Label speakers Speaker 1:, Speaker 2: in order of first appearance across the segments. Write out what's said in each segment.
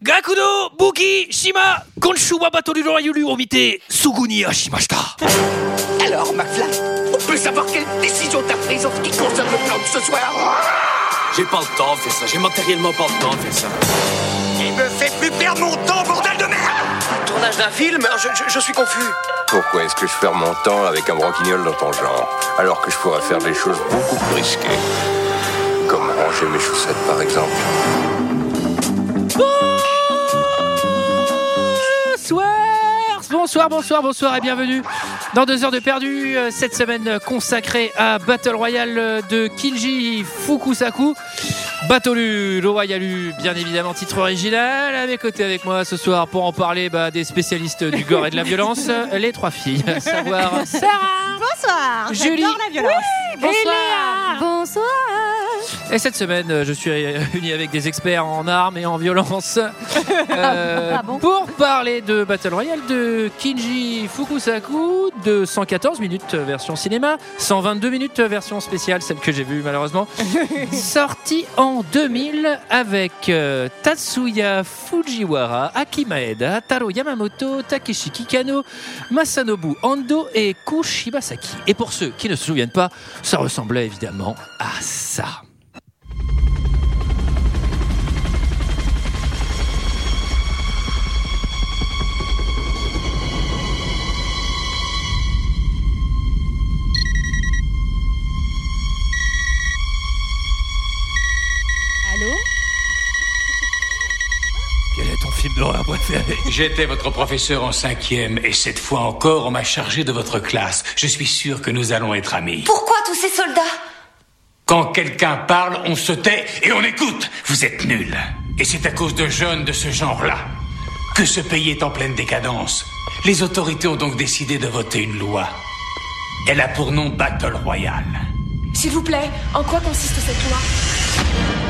Speaker 1: 学童武器島今週はバトルロワイヤルを見てすぐに足しました
Speaker 2: Alors, McFly, on peut savoir quelle décision t'as prise en ce qui concerne le plan de ce soir
Speaker 3: J'ai pas le temps de faire ça. J'ai matériellement pas le temps de faire ça.
Speaker 2: Il me fait plus perdre mon temps, bordel de merde
Speaker 4: Tournage d'un film je, je- je suis confus.
Speaker 5: Pourquoi est-ce que je perds mon temps avec un broquignol dans ton genre Alors que je pourrais faire des choses beaucoup plus risquées. Comme ranger mes chaussettes par exemple.
Speaker 1: Bonsoir Bonsoir, bonsoir, bonsoir et bienvenue dans deux heures de perdu euh, cette semaine euh, consacrée à Battle Royale euh, de Kinji Fukusaku. Battle Royale, bien évidemment, titre original. À mes côtés avec moi ce soir pour en parler bah, des spécialistes du gore et de la violence, euh, les trois filles, à savoir Sarah
Speaker 6: Bonsoir.
Speaker 1: Julie.
Speaker 6: J'adore la violence.
Speaker 1: Bonsoir.
Speaker 6: Bonsoir.
Speaker 1: Et cette semaine, euh, je suis euh, uni avec des experts en armes et en violence euh,
Speaker 6: Ah bon
Speaker 1: pour parler de Battle Royale de Kinji Fukusaku de 114 minutes euh, version cinéma, 122 minutes euh, version spéciale, celle que j'ai vue malheureusement, sortie en 2000 avec euh, Tatsuya Fujiwara, Akima Eda, Taro Yamamoto, Takeshi Kikano, Masanobu Ando et Kushibasaki. Et pour ceux qui ne se souviennent pas, ça ressemblait évidemment à ça.
Speaker 6: Allô
Speaker 1: Quel est ton film d'horreur préféré
Speaker 7: J'étais votre professeur en cinquième et cette fois encore, on m'a chargé de votre classe. Je suis sûr que nous allons être amis.
Speaker 8: Pourquoi tous ces soldats
Speaker 7: Quand quelqu'un parle, on se tait et on écoute. Vous êtes nuls. Et c'est à cause de jeunes de ce genre-là que ce pays est en pleine décadence. Les autorités ont donc décidé de voter une loi. Elle a pour nom Battle Royale.
Speaker 9: S'il vous plaît, en quoi consiste cette loi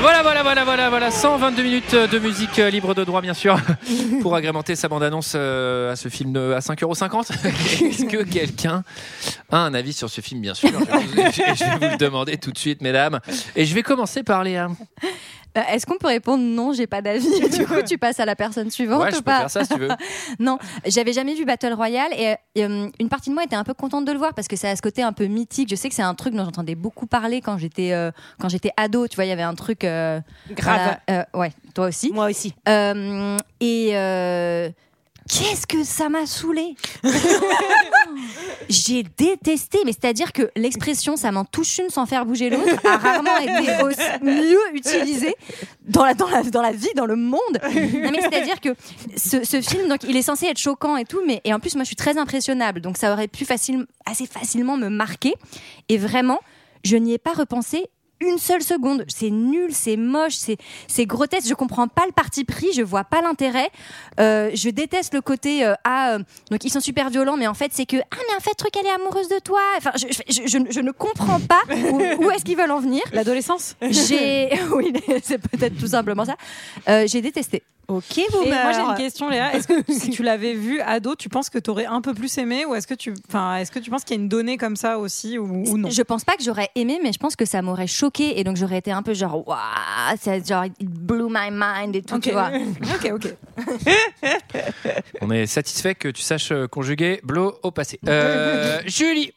Speaker 1: Voilà, voilà, voilà, voilà, voilà. 122 minutes de musique euh, libre de droit, bien sûr, pour agrémenter sa bande-annonce euh, à ce film de- à 5,50€. Est-ce que quelqu'un a un avis sur ce film, bien sûr je, vous- je- je vais vous le demander tout de suite, mesdames. Et je vais commencer par les. euh,
Speaker 6: Bah, Est-ce qu'on peut répondre non, j'ai pas d'avis Du coup, tu passes à la personne suivante
Speaker 1: Ouais, je
Speaker 6: ou
Speaker 1: peux
Speaker 6: pas
Speaker 1: faire ça si tu veux.
Speaker 6: Non, j'avais jamais vu Battle Royale et euh, une partie de moi était un peu contente de le voir parce que ça a ce côté un peu mythique. Je sais que c'est un truc dont j'entendais beaucoup parler quand j'étais euh, quand j'étais ado. Tu vois, il y avait un truc euh,
Speaker 10: Grave.
Speaker 6: voilà, euh, ouais, toi aussi.
Speaker 10: Moi aussi.
Speaker 6: Euh, et euh, qu'est-ce que ça m'a saoulé J'ai détesté, mais c'est-à-dire que l'expression ça m'en touche une sans faire bouger l'autre a rarement été aussi- mieux utilisée dans la, dans, la, dans la vie, dans le monde. Non, mais c'est-à-dire que ce, ce film, donc, il est censé être choquant et tout, mais et en plus, moi je suis très impressionnable, donc ça aurait pu facile, assez facilement me marquer. Et vraiment, je n'y ai pas repensé une seule seconde. C'est nul, c'est moche, c'est c'est grotesque. Je comprends pas le parti pris, je vois pas l'intérêt. Euh, je déteste le côté euh, ah euh, donc ils sont super violents, mais en fait c'est que ah mais en fait truc elle est amoureuse de toi. Enfin je, je, je, je ne comprends pas où, où est-ce qu'ils veulent en venir.
Speaker 10: L'adolescence
Speaker 6: J'ai oui c'est peut-être tout simplement ça. Euh, J'ai détesté.
Speaker 10: Ok,
Speaker 9: Et
Speaker 10: boomer.
Speaker 9: moi j'ai une question Léa, est-ce que si tu l'avais vu ado, tu penses que t'aurais un peu plus aimé ou est-ce que tu enfin est-ce que tu penses qu'il y a une donnée comme ça aussi ou, ou non
Speaker 6: Je pense pas que j'aurais aimé, mais je pense que ça m'aurait choqué et donc j'aurais été un peu genre waouh, c'est genre it blew my mind et tout.
Speaker 9: Ok.
Speaker 6: Tu vois.
Speaker 9: OK, OK.
Speaker 1: On est satisfait que tu saches euh, conjuguer blow au passé. Euh, Julie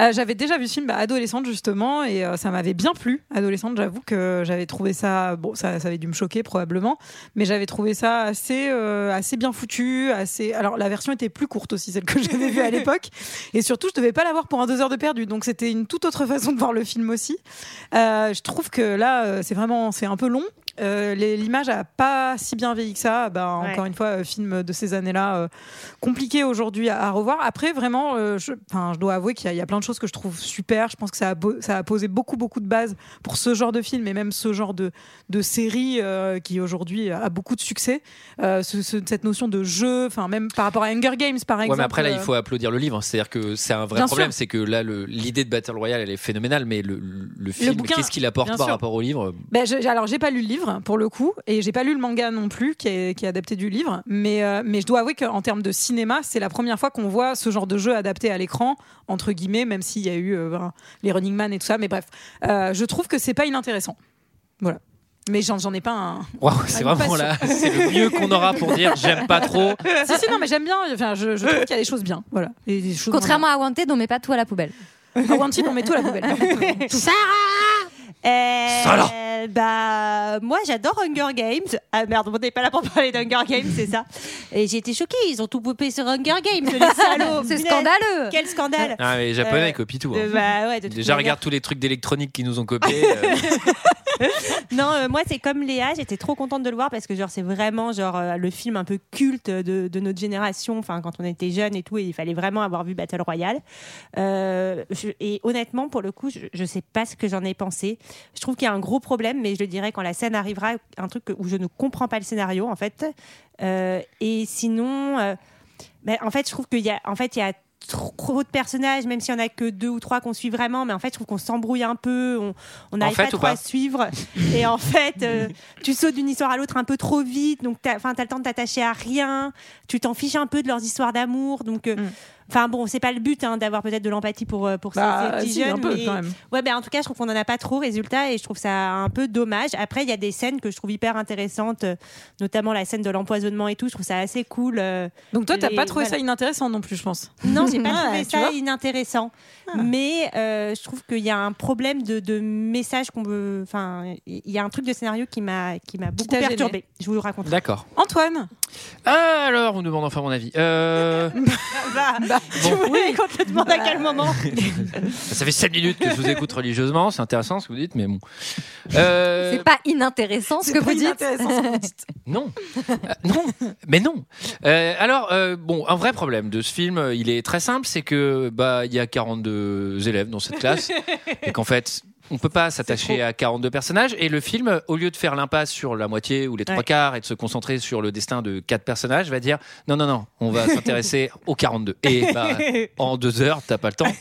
Speaker 9: Euh, j'avais déjà vu ce film bah, adolescente justement et euh, ça m'avait bien plu. Adolescente, j'avoue que j'avais trouvé ça bon, ça, ça avait dû me choquer probablement, mais j'avais trouvé ça assez euh, assez bien foutu, assez. Alors la version était plus courte aussi celle que j'avais vue à l'époque et surtout je devais pas l'avoir pour un deux heures de perdu donc c'était une toute autre façon de voir le film aussi. Euh, je trouve que là euh, c'est vraiment c'est un peu long. Euh, les- L'image a pas si bien vieilli que ça. Ben,
Speaker 8: Ouais.
Speaker 9: Encore une fois, euh, film de ces années-là, euh, compliqué aujourd'hui à, à revoir. Après, vraiment, euh, je, enfin, je dois avouer qu'il y, a- il y a plein de choses que je trouve super. Je pense que ça a, beau- ça a posé beaucoup, beaucoup de bases pour ce genre de film et même ce genre de, de série euh, qui aujourd'hui a beaucoup de succès. Euh, ce- ce- cette notion de jeu, enfin, même par rapport à Hunger Games, par
Speaker 1: Ouais,
Speaker 9: exemple.
Speaker 1: mais après, là, il
Speaker 9: euh,
Speaker 1: faut applaudir le livre. hein. C'est-à-dire que c'est un vrai
Speaker 9: Bien
Speaker 1: problème. C'est que là, le- l'idée de Battle Royale, elle est phénoménale, mais le, le film,
Speaker 9: bouquin,
Speaker 1: qu'est-ce qu'il apporte
Speaker 9: bien
Speaker 1: par
Speaker 9: sûr.
Speaker 1: rapport au livre
Speaker 9: Ben, je- alors j'ai pas lu le livre pour le coup et j'ai pas lu le manga non plus qui est, qui est adapté du livre mais, euh, mais je dois avouer qu'en termes de cinéma c'est la première fois qu'on voit ce genre de jeu adapté à l'écran entre guillemets même s'il y a eu euh, ben, les Running Man et tout ça mais bref Euh, je trouve que c'est pas inintéressant voilà mais j'en j'en ai pas un
Speaker 1: Waouh, c'est
Speaker 9: Ah, une
Speaker 1: vraiment là, c'est le mieux qu'on aura pour dire j'aime pas trop.
Speaker 9: si si non mais j'aime bien enfin, je, je trouve qu'il y a des choses bien voilà Et des choses
Speaker 6: Contrairement à Wanted, on met pas tout à la poubelle.
Speaker 9: à Wanted on met tout à la poubelle
Speaker 8: Euh, bah, moi, j'adore Hunger Games. Ah merde, on n'est pas là pour parler d'Hunger Games, c'est ça. Et j'ai été choquée, ils ont tout poupé sur Hunger Games, les salauds.
Speaker 6: C'est
Speaker 8: Punaise,
Speaker 6: scandaleux.
Speaker 8: Quel scandale
Speaker 1: Ah, mais les japonais
Speaker 8: Euh,
Speaker 1: ils copient tout. hein.
Speaker 8: Euh, bah, ouais, de toute
Speaker 1: Déjà,
Speaker 8: manière.
Speaker 1: regarde tous les trucs d'électronique qui nous ont copiés. euh,
Speaker 8: Non, euh, moi c'est comme Léa, j'étais trop contente de le voir parce que genre c'est vraiment genre euh, le film un peu culte de, de notre génération, enfin quand on était jeune et tout, et il fallait vraiment avoir vu Battle Royale. Euh, je- et honnêtement, pour le coup, je, je sais pas ce que j'en ai pensé. Je trouve qu'il y a un gros problème, mais je le dirais quand la scène arrivera, un truc que- où je ne comprends pas le scénario en fait. Euh, et sinon, euh, ben, en fait, je trouve qu'il y a, en fait, il y a trop de personnages, même s'il y en a que deux ou trois qu'on suit vraiment, mais en fait, je trouve qu'on s'embrouille un peu, on on n'arrive
Speaker 1: fait,
Speaker 8: pas
Speaker 1: ou
Speaker 8: trop
Speaker 1: pas
Speaker 8: à suivre. Et en fait, euh, tu sautes d'une histoire à l'autre un peu trop vite, donc t'as, enfin, t'as le temps de t'attacher à rien, tu t'en fiches un peu de leurs histoires d'amour, donc. euh,
Speaker 9: Mm.
Speaker 8: Enfin bon, c'est pas le but hein, d'avoir peut-être de l'empathie pour, euh, pour ces- ces,
Speaker 9: bah,
Speaker 8: petits
Speaker 9: si,
Speaker 8: jeunes.
Speaker 9: un peu
Speaker 8: mais-
Speaker 9: quand même
Speaker 8: Ouais, ben en tout cas, je trouve qu'on n'en a pas trop résultat et je trouve ça un peu dommage. Après, il y a des scènes que je trouve hyper intéressantes, euh, notamment la scène de l'empoisonnement et tout. Je trouve ça assez cool. euh.
Speaker 9: donc toi t'as
Speaker 8: Les-
Speaker 9: pas trouvé
Speaker 8: voilà.
Speaker 9: ça inintéressant non plus je pense
Speaker 8: Non, j'ai pas
Speaker 9: Ah,
Speaker 8: trouvé
Speaker 9: tu
Speaker 8: ça
Speaker 9: vois.
Speaker 8: inintéressant, mais euh, je trouve qu'il y a un problème de, de message qu'on veut. Enfin, il y a un truc de scénario qui m'a qui m'a beaucoup
Speaker 9: t'a gêné.
Speaker 8: perturbé. Je vous le raconte.
Speaker 1: D'accord.
Speaker 9: Antoine
Speaker 1: Ah, alors, on me demande enfin mon avis. Euh,
Speaker 6: Bah,
Speaker 9: Bah,
Speaker 8: Tu voulais qu'on te demande à quel moment
Speaker 1: ça fait 7 minutes que je vous écoute religieusement, c'est intéressant ce que vous dites, mais bon. Euh,
Speaker 6: C'est pas inintéressant ce que vous dites.
Speaker 1: Non, Euh, non, mais non. Euh, alors, euh, bon, un vrai problème de ce film, euh, il est très simple, c'est que bah il y a 42 élèves dans cette classe et qu'en fait. On peut pas s'attacher à 42 personnages et le film, euh, au lieu de faire l'impasse sur la moitié ou les trois
Speaker 8: Ouais.
Speaker 1: quarts et de se concentrer sur le destin de quatre personnages, va dire non non non, on va s'intéresser aux 42. Et bah, en deux heures, t'as pas le temps.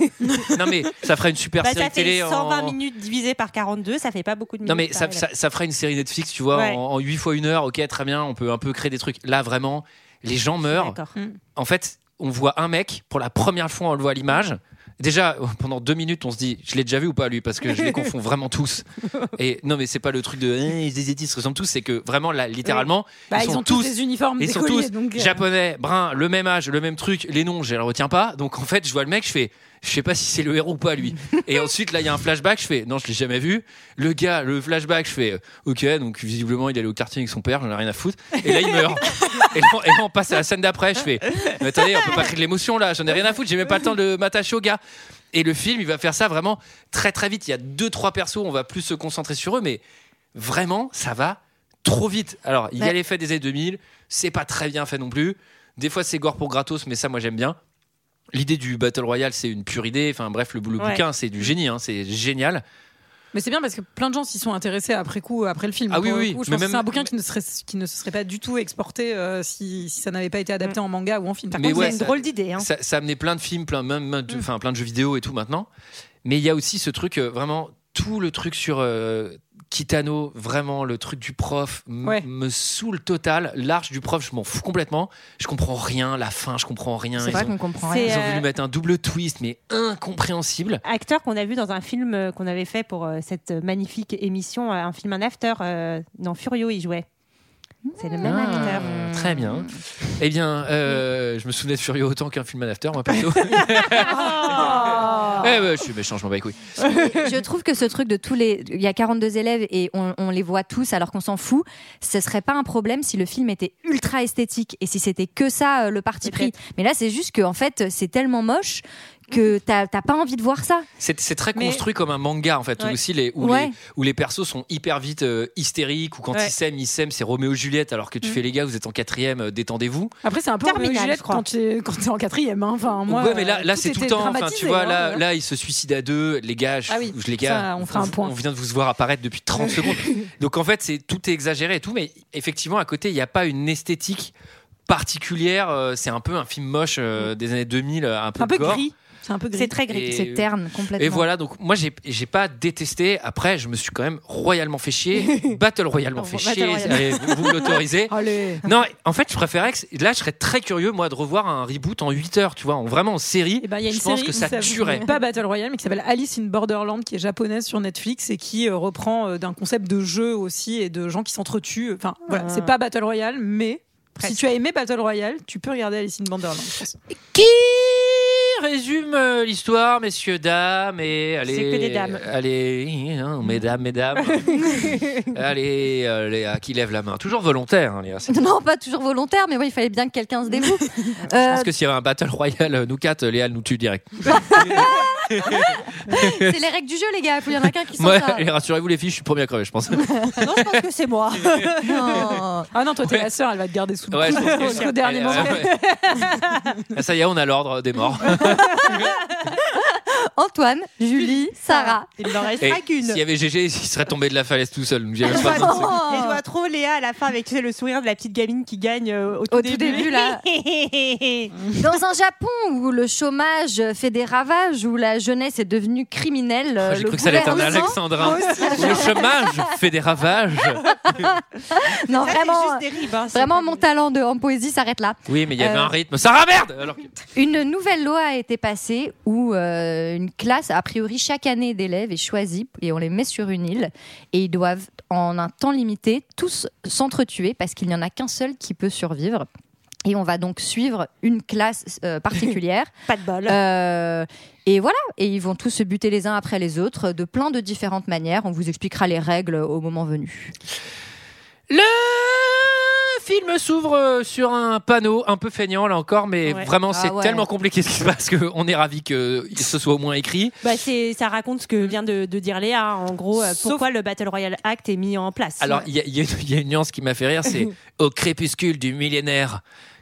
Speaker 1: non mais ça ferait une super
Speaker 8: Bah,
Speaker 1: série
Speaker 8: Ça fait
Speaker 1: télé. en-
Speaker 8: 120 minutes divisé par 42, ça fait pas beaucoup de minutes.
Speaker 1: non mais ça,
Speaker 8: par
Speaker 1: ça, ça fera une série Netflix, tu vois,
Speaker 8: Ouais.
Speaker 1: en, 8 fois 1 heure, ok, très bien, on peut un peu créer des trucs. Là, vraiment, les gens
Speaker 8: élève.
Speaker 1: meurent.
Speaker 8: D'accord.
Speaker 1: En fait, on voit un mec, pour la première fois, on le voit à l'image. Déjà, pendant deux minutes, on se dit, je l'ai déjà vu ou pas, lui, parce que je les confonds vraiment tous. Et non, mais c'est pas le truc de, eh, les Asiatiques se ressemblent tous, c'est que vraiment, là, littéralement,
Speaker 9: Bah,
Speaker 1: ils,
Speaker 9: ils,
Speaker 1: sont
Speaker 9: ont
Speaker 1: tous,
Speaker 9: des uniformes
Speaker 1: ils
Speaker 9: des
Speaker 1: sont
Speaker 9: colliers,
Speaker 1: tous
Speaker 9: donc, euh,
Speaker 1: japonais, bruns, le même âge, le même truc, les noms, je les retiens pas. Donc en fait, je vois le mec, je fais, je sais pas si c'est le héros ou pas lui. Et ensuite là, il y a un flashback, je fais, non, je l'ai jamais vu. Le gars, le flashback, je fais, euh, ok, donc visiblement il allait au quartier avec son père, j'en ai rien à foutre. Et là, il meurt. Et là, on- et là, on passe à la scène d'après, je fais, mais attendez, on peut pas créer de l'émotion là, j'en ai rien à foutre, j'ai même pas le temps de m'attacher au gars. Et le film, il va faire ça vraiment très très vite. Il y a deux trois persos, on va plus se concentrer sur eux, mais vraiment, ça va trop vite. Alors, il y a
Speaker 6: Ouais.
Speaker 1: l'effet des années 2000, c'est pas très bien fait non plus. Des fois, c'est gore pour gratos, mais ça, moi, j'aime bien. L'idée du Battle Royale, c'est une pure idée. Enfin, bref, le, le
Speaker 8: Ouais.
Speaker 1: bouquin, c'est du génie, hein, c'est génial.
Speaker 9: Mais c'est bien parce que plein de gens s'y sont intéressés après coup, après le film.
Speaker 1: Ah oui,
Speaker 9: Pour le
Speaker 1: oui,
Speaker 9: coup, je
Speaker 1: mais
Speaker 9: pense que
Speaker 1: même-
Speaker 9: c'est un bouquin qui ne, serait, qui ne se serait pas du tout exporté euh, si, si ça n'avait pas été adapté en manga ou en film. Par
Speaker 1: Mm. Mais
Speaker 9: contre,
Speaker 1: ouais,
Speaker 8: c'est une
Speaker 1: ça-
Speaker 8: drôle d'idée. hein.
Speaker 1: Ça, ça a amené plein de films, plein, même, même de,
Speaker 8: Mm.
Speaker 1: enfin, plein de jeux vidéo et tout maintenant. Mais il y a aussi ce truc, euh, vraiment, tout le truc sur euh, Kitano, vraiment, le truc du prof m-
Speaker 9: Ouais.
Speaker 1: me saoule total. L'arche du prof, je m'en fous complètement. Je comprends rien, la fin, je comprends rien.
Speaker 6: C'est
Speaker 1: Ils
Speaker 6: vrai
Speaker 1: ont,
Speaker 6: qu'on comprend
Speaker 8: C'est,
Speaker 6: rien.
Speaker 1: ils ont
Speaker 8: euh,
Speaker 1: voulu mettre un double twist, mais incompréhensible.
Speaker 8: acteur qu'on a vu dans un film euh, qu'on avait fait pour euh, cette magnifique émission, euh, un film un after euh, dans Furio, il jouait. C'est le même Mm.
Speaker 1: Ah,
Speaker 8: acteur.
Speaker 1: Très bien. Eh bien, euh, je me souvenais de Furio autant qu'un film Man After, moi, perso.
Speaker 6: Ah.
Speaker 1: eh ben, je suis méchant, je m'en bats les couilles.
Speaker 6: Je trouve que ce truc de tous les. Il y a 42 élèves et on, on les voit tous alors qu'on s'en fout. Ce serait pas un problème si le film était ultra esthétique et si c'était que ça euh, le parti pris. Mais là, c'est juste que, en fait, c'est tellement moche que t'as t'as pas envie de voir ça.
Speaker 1: C'est c'est très
Speaker 9: Mais-
Speaker 1: construit comme un manga en fait,
Speaker 9: Ouais.
Speaker 1: où, aussi les, où,
Speaker 6: Ouais.
Speaker 1: les, où les persos sont hyper vite euh, hystériques, ou quand
Speaker 9: Ouais.
Speaker 1: ils s'aiment, ils s'aiment, c'est Roméo et Juliette, alors que tu
Speaker 9: Mm.
Speaker 1: fais les gars, vous êtes en quatrième, euh, détendez-vous.
Speaker 9: Après, c'est un peu
Speaker 8: Terminale,
Speaker 9: Roméo et Juliette
Speaker 8: je crois.
Speaker 9: quand t'es quand t'es en quatrième. hein. Enfin, moi,
Speaker 1: ouais, mais
Speaker 9: euh,
Speaker 1: là, là c'est tout le
Speaker 9: était
Speaker 1: temps, enfin,
Speaker 9: dramatisé,
Speaker 1: tu vois,
Speaker 9: hein,
Speaker 1: là,
Speaker 9: voilà.
Speaker 1: là, ils se suicident à deux, les gars, je,
Speaker 9: Ah oui,
Speaker 1: je- les gars,
Speaker 9: ça, on fera un point.
Speaker 1: on vient de vous voir apparaître depuis 30 secondes. Donc en fait, c'est tout est exagéré et tout, mais effectivement, à côté, il n'y a pas une esthétique particulière, euh, c'est un peu un film moche euh, des années 2000, euh, un peu,
Speaker 9: C'est Mm. un peu
Speaker 1: gore.
Speaker 9: gris. C'est un peu gris.
Speaker 8: C'est très gris.
Speaker 1: Et-
Speaker 6: C'est terne complètement.
Speaker 1: Et voilà, donc moi j'ai j'ai pas détesté. Après, je me suis quand même royalement fait chier. Battle royalement fait
Speaker 8: Battle
Speaker 1: chier.
Speaker 8: Royale.
Speaker 1: Allez, vous, vous me l'autorisez.
Speaker 9: Allez.
Speaker 1: Non, en fait, je préférais que. Là, je serais très curieux, moi, de revoir un reboot en 8 heures, tu vois, en, vraiment en série.
Speaker 9: Eh ben, il y a une
Speaker 1: je pense
Speaker 9: série
Speaker 1: que
Speaker 9: qui
Speaker 1: ça
Speaker 9: s'appelle
Speaker 1: tuerait.
Speaker 9: Pas Battle Royale, mais qui s'appelle Alice in Borderland, qui est japonaise sur Netflix et qui euh, reprend euh, d'un concept de jeu aussi et de gens qui s'entretuent. Enfin, voilà,
Speaker 6: Ah.
Speaker 9: c'est pas Battle Royale, mais si
Speaker 8: Presque.
Speaker 9: tu as aimé Battle Royale, tu peux regarder Alice in Borderland. je pense.
Speaker 1: Qui résume euh, l'histoire, messieurs, dames et allez,
Speaker 8: C'est que des dames.
Speaker 1: allez, hein, mesdames, mesdames, allez, euh, Léa, qui lève la main, toujours volontaire, hein, Léa. c'est-
Speaker 6: Non, pas toujours volontaire, mais oui, il fallait bien que quelqu'un se dévoue.
Speaker 1: Je
Speaker 6: Euh,
Speaker 1: pense que s'il y avait un battle royal, euh, nous quatre, Léa elle nous tue direct.
Speaker 6: c'est les règles du jeu, les gars. Il y en a qu'un qui s'en
Speaker 1: Moi,
Speaker 6: sort.
Speaker 1: et rassurez-vous les filles, je suis le premier à crever, je pense.
Speaker 8: Non, je pense que c'est moi.
Speaker 6: Non.
Speaker 9: Ah non, toi, t'es la sœur, elle va te garder sous le
Speaker 1: Ouais, je
Speaker 9: coude
Speaker 1: pense que-
Speaker 9: jusqu'au dernier
Speaker 1: Allez,
Speaker 9: moment.
Speaker 1: ouais. Ah, ça y est, on a l'ordre des morts.
Speaker 6: Antoine, Julie, Sarah.
Speaker 8: Il n'en reste
Speaker 1: Et
Speaker 8: pas qu'une.
Speaker 1: S'il y avait GG, il serait tombé de la falaise tout seul. donc j'y avais
Speaker 8: Je
Speaker 1: pas
Speaker 8: vois
Speaker 1: pensé.
Speaker 8: trop- Et je vois trop Léa à la fin avec tu sais, le sourire de la petite gamine qui gagne euh, au tout
Speaker 6: Au tout
Speaker 8: début.
Speaker 6: début, là. Dans un Japon où le chômage fait des ravages, où la jeunesse est devenue criminelle,
Speaker 1: Oh,
Speaker 6: euh,
Speaker 1: J'ai
Speaker 6: le
Speaker 1: cru que ça allait être un
Speaker 6: gouvernement-
Speaker 1: alexandrin. Le chômage fait des ravages.
Speaker 6: Non,
Speaker 8: Ça, c'est
Speaker 6: vraiment. euh,
Speaker 8: juste des rives, hein, c'est
Speaker 6: Vraiment,
Speaker 8: pas-
Speaker 6: mon talent de, en poésie s'arrête là.
Speaker 1: Oui, mais il y avait
Speaker 6: Euh.
Speaker 1: un rythme. Sarah, merde Alors que-
Speaker 6: Une nouvelle loi a été passée où euh, une classe, a priori chaque année d'élèves, est choisie et on les met sur une île et ils doivent, en un temps limité, tous s'entretuer parce qu'il n'y en a qu'un seul qui peut survivre. Et on va donc suivre une classe euh, particulière.
Speaker 8: Pas de bol.
Speaker 6: Euh, et voilà, et ils vont tous se buter les uns après les autres de plein de différentes manières. On vous expliquera les règles au moment venu.
Speaker 1: Le film s'ouvre euh, sur un panneau un peu feignant, là encore, mais
Speaker 8: Ouais.
Speaker 1: vraiment,
Speaker 6: Ah
Speaker 1: c'est
Speaker 6: ouais.
Speaker 1: tellement compliqué ce qui se passe qu'on est ravis que ce soit au moins écrit.
Speaker 8: Bah, c'est- ça raconte ce que vient de, de dire Léa, hein, en gros, euh, pourquoi le Battle Royale Act est mis en place.
Speaker 1: Alors, il y, a- il y a une- il y a une nuance qui m'a fait rire, c'est au crépuscule du millénaire,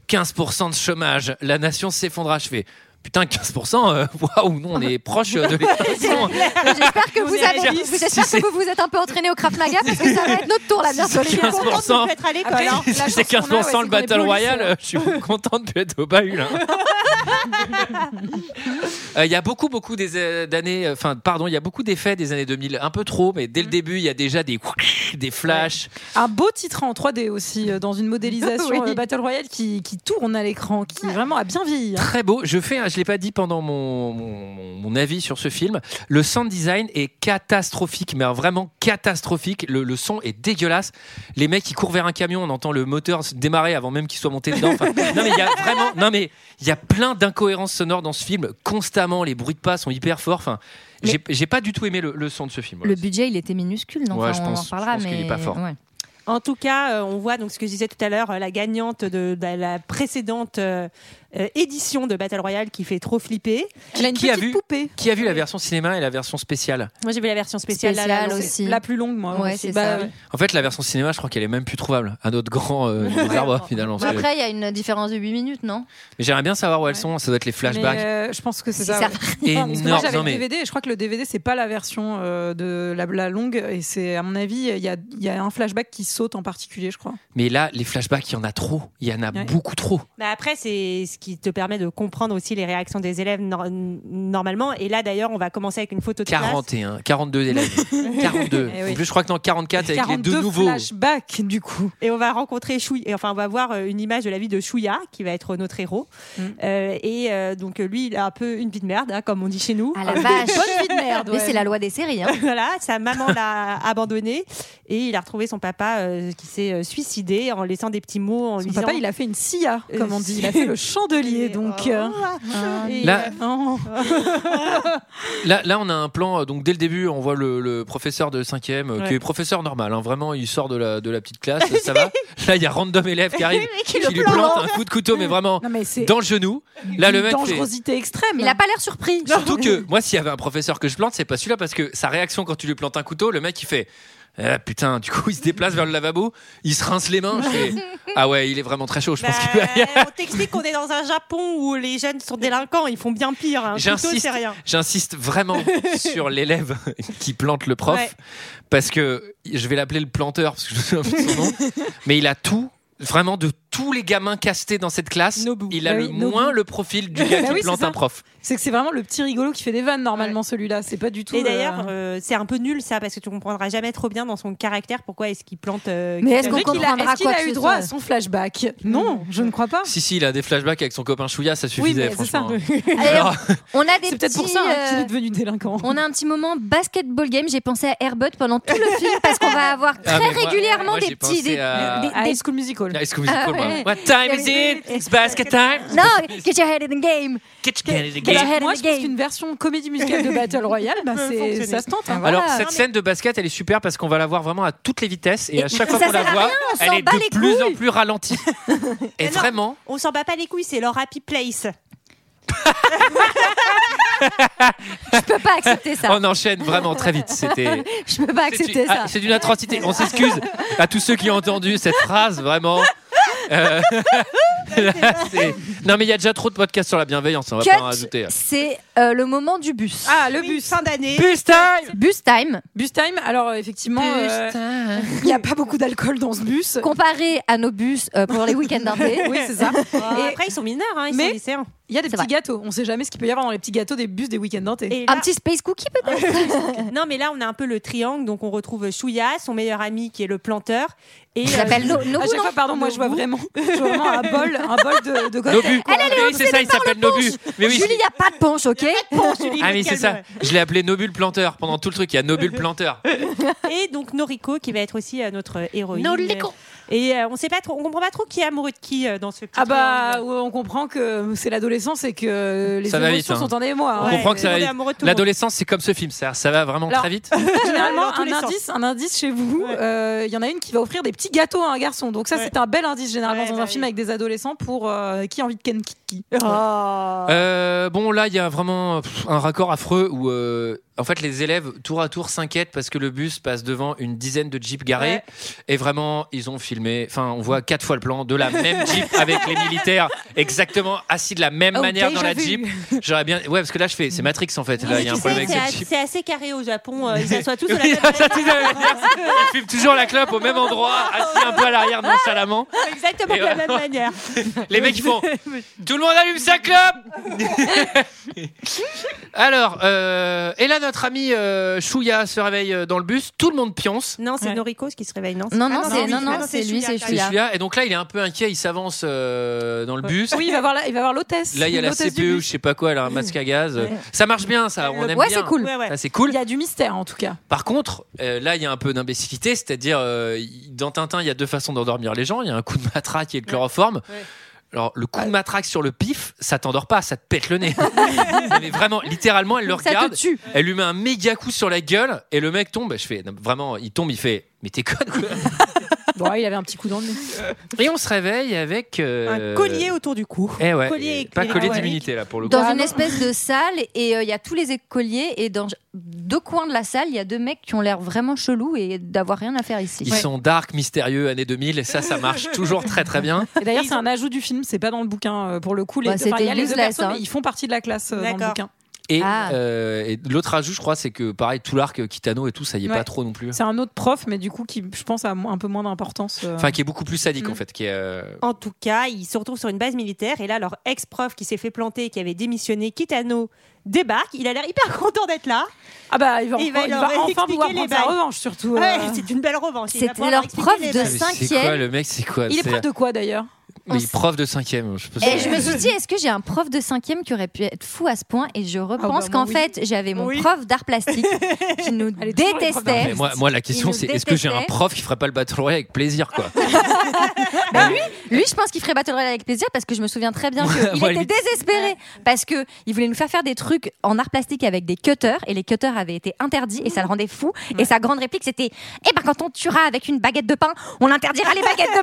Speaker 1: 15% de chômage, la nation s'effondra. Je fais, putain, 15%, euh, waouh, nous on est proche euh, de l'extinction.
Speaker 6: J'espère que vous
Speaker 8: est
Speaker 6: avez,
Speaker 8: réaliste.
Speaker 6: vous- j'espère
Speaker 1: Si
Speaker 6: que vous vous êtes un peu entraîné au Krav Maga parce que ça va être notre tour là bientôt. les gars.
Speaker 1: 15%.
Speaker 8: peut être à l'école.
Speaker 9: Ah bah alors,
Speaker 1: Si
Speaker 9: la chance qu'on a,
Speaker 1: c'est 15%
Speaker 9: ouais,
Speaker 1: le
Speaker 9: c'est qu'on est
Speaker 1: Battle
Speaker 9: beau
Speaker 1: Royale,
Speaker 9: lycéen.
Speaker 1: euh, je suis content de plus être au bahut. là. Euh, Il y a beaucoup, beaucoup des, euh, d'années, euh, enfin, pardon, il y a beaucoup d'effets des années 2000, un peu trop, mais
Speaker 9: Mmh.
Speaker 1: dès le début, il y a déjà des, des flashs.
Speaker 9: Un beau titre en 3D aussi, euh, dans une modélisation
Speaker 8: Oui.
Speaker 9: euh, Battle Royale qui, qui tourne à l'écran, qui vraiment a bien vieilli. hein.
Speaker 1: Très beau. Je fais, un- je l'ai pas dit pendant mon, mon- mon- mon avis sur ce film. Le sound design est catastrophique, mais vraiment catastrophique. Le, le son est dégueulasse. Les mecs qui courent vers un camion, on entend le moteur se démarrer avant même qu'il soit monté dedans. Enfin, non mais il y a vraiment, non mais il y a plein d'incohérences sonores dans ce film. Constamment, les bruits de pas sont hyper forts. Enfin, j'ai- j'ai pas du tout aimé le, le son de ce film.
Speaker 6: Le budget, il était minuscule, donc
Speaker 1: Ouais,
Speaker 6: enfin,
Speaker 1: je
Speaker 6: on
Speaker 1: pense-
Speaker 6: en
Speaker 1: je
Speaker 6: parlera.
Speaker 1: pense qu'il
Speaker 6: mais
Speaker 1: est pas fort.
Speaker 6: ouais.
Speaker 8: En tout cas, euh, on voit donc ce que je disais tout à l'heure, euh, la gagnante de, de la précédente euh, euh, édition de Battle Royale qui fait trop flipper.
Speaker 9: Elle a une
Speaker 1: qui a
Speaker 9: petite
Speaker 1: vu
Speaker 9: poupée.
Speaker 1: Qui a vu la version cinéma et la version spéciale
Speaker 8: Moi, j'ai vu la version spéciale. là,
Speaker 6: Spéciale
Speaker 8: là, non,
Speaker 6: aussi.
Speaker 9: C'est La plus longue, moi.
Speaker 6: Ouais,
Speaker 9: aussi.
Speaker 6: c'est ça, oui.
Speaker 1: En fait, la version cinéma, je crois qu'elle est même plus trouvable. À notre grand euh, désarroi, finalement.
Speaker 6: Bon, Bah, Après, il y a une différence de 8 minutes, non
Speaker 1: Mais j'aimerais bien savoir où elles sont. Ça doit être les
Speaker 9: Mais,
Speaker 1: flashbacks.
Speaker 9: euh, je pense que c'est
Speaker 6: Si
Speaker 9: ça.
Speaker 6: ça
Speaker 9: ouais.
Speaker 1: énorme.
Speaker 9: Parce que moi j'avais
Speaker 1: Non,
Speaker 9: le
Speaker 1: mais-
Speaker 9: DVD et je crois que le DVD c'est pas la version euh, de la, la longue et c'est à mon avis il y a, il y a un flashback qui saute en particulier je crois.
Speaker 1: Mais là, les flashbacks, il y en a trop. Il y en a
Speaker 9: Ouais.
Speaker 1: beaucoup trop.
Speaker 8: Bah après, c'est ce qui te permet de comprendre aussi les réactions des élèves nor- normalement. Et là, d'ailleurs, on va commencer avec une photo de classe.
Speaker 1: 41, 42 élèves. 42.
Speaker 9: Eh oui.
Speaker 1: En plus, je crois que dans 44, avec les
Speaker 9: 42
Speaker 1: deux nouveaux.
Speaker 9: flashbacks du coup.
Speaker 8: Et on va rencontrer Chouï, et enfin on va voir euh, une image de la vie de Chouya qui va être notre héros.
Speaker 9: Mm.
Speaker 8: Euh, et euh, donc euh, lui, il a un peu une vie de merde, hein, comme on dit chez nous.
Speaker 6: À la vache
Speaker 9: Bonne vie de merde.
Speaker 6: Mais
Speaker 9: ouais.
Speaker 6: c'est la loi des séries. hein.
Speaker 8: voilà, sa maman l'a abandonné et il a retrouvé son papa euh, qui s'est euh, suicidé en laissant des petits mots en
Speaker 9: Son
Speaker 8: lui
Speaker 9: papa,
Speaker 8: disant-
Speaker 9: il a fait une silla,
Speaker 8: Euh,
Speaker 9: comme on dit. Il a
Speaker 8: si.
Speaker 9: fait le chandelier, donc. euh,
Speaker 8: ah. Et-
Speaker 1: Là,
Speaker 9: oh.
Speaker 1: Là, là, on a un plan. euh, Donc, dès le début, on voit le, le professeur de 5e, euh, qui
Speaker 9: Ouais.
Speaker 1: est professeur normal. hein, vraiment, il sort de la, de la petite classe. ça va. Là, il y a random élève qui arrive, qui lui plante un coup de couteau, mais vraiment
Speaker 9: Non, mais c'est
Speaker 1: dans le genou. Là, le
Speaker 9: une
Speaker 1: mec. fait-
Speaker 9: dangerosité extrême.
Speaker 6: Il a pas l'air surpris.
Speaker 1: Surtout que moi, s'il y avait un professeur que je plante, c'est pas celui-là parce que sa réaction quand tu lui plantes un couteau, le mec il fait Ah, putain, du coup il se déplace vers le lavabo, il se rince les mains. je fais, ah ouais, il est vraiment très chaud. Je
Speaker 8: Bah,
Speaker 1: pense que
Speaker 8: on t'explique qu'on est dans un Japon où les jeunes sont délinquants, ils font bien pire. Hein. Couteau,
Speaker 1: J'insiste.
Speaker 8: c'est rien.
Speaker 1: j'insiste vraiment sur l'élève qui plante le prof
Speaker 8: Ouais.
Speaker 1: parce que je vais l'appeler le planteur parce que je me souviens plus de son nom. Mais il a tout, vraiment de tous les gamins castés dans cette classe,
Speaker 9: Nobu.
Speaker 1: il a
Speaker 9: Bah
Speaker 1: le
Speaker 9: oui, Nobu.
Speaker 1: moins le profil du gars
Speaker 9: Bah
Speaker 1: qui
Speaker 9: oui, c'est
Speaker 1: plante
Speaker 9: ça.
Speaker 1: un prof.
Speaker 9: C'est que c'est vraiment le petit rigolo qui fait des vannes normalement celui-là. C'est pas du tout.
Speaker 8: Et d'ailleurs,
Speaker 9: euh,
Speaker 8: euh, c'est un peu nul ça parce que tu comprendras jamais trop bien dans son caractère pourquoi est-ce qu'il plante. euh,
Speaker 6: Mais est-ce
Speaker 8: quelqu'un.
Speaker 6: qu'on
Speaker 9: Est-ce qu'il a,
Speaker 6: comprendra
Speaker 9: est-ce qu'il
Speaker 6: quoi
Speaker 9: a
Speaker 6: que
Speaker 9: eu
Speaker 6: ce
Speaker 9: droit
Speaker 6: soit
Speaker 9: à son flashback Non, je ne crois pas.
Speaker 1: Si si, il a des flashbacks avec son copain Chouya, ça
Speaker 9: Oui,
Speaker 1: suffisait
Speaker 9: mais c'est ça.
Speaker 1: franchement.
Speaker 6: Alors,
Speaker 1: Alors,
Speaker 6: on a des
Speaker 9: C'est peut-être pour
Speaker 6: petits,
Speaker 9: ça hein, qu'il
Speaker 6: euh,
Speaker 9: est devenu délinquant.
Speaker 6: On a un petit moment basketball game. J'ai pensé à Airbud pendant tout le film parce qu'on va avoir très
Speaker 1: Ah, mais moi-
Speaker 6: régulièrement
Speaker 1: moi, j'ai
Speaker 6: des petits.
Speaker 1: pensé
Speaker 6: des-
Speaker 1: à-
Speaker 6: des-
Speaker 9: À
Speaker 6: des-
Speaker 9: High School Musical.
Speaker 1: High School Musical,
Speaker 6: Ah
Speaker 1: moi.
Speaker 6: ouais.
Speaker 1: What time is it? It's basket time.
Speaker 6: Non, get your head in the game.
Speaker 1: Get your head in the
Speaker 6: Get your
Speaker 1: game.
Speaker 6: head in
Speaker 9: Moi,
Speaker 6: the
Speaker 9: je pense
Speaker 6: game.
Speaker 9: qu'une version comédie musicale de Battle Royale, bah,
Speaker 8: Peut
Speaker 9: c'est-
Speaker 8: fonctionner.
Speaker 9: ça se tente. hein.
Speaker 1: Alors
Speaker 6: Voilà.
Speaker 1: cette scène de basket, elle est super parce qu'on va la voir vraiment à toutes les vitesses et,
Speaker 6: Et
Speaker 1: à chaque
Speaker 6: ça
Speaker 1: fois qu'on la
Speaker 6: sert à
Speaker 1: voit,
Speaker 6: on
Speaker 1: elle
Speaker 6: s'en
Speaker 1: est
Speaker 6: bat les
Speaker 1: de plus en
Speaker 6: couilles. Ah.
Speaker 1: plus ralentie. et
Speaker 8: Mais non.
Speaker 1: vraiment,
Speaker 8: On s'en bat pas les couilles, c'est leur happy place.
Speaker 6: Je peux pas accepter ça.
Speaker 1: on enchaîne vraiment très vite. C'était
Speaker 6: Je peux pas
Speaker 1: c'est
Speaker 6: accepter
Speaker 1: une-
Speaker 6: ça.
Speaker 1: ah, c'est une atrocité. On s'excuse à tous ceux qui ont entendu cette phrase vraiment. Euh, là, c'est- non mais il y a déjà trop de podcasts sur la bienveillance, on va pas en rajouter. hein.
Speaker 6: Cut, c'est euh, le moment du bus.
Speaker 9: Ah, le
Speaker 8: Oui,
Speaker 9: bus.
Speaker 8: fin d'année.
Speaker 1: Bus time
Speaker 6: Bus time.
Speaker 9: Bus time. Alors, effectivement, euh, il n'y a pas beaucoup d'alcool dans ce bus.
Speaker 6: Comparé à nos bus euh, pour les week-ends d'indé.
Speaker 9: Oui, c'est ça.
Speaker 8: Et
Speaker 9: Et-
Speaker 8: après, ils sont mineurs, hein, ils
Speaker 9: Mais-
Speaker 8: sont lycéens.
Speaker 9: Il y a des
Speaker 6: C'est
Speaker 9: petits
Speaker 6: vrai.
Speaker 9: gâteaux. On sait jamais ce qu'il peut y avoir dans les petits gâteaux des bus des week-ends dentés.
Speaker 8: Et là-
Speaker 6: Un petit space cookie peut-être.
Speaker 8: Non, mais là, on a un peu le triangle, donc on retrouve Chouya, son meilleur ami qui est le planteur. Et
Speaker 6: Je l'appelle no,
Speaker 9: À chaque fois, pardon, moi je vois vraiment, je vois vraiment un bol, un bol de, de
Speaker 1: Nobu.
Speaker 9: cocktail.
Speaker 1: quoi. Oui, c'est ça, il s'appelle Nobu. Mais oui,
Speaker 6: Julie, il n'y a pas de ponche, ok
Speaker 1: ah mais c'est ça. Je l'ai appelé Nobule planteur pendant tout le truc. Il y a Nobule planteur.
Speaker 8: Et donc Noriko qui va être aussi euh, notre euh, héroïne. Et euh, on sait pas trop, on comprend pas trop qui est amoureux de qui euh, dans ce petit
Speaker 9: Ah bah,
Speaker 8: triangle.
Speaker 9: ouais, on comprend que c'est l'adolescence et que les
Speaker 1: Ça va
Speaker 9: émotions
Speaker 1: vite, hein.
Speaker 9: sont en émoi.
Speaker 1: On
Speaker 9: hein.
Speaker 8: Ouais,
Speaker 1: comprend que ça
Speaker 8: on
Speaker 1: va
Speaker 8: est
Speaker 1: vite.
Speaker 8: amoureux de tout le monde.
Speaker 1: L'adolescence, c'est comme ce film, ça, ça va vraiment
Speaker 9: Alors,
Speaker 1: très vite.
Speaker 9: Généralement,
Speaker 8: Dans tous
Speaker 9: un
Speaker 8: les
Speaker 9: indice, un indice chez vous, euh,
Speaker 8: Ouais.
Speaker 9: il y en a une qui va offrir des petits gâteaux à un garçon. Donc ça,
Speaker 8: Ouais.
Speaker 9: c'est un bel indice généralement
Speaker 8: Ouais,
Speaker 9: dans
Speaker 8: bah
Speaker 9: un film
Speaker 8: oui.
Speaker 9: avec
Speaker 8: Oh.
Speaker 9: des adolescents pour euh, qui a envie de ken qui. Oh.
Speaker 1: Euh, bon, là, il y a vraiment pff, un raccord affreux où, euh, en fait, les élèves, tour à tour, s'inquiètent parce que le bus passe devant une dizaine de jeeps garés.
Speaker 9: Ouais.
Speaker 1: Et vraiment, ils ont filmé, enfin, on voit quatre fois le plan de la même jeep avec les militaires, exactement assis de la même
Speaker 6: Oh,
Speaker 1: manière dans
Speaker 6: déjà
Speaker 1: la
Speaker 6: vu.
Speaker 1: jeep. J'aurais bien. Ouais, parce que là, je fais. C'est Matrix, en fait. Là, il y a un
Speaker 8: Tu sais,
Speaker 1: problème avec
Speaker 8: c'est
Speaker 1: cette
Speaker 8: a-
Speaker 1: jeep.
Speaker 8: C'est assez carré au Japon, euh, ils s'assoient tous à la
Speaker 1: Oui,
Speaker 8: même
Speaker 1: ça, tu sais, Ils fument toujours la clope au même endroit, assis un peu à l'arrière nonchalamment.
Speaker 8: exactement de
Speaker 1: Et
Speaker 8: la
Speaker 1: voilà.
Speaker 8: même manière.
Speaker 1: Les mecs ils font Tout le monde allume sa clope Alors, euh, et là, notre ami euh, Chouya se réveille euh, dans le bus, tout le monde pionce.
Speaker 8: Non, c'est
Speaker 9: Ouais.
Speaker 8: Noriko qui se réveille, non
Speaker 6: Non,
Speaker 8: Ah
Speaker 6: non, c'est
Speaker 8: oui,
Speaker 6: non,
Speaker 8: ah
Speaker 6: non, c'est lui,
Speaker 1: C'est
Speaker 6: c'est
Speaker 8: Shuya.
Speaker 6: celui-là.
Speaker 1: Chouya, et donc là, il est un peu inquiet, il s'avance euh, dans le bus.
Speaker 9: Oui, il va voir la- il va voir l'hôtesse.
Speaker 1: Là, il y a la
Speaker 9: l'hôtesse du
Speaker 1: CPU, je
Speaker 9: bus.
Speaker 1: sais pas quoi, elle a un masque à gaz. Ça marche bien, ça, on aime
Speaker 6: Ouais,
Speaker 1: bien.
Speaker 6: c'est cool.
Speaker 8: Ouais, ouais.
Speaker 1: Ça, c'est cool.
Speaker 9: Il y a du mystère en tout cas.
Speaker 1: Par contre, euh, là, il y a un peu d'imbécilité, c'est-à-dire, euh, il- dans Tintin, il y a deux façons d'endormir les gens. Il y a un coup de matraque et le chloroforme.
Speaker 8: Ouais. Ah.
Speaker 1: Alors, le coup de matraque sur le pif, ça t'endort pas, ça te pète le nez. Mais vraiment, littéralement, elle le
Speaker 6: Ça
Speaker 1: regarde,
Speaker 6: te tue.
Speaker 1: elle lui met un méga coup sur la gueule, et le mec tombe. Je fais, non, vraiment, il tombe, il fait, mais t'es conne, quoi.
Speaker 9: Bon, ouais, il avait un petit coup dans le nez.
Speaker 1: Et on se réveille avec. euh,
Speaker 8: Un collier autour du cou.
Speaker 1: Eh ouais,
Speaker 8: collier
Speaker 1: et pas collier
Speaker 8: électrique.
Speaker 1: d'immunité, là, pour le coup.
Speaker 6: Dans
Speaker 9: Ah,
Speaker 6: une
Speaker 9: non.
Speaker 6: espèce de salle, et euh, il y a tous les écoliers, et dans deux coins de la salle, il y a deux mecs qui ont l'air vraiment chelous et d'avoir rien à faire ici.
Speaker 1: Ils sont dark, mystérieux, années 2000, et ça, ça marche toujours très très bien.
Speaker 9: Et D'ailleurs, c'est un ajout du film, c'est pas dans le bouquin euh, pour le coup. Les,
Speaker 6: Bah,
Speaker 9: enfin, il y a
Speaker 6: c'était
Speaker 9: les deux
Speaker 6: useless,
Speaker 9: personnes,
Speaker 6: hein.
Speaker 9: mais ils font partie de la classe euh, dans le
Speaker 8: D'accord.
Speaker 9: bouquin.
Speaker 1: Et,
Speaker 6: Ah.
Speaker 1: euh, et l'autre ajout, je crois, c'est que pareil, tout l'arc euh, Kitano et tout, ça y est
Speaker 9: Ouais.
Speaker 1: pas trop non plus.
Speaker 9: C'est un autre prof, mais du coup, qui je pense a mo- un peu moins d'importance. euh.
Speaker 1: Enfin, qui est beaucoup plus sadique
Speaker 9: Mm.
Speaker 1: en fait. Qui est, euh,
Speaker 8: En tout cas, ils se retrouvent sur une base militaire et là, leur ex-prof qui s'est fait planter, qui avait démissionné, Kitano, débarque. Il a l'air hyper content d'être là.
Speaker 9: ah bah, il va,
Speaker 8: il va
Speaker 9: encore- il
Speaker 8: leur
Speaker 9: va enfin
Speaker 8: expliquer
Speaker 9: pouvoir
Speaker 8: les
Speaker 9: prendre sa
Speaker 8: bails.
Speaker 9: revanche surtout. euh.
Speaker 8: Ouais, c'est une belle revanche. Il va
Speaker 6: C'était
Speaker 8: pouvoir
Speaker 6: leur
Speaker 8: expliquer
Speaker 6: prof
Speaker 8: les
Speaker 6: de
Speaker 8: bases.
Speaker 1: mais C'est
Speaker 6: cinquième.
Speaker 1: quoi le mec C'est quoi
Speaker 9: Il est
Speaker 1: c'est-
Speaker 9: prof de quoi d'ailleurs
Speaker 6: on
Speaker 1: Oui,
Speaker 6: s-
Speaker 1: prof de 5ème. Je, sais pas si-
Speaker 6: Et je me suis dit, est-ce que j'ai un prof de cinquième qui aurait pu être fou à ce point Et je repense
Speaker 9: bah, moi,
Speaker 6: qu'en
Speaker 9: oui.
Speaker 6: fait, j'avais mon
Speaker 9: Oui.
Speaker 6: prof d'art plastique qui nous
Speaker 9: Elle est toujours les
Speaker 1: Non, mais
Speaker 9: profs d'art
Speaker 6: détestait.
Speaker 1: moi, moi, la question,
Speaker 6: nous
Speaker 1: c'est est-ce que j'ai un
Speaker 6: détestait.
Speaker 1: prof qui ferait pas le battle royale avec plaisir, quoi
Speaker 6: Lui, je pense qu'il ferait Battle Royale avec plaisir parce que je me souviens très bien qu'il
Speaker 1: Moi,
Speaker 6: était
Speaker 1: limite.
Speaker 6: désespéré parce que il voulait nous faire faire des trucs en art plastique avec des cutters et les cutters avaient été interdits et ça le rendait fou. Et sa grande réplique, c'était Eh ben, quand on tuera avec une baguette de pain, on interdira les baguettes de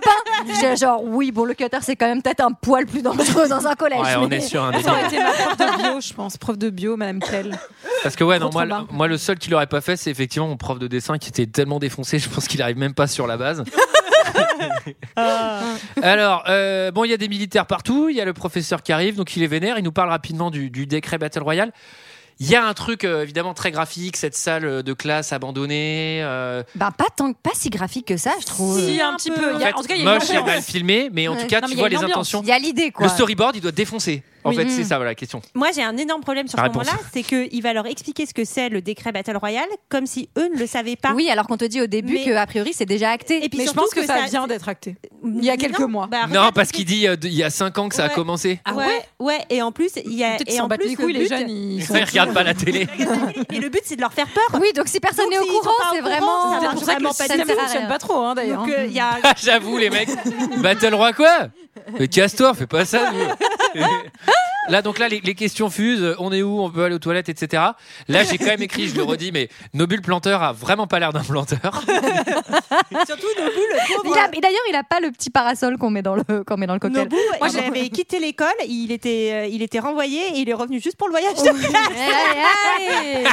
Speaker 6: pain. J'étais genre, oui, bon, le cutter, c'est quand même peut-être un poil plus dangereux dans un collège.
Speaker 1: Ouais, on
Speaker 6: mais-
Speaker 1: est sur un
Speaker 9: Ça
Speaker 1: délire.
Speaker 9: aurait été ma prof de bio, je pense. Prof de bio, Madame Kell.
Speaker 1: Parce que ouais, non,
Speaker 9: Trop,
Speaker 1: moi,
Speaker 9: trop bas.
Speaker 1: le- moi, le seul qui l'aurait pas fait, c'est effectivement mon prof de dessin qui était tellement défoncé, je pense qu'il arrive même pas sur la base.
Speaker 8: Euh,
Speaker 9: Ah,
Speaker 1: Alors, euh, bon, il y a des militaires partout, il y a le professeur qui arrive, donc il est vénère, il nous parle rapidement du, du décret Battle Royale. Il y a un truc euh, évidemment très graphique, cette salle euh, de classe abandonnée, euh,
Speaker 6: Ben, pas, tant, pas si graphique que ça, je trouve.
Speaker 9: Si, un petit peu. Il y
Speaker 1: en
Speaker 9: a-
Speaker 1: fait,
Speaker 9: en tout cas, il y a une
Speaker 1: moche et
Speaker 9: ambiance.
Speaker 1: mal filmé, mais en
Speaker 6: Ouais.
Speaker 1: tout cas,
Speaker 9: Non,
Speaker 1: tu
Speaker 9: mais il y a
Speaker 1: vois
Speaker 9: une
Speaker 1: les
Speaker 9: ambiance.
Speaker 1: intentions.
Speaker 6: Il y a l'idée, quoi.
Speaker 1: Le storyboard, il doit défoncer. En
Speaker 6: Oui.
Speaker 1: fait,
Speaker 6: Mm.
Speaker 1: c'est ça, voilà, la question.
Speaker 8: Moi, j'ai un énorme problème sur
Speaker 1: La
Speaker 8: ce
Speaker 1: réponse.
Speaker 8: moment-là, c'est qu'il va leur expliquer ce que c'est le décret Battle Royale, comme si eux ne le savaient pas.
Speaker 6: Oui, alors qu'on te dit au début
Speaker 8: Mais-
Speaker 6: que a priori, c'est déjà acté.
Speaker 8: Et puis
Speaker 9: Mais je
Speaker 8: surtout
Speaker 9: pense que, ça
Speaker 8: ça- Eh,
Speaker 9: vient d'être acté. il y a
Speaker 8: Mais
Speaker 9: quelques
Speaker 8: non,
Speaker 9: mois.
Speaker 8: bah,
Speaker 1: non,
Speaker 8: regarde,
Speaker 1: parce qu'il dit euh, de- il y a 5 ans que ça a
Speaker 8: Ouais.
Speaker 1: commencé.
Speaker 9: Ah
Speaker 8: ouais, ouais, Et en plus, il y a
Speaker 9: Peut-être qu'ils
Speaker 8: et
Speaker 9: s'en
Speaker 8: en
Speaker 9: battent
Speaker 8: plus
Speaker 9: les couilles,
Speaker 8: le
Speaker 9: les
Speaker 8: but-
Speaker 9: jeunes. Ils sont
Speaker 1: Il regarde pas la télé.
Speaker 8: Et le but, c'est de leur faire peur.
Speaker 6: Oui, donc si personne
Speaker 8: Donc,
Speaker 6: n'est au
Speaker 8: s'ils sont
Speaker 6: courant,
Speaker 8: pas au
Speaker 6: c'est
Speaker 8: courant,
Speaker 6: vraiment.
Speaker 8: ça
Speaker 9: C'est
Speaker 8: marche
Speaker 9: pour ça que
Speaker 8: vraiment
Speaker 9: le
Speaker 8: pas
Speaker 6: ça
Speaker 8: du
Speaker 6: ne
Speaker 9: système
Speaker 8: tout.
Speaker 6: sert à
Speaker 9: fonctionne
Speaker 6: rien.
Speaker 9: pas trop, hein, d'ailleurs.
Speaker 8: Donc, euh, il y a
Speaker 1: Ah, J'avoue, les mecs. Battle Roy, quoi Mais casse-toi, fais pas ça. nous. Là, donc là, les, les questions fusent. On est où On peut aller aux toilettes, etc. Là, j'ai quand même écrit, je le redis, mais nos bulles planteurs a vraiment pas l'air d'un planteur.
Speaker 8: surtout Nobu, le
Speaker 6: Il
Speaker 8: pauvre.
Speaker 6: a- et d'ailleurs, il a pas le petit parasol qu'on met dans le qu'on met dans le cocktail.
Speaker 8: Nobu,
Speaker 9: Moi,
Speaker 8: il
Speaker 9: j'ai-
Speaker 8: avait quitté l'école, il était, euh, il était renvoyé et il est revenu juste pour le voyage.
Speaker 6: Eh, Allez, allez.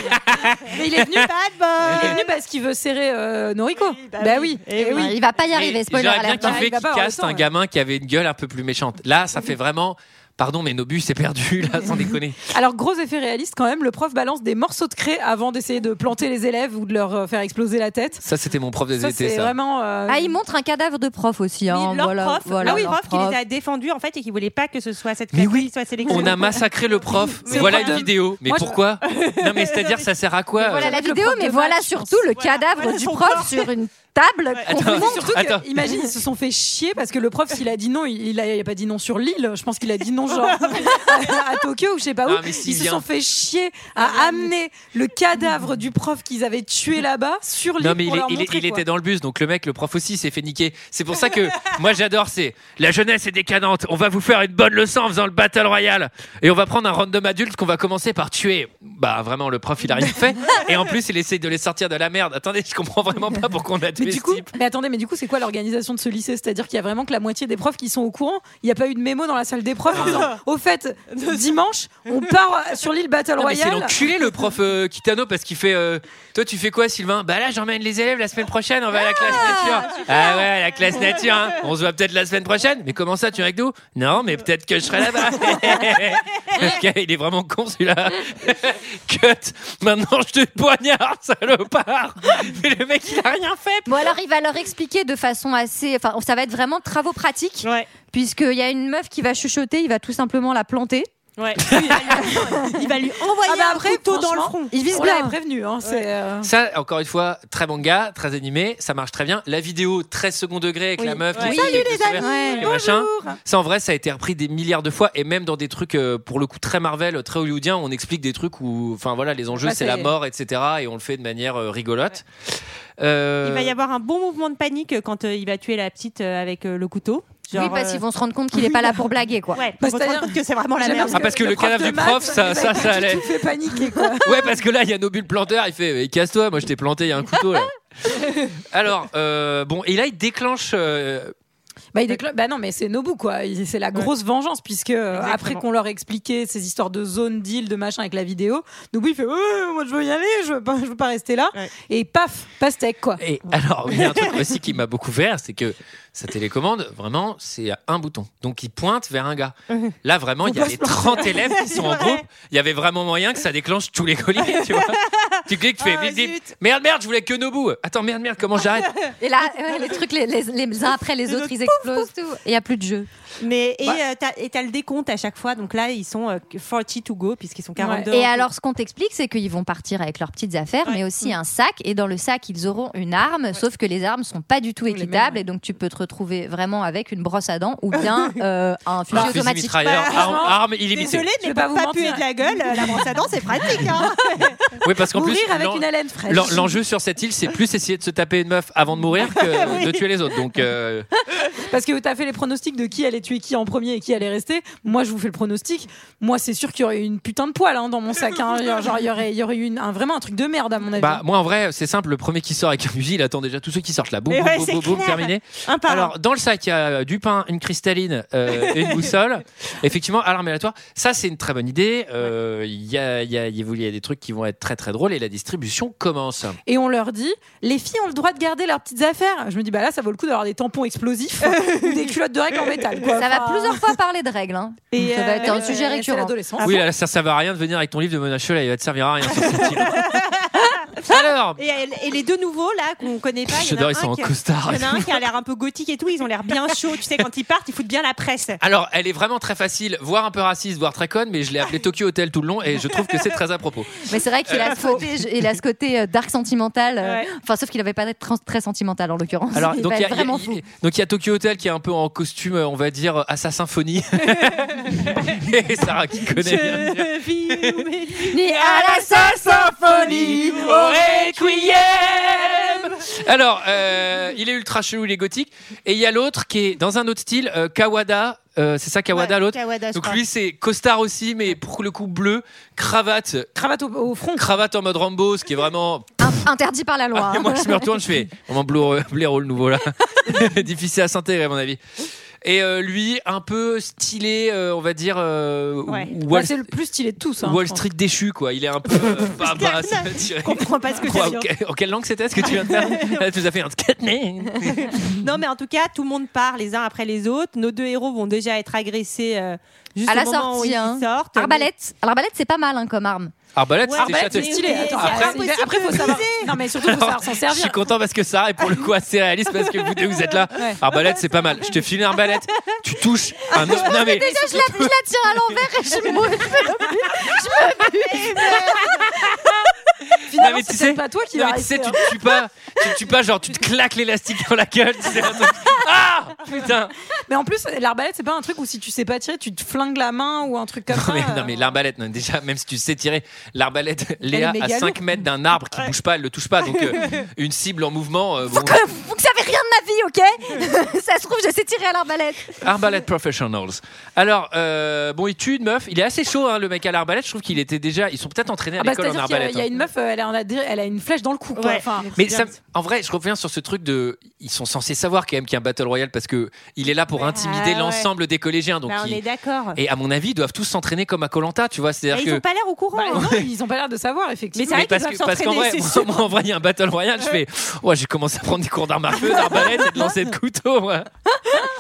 Speaker 9: Mais il est venu.
Speaker 8: Bad
Speaker 9: Il est
Speaker 8: boy.
Speaker 9: venu parce qu'il veut serrer euh, Noriko.
Speaker 8: Oui, bah
Speaker 9: bah,
Speaker 8: oui.
Speaker 9: oui.
Speaker 8: Eh
Speaker 9: Eh
Speaker 8: oui.
Speaker 6: Il va pas y arriver,
Speaker 1: Mais
Speaker 6: spoiler
Speaker 1: J'aurais bien
Speaker 6: alert.
Speaker 9: fin,
Speaker 1: kiffé
Speaker 9: il va
Speaker 1: qu'il
Speaker 9: pas avoir
Speaker 1: casse
Speaker 9: le temps,
Speaker 1: un
Speaker 9: ouais.
Speaker 1: gamin qui avait une gueule un peu plus méchante. Là, ça fait vraiment. Pardon, mais nos bus, c'est perdu, là, sans déconner.
Speaker 9: Alors, gros effet réaliste quand même, le prof balance des morceaux de craie avant d'essayer de planter les élèves ou de leur euh, faire exploser la tête.
Speaker 1: Ça, c'était mon prof des
Speaker 9: Ça,
Speaker 1: étés,
Speaker 9: c'est
Speaker 1: ça.
Speaker 9: vraiment. euh,
Speaker 6: Ah, il montre un cadavre de prof aussi. Hein,
Speaker 8: Oui, leur
Speaker 6: voilà,
Speaker 8: prof,
Speaker 6: voilà,
Speaker 8: ah oui,
Speaker 6: leur
Speaker 8: prof qui les a défendus en fait et qui voulait pas que ce soit cette
Speaker 1: Mais
Speaker 8: classe
Speaker 1: oui,
Speaker 8: qui soit sélectionnée.
Speaker 1: On a massacré le prof.
Speaker 9: Mais
Speaker 1: voilà
Speaker 9: moi,
Speaker 1: une
Speaker 9: je-
Speaker 1: vidéo. Mais
Speaker 9: moi, je-
Speaker 1: pourquoi Non, mais c'est-à-dire, ça sert à quoi
Speaker 6: Voilà
Speaker 1: euh,
Speaker 6: la
Speaker 9: Le
Speaker 6: vidéo,
Speaker 9: prof de
Speaker 6: mais
Speaker 9: maths,
Speaker 6: voilà
Speaker 9: je
Speaker 6: surtout le
Speaker 8: Voilà,
Speaker 6: cadavre
Speaker 8: voilà
Speaker 6: du
Speaker 8: son
Speaker 6: proche
Speaker 8: corps.
Speaker 6: sur une table. qu'on
Speaker 1: Attends,
Speaker 6: monte.
Speaker 9: Surtout
Speaker 1: Attends.
Speaker 9: que, imagine, ils se sont fait chier parce que le prof, s'il a dit non, il, il a, il a pas dit non sur l'île. Je pense qu'il a dit non, genre à, à Tokyo ou je sais pas où.
Speaker 1: Ah, mais s'il
Speaker 9: ils se
Speaker 1: vient.
Speaker 9: sont fait chier à amener le cadavre du prof qu'ils avaient tué là-bas sur l'île.
Speaker 1: Non mais
Speaker 9: pour
Speaker 1: il, est-
Speaker 9: leur
Speaker 1: il est-
Speaker 9: montrer,
Speaker 1: il
Speaker 9: quoi.
Speaker 1: était dans le bus, donc le mec, le prof aussi s'est fait niquer. C'est pour ça que moi j'adore, c'est la jeunesse est décadente, on va vous faire une bonne leçon en faisant le Battle Royale. Et on va prendre un random adulte qu'on va commencer par tuer. Bah vraiment, le prof il a rien fait. Et en plus il essaye de les sortir de la merde. Attendez, je comprends vraiment pas pourquoi on a tué
Speaker 9: Mais du
Speaker 1: ce
Speaker 9: coup,
Speaker 1: type.
Speaker 9: mais attendez, mais du coup, c'est quoi l'organisation de ce lycée C'est-à-dire qu'il y a vraiment que la moitié des profs qui sont au courant. Il n'y a pas eu de mémo dans la salle des profs. en disant, Au fait, dimanche, on part sur l'île Battle
Speaker 1: Non, mais c'est
Speaker 9: Royale.
Speaker 1: l'enculé le prof euh, Kitano parce qu'il fait euh, Toi tu fais quoi Sylvain Bah là j'emmène les élèves la semaine prochaine on va à la classe nature Ah ouais la classe nature hein. On se voit peut-être la semaine prochaine Mais comment ça tu es avec nous Non mais peut-être que je serai là-bas Ok, Il est vraiment con celui-là Cut Maintenant je te poignarde salopard Mais le mec il a rien fait
Speaker 6: Bon alors, il va leur expliquer de façon assez. Enfin, ça va être vraiment travaux pratiques,
Speaker 8: Ouais,
Speaker 6: puisqu'il y a une meuf qui va chuchoter, il va tout simplement la planter.
Speaker 8: ouais. Il va lui- il va lui envoyer
Speaker 9: Ah bah
Speaker 8: un
Speaker 9: après,
Speaker 8: couteau dans le
Speaker 9: franchement,
Speaker 8: front.
Speaker 6: Il vise
Speaker 9: On
Speaker 6: bien.
Speaker 9: l'avait prévenu. Hein, c'est, euh,
Speaker 1: ça, encore une fois, très manga, très animé, ça marche très bien. La vidéo, très second degré avec
Speaker 6: Oui.
Speaker 1: la meuf.
Speaker 8: Ouais.
Speaker 1: qui
Speaker 8: Salut
Speaker 1: avec le
Speaker 8: les
Speaker 1: sourire.
Speaker 8: amis.
Speaker 6: Ouais.
Speaker 1: et machin. Ça, en vrai, ça a été repris des milliards de fois, et même dans des trucs, euh, pour le coup, très Marvel, très hollywoodien, on explique des trucs où, enfin voilà, les enjeux,
Speaker 9: Bah,
Speaker 1: c'est
Speaker 9: c'est-
Speaker 1: la mort, etc., et on le fait de manière euh, rigolote. Euh,
Speaker 8: Il va y avoir un bon mouvement de panique euh, quand euh, il va tuer la petite euh, avec euh, le couteau. Genre,
Speaker 6: Oui, parce
Speaker 8: euh,
Speaker 6: qu'ils vont se rendre compte qu'il est pas là pour blaguer, quoi.
Speaker 8: Ouais,
Speaker 9: Bah,
Speaker 8: on se rend
Speaker 9: c'est-à-dire-
Speaker 8: compte que c'est vraiment la
Speaker 9: J'aime
Speaker 8: merde.
Speaker 1: Ah, parce que le
Speaker 9: prof
Speaker 1: cadavre
Speaker 9: de
Speaker 1: du prof,
Speaker 9: maths,
Speaker 1: ça-
Speaker 9: il
Speaker 1: ça-
Speaker 9: a
Speaker 1: ça
Speaker 9: pas
Speaker 1: allait.
Speaker 9: du tout fait paniquer, quoi.
Speaker 1: Ouais, parce que là, il y a nos bulles planteurs, il fait, eh, casse-toi, moi je t'ai planté, il y a un couteau là. Alors, euh, bon, et là, il déclenche. euh,
Speaker 9: Bah, il déclenche- bah non, mais c'est Nobu, quoi. Il- C'est la grosse vengeance, puisque euh,
Speaker 8: Exactement.
Speaker 9: après qu'on leur expliquait ces histoires de zone, deal, de machin avec la vidéo, Nobu, il fait Ouais, Moi, je veux y aller, je veux pas, je veux pas rester là.
Speaker 8: Ouais.
Speaker 9: Et paf, pastèque, quoi.
Speaker 1: Et alors, il y a un truc aussi qui m'a beaucoup fait, rire, c'est que sa télécommande, vraiment, c'est un bouton. Donc, il pointe vers un gars. Là, vraiment, il y
Speaker 9: Faut pas
Speaker 1: avait
Speaker 9: se planter.
Speaker 1: 30 élèves qui sont en
Speaker 8: Ouais.
Speaker 1: groupe. Il y avait vraiment moyen que ça déclenche tous les colliers, tu vois. Tu cliques, tu fais
Speaker 9: Ah,
Speaker 1: bip, bip.
Speaker 9: zut.
Speaker 1: Merde, merde, je voulais que Nobu. Attends, merde, merde, comment j'arrête
Speaker 6: Et là, ouais, les trucs, les, les- les uns après les, autres, ils explosent tout. Et il n'y a plus de jeu.
Speaker 8: Mais, et euh, t'as- et t'as le décompte à chaque fois. Donc là, ils sont euh, 40 to go, puisqu'ils sont 42.
Speaker 6: Et alors, ce qu'on t'explique, c'est qu'ils vont partir avec leurs petites affaires, mais aussi un sac. Et dans le sac, ils auront une arme, sauf que les armes sont pas du tout équitables. Et donc, tu peux te retrouver vraiment avec une brosse à dents ou bien euh, un fusil
Speaker 1: Un fusil
Speaker 6: automatique.
Speaker 1: mitrailleur,
Speaker 8: Bah,
Speaker 1: arme,
Speaker 8: franchement,
Speaker 1: arme illimitée.
Speaker 8: Désolé,
Speaker 9: Je vais
Speaker 8: mais
Speaker 9: pas
Speaker 8: pas,
Speaker 9: vous
Speaker 8: pas
Speaker 9: mentir.
Speaker 8: puer de la gueule, euh, la brosse à dents, c'est pratique. hein.
Speaker 1: Oui, parce qu'en plus,
Speaker 9: Mourir avec
Speaker 1: l'en-
Speaker 9: une haleine fraîche.
Speaker 1: l'en- l'enjeu sur cette île, c'est plus essayer de se taper une meuf avant de mourir que
Speaker 8: Ah Oui.
Speaker 1: de tuer les autres. Donc, euh,
Speaker 9: Parce que t'as fait les pronostics de qui allait tuer qui en premier et qui allait rester. Moi, je vous fais le pronostic. Moi, c'est sûr qu'il y aurait eu une putain de poêle hein, dans mon sac. hein. Genre, il y aurait, il y aurait eu une- un, vraiment un truc de merde, à mon avis.
Speaker 1: bah, moi, en vrai, c'est simple. Le premier qui sort avec un fusil, il attend déjà tous ceux qui sortent là. Boum,
Speaker 8: Mais
Speaker 1: boum,
Speaker 8: ouais,
Speaker 1: boum,
Speaker 8: c'est
Speaker 1: boum, boum,
Speaker 8: clair.
Speaker 1: terminé.
Speaker 8: Un par un.
Speaker 1: Alors, dans le sac, il y a du pain, une cristalline euh, et une boussole. Effectivement, alarme aléatoire. Ça, c'est une très bonne idée. Euh, Il y, a, il y, a, il y a des trucs qui vont être très très drôles et la distribution commence.
Speaker 8: Ah
Speaker 9: Et on leur dit, les filles ont le droit de garder leurs petites affaires. Je me dis, bah là, ça vaut le coup d'avoir des tampons explosifs ou des culottes de règle en métal. quoi.
Speaker 6: Ça va
Speaker 9: Enfin,
Speaker 6: plusieurs fois parler de règles. hein.
Speaker 8: Et,
Speaker 6: ça va être un
Speaker 8: euh,
Speaker 6: sujet
Speaker 9: c'est
Speaker 6: récurrent.
Speaker 9: l'adolescence.
Speaker 1: oui, là, ça ne va à rien de venir avec ton livre de Mona Cholet. Il va te servir à rien sur cette île. Alors,
Speaker 8: Et, elle- et les deux nouveaux là qu'on connaît pas, Ah, il y en
Speaker 1: J'adore,
Speaker 8: a
Speaker 1: ils sont
Speaker 8: un
Speaker 1: en
Speaker 8: qui-
Speaker 1: costard.
Speaker 8: il y en a un qui a l'air un peu gothique et tout, ils ont l'air bien chauds, tu sais quand ils partent, ils foutent bien la presse.
Speaker 1: Alors, elle est vraiment très facile, voire un peu raciste, voire très conne, mais je l'ai appelée Tokyo Hotel tout le long et je trouve que c'est très à propos.
Speaker 6: Mais c'est vrai qu'il a, ce côté- je- il a ce côté euh, dark sentimental. euh,
Speaker 8: Ouais.
Speaker 6: Enfin, sauf qu'il n'avait pas d'être trans- très sentimental en l'occurrence.
Speaker 1: Alors,
Speaker 6: il
Speaker 1: donc
Speaker 6: va
Speaker 1: il y, a-
Speaker 6: être vraiment
Speaker 1: il y a-
Speaker 6: fou.
Speaker 1: donc, il y a Tokyo Hotel qui est un peu en costume, euh, on va dire, à sa symphonie. et Sarah qui connaît bien.
Speaker 8: Je vis où mes nuits.
Speaker 6: Ni à la
Speaker 1: symphonie au requiem. Alors, euh, il est ultra chelou, il est gothique. Et il y a l'autre qui est dans un autre style, euh, Kawada. Euh, c'est ça, Kawada,
Speaker 8: Ouais,
Speaker 1: l'autre.
Speaker 8: Kawada, je
Speaker 1: Donc
Speaker 8: crois.
Speaker 1: lui, c'est costard aussi, mais pour le coup bleu, cravate,
Speaker 9: Cravate au, au front.
Speaker 1: cravate en mode Rambo, ce qui est vraiment
Speaker 6: In- Interdit par la loi. hein.
Speaker 1: Et Ah, moi, je me retourne, je fais vraiment Blaireau, Blaireau, le nouveau là. Difficile à s'intégrer, à mon avis. Et euh, lui, un peu stylé, euh, on va dire, euh,
Speaker 8: Ouais.
Speaker 9: Bah,
Speaker 1: Wall,
Speaker 9: c'est le plus stylé de tous. hein,
Speaker 1: Wall
Speaker 9: je pense.
Speaker 1: Street déchu, quoi. Il est un peu. euh, pas- pas-
Speaker 8: Je comprends pas ce que tu
Speaker 1: Quoi,
Speaker 8: veux
Speaker 1: en,
Speaker 8: dire.
Speaker 1: en quelle langue c'était ce que tu viens de faire Là, Tu nous as fait un scatney.
Speaker 8: Non mais en tout cas, tout le monde part les uns après les autres. Nos deux héros vont déjà être agressés euh, juste
Speaker 6: À
Speaker 8: au
Speaker 6: la
Speaker 8: moment où
Speaker 6: sortie,
Speaker 8: ils
Speaker 6: hein.
Speaker 8: sortent.
Speaker 6: Arbalète. L'arbalète, c'est pas mal hein, comme arme.
Speaker 1: Arbalète,
Speaker 8: Ouais,
Speaker 1: c'était château.
Speaker 8: arbalète, c'est
Speaker 9: Ah, Stylé.
Speaker 8: Mais bah,
Speaker 9: Attends,
Speaker 8: c'est
Speaker 9: après,
Speaker 8: impossible
Speaker 9: après,
Speaker 8: de
Speaker 9: faut savoir.
Speaker 8: briser.
Speaker 9: Non, mais surtout, faut savoir s'en
Speaker 1: Je
Speaker 9: servir.
Speaker 1: suis content parce que Sarah est pour le coup assez réaliste parce que vous deux vous êtes là. Arbalète, c'est pas mal. Je te file une arbalète. Tu touches un autre. Non mais.
Speaker 6: Déjà, je la, je la tire à l'envers et je me
Speaker 1: non,
Speaker 9: Finalement,
Speaker 1: mais tu
Speaker 9: c'est
Speaker 1: sais-
Speaker 9: peut-être pas toi qui
Speaker 1: Non,
Speaker 9: va
Speaker 1: mais tu sais,
Speaker 9: rester,
Speaker 1: tu te tues pas, tu te tues pas, genre tu te claques l'élastique dans la gueule, tu sais, un truc. Ah Putain
Speaker 9: Mais en plus, l'arbalète, c'est pas un truc où si tu sais pas tirer, tu te flingues la main ou un truc comme
Speaker 1: Non
Speaker 9: ça.
Speaker 1: mais,
Speaker 9: euh,
Speaker 1: non, mais l'arbalète, non, déjà, même si tu sais tirer, l'arbalète, Léa, à
Speaker 9: mégalo.
Speaker 1: 5 mètres d'un arbre qui bouge pas, elle le touche pas, donc euh, une cible en mouvement. euh, bon.
Speaker 6: Que- Vous ne savez rien de ma vie, ok Ça se trouve, je sais tirer à l'arbalète.
Speaker 1: Arbalète Professionals. Alors, euh, bon, il tue une meuf, il est assez chaud, hein, le mec à l'arbalète, je trouve qu'il était déjà. Ils sont peut-être entraînés à
Speaker 9: Ah bah,
Speaker 1: l'école en
Speaker 9: C'est-à-dire qu'il y a-
Speaker 1: arbalète.
Speaker 9: il y a
Speaker 1: hein.
Speaker 9: une meuf, euh, elle a, un- elle a une flèche dans le cou. Quoi.
Speaker 8: Ouais.
Speaker 9: Enfin,
Speaker 1: Mais ça, en vrai, je reviens sur ce truc de, ils sont censés savoir quand même qu'il y a un battle royale parce que il est là pour intimider
Speaker 9: ah
Speaker 8: ouais.
Speaker 1: l'ensemble des collégiens, donc
Speaker 8: Bah, on
Speaker 1: il-
Speaker 8: est d'accord. Et,
Speaker 1: Et à mon avis, ils doivent tous s'entraîner comme à Colanta, tu vois. C'est-à-dire
Speaker 8: ils
Speaker 1: que.
Speaker 8: ont pas l'air au courant.
Speaker 9: bah,
Speaker 8: hein.
Speaker 9: non, ils ont pas l'air de savoir, effectivement.
Speaker 8: Mais c'est vrai qu'ils
Speaker 1: parce
Speaker 8: doivent
Speaker 1: que- parce qu'en vrai,
Speaker 8: s'entraîner, c'est
Speaker 1: moi, moi, en vrai, il y a un battle royal. Je fais, ouais, j'ai commencé à prendre des cours d'armes à feu, d'arbalète et de lancer de couteau. moi.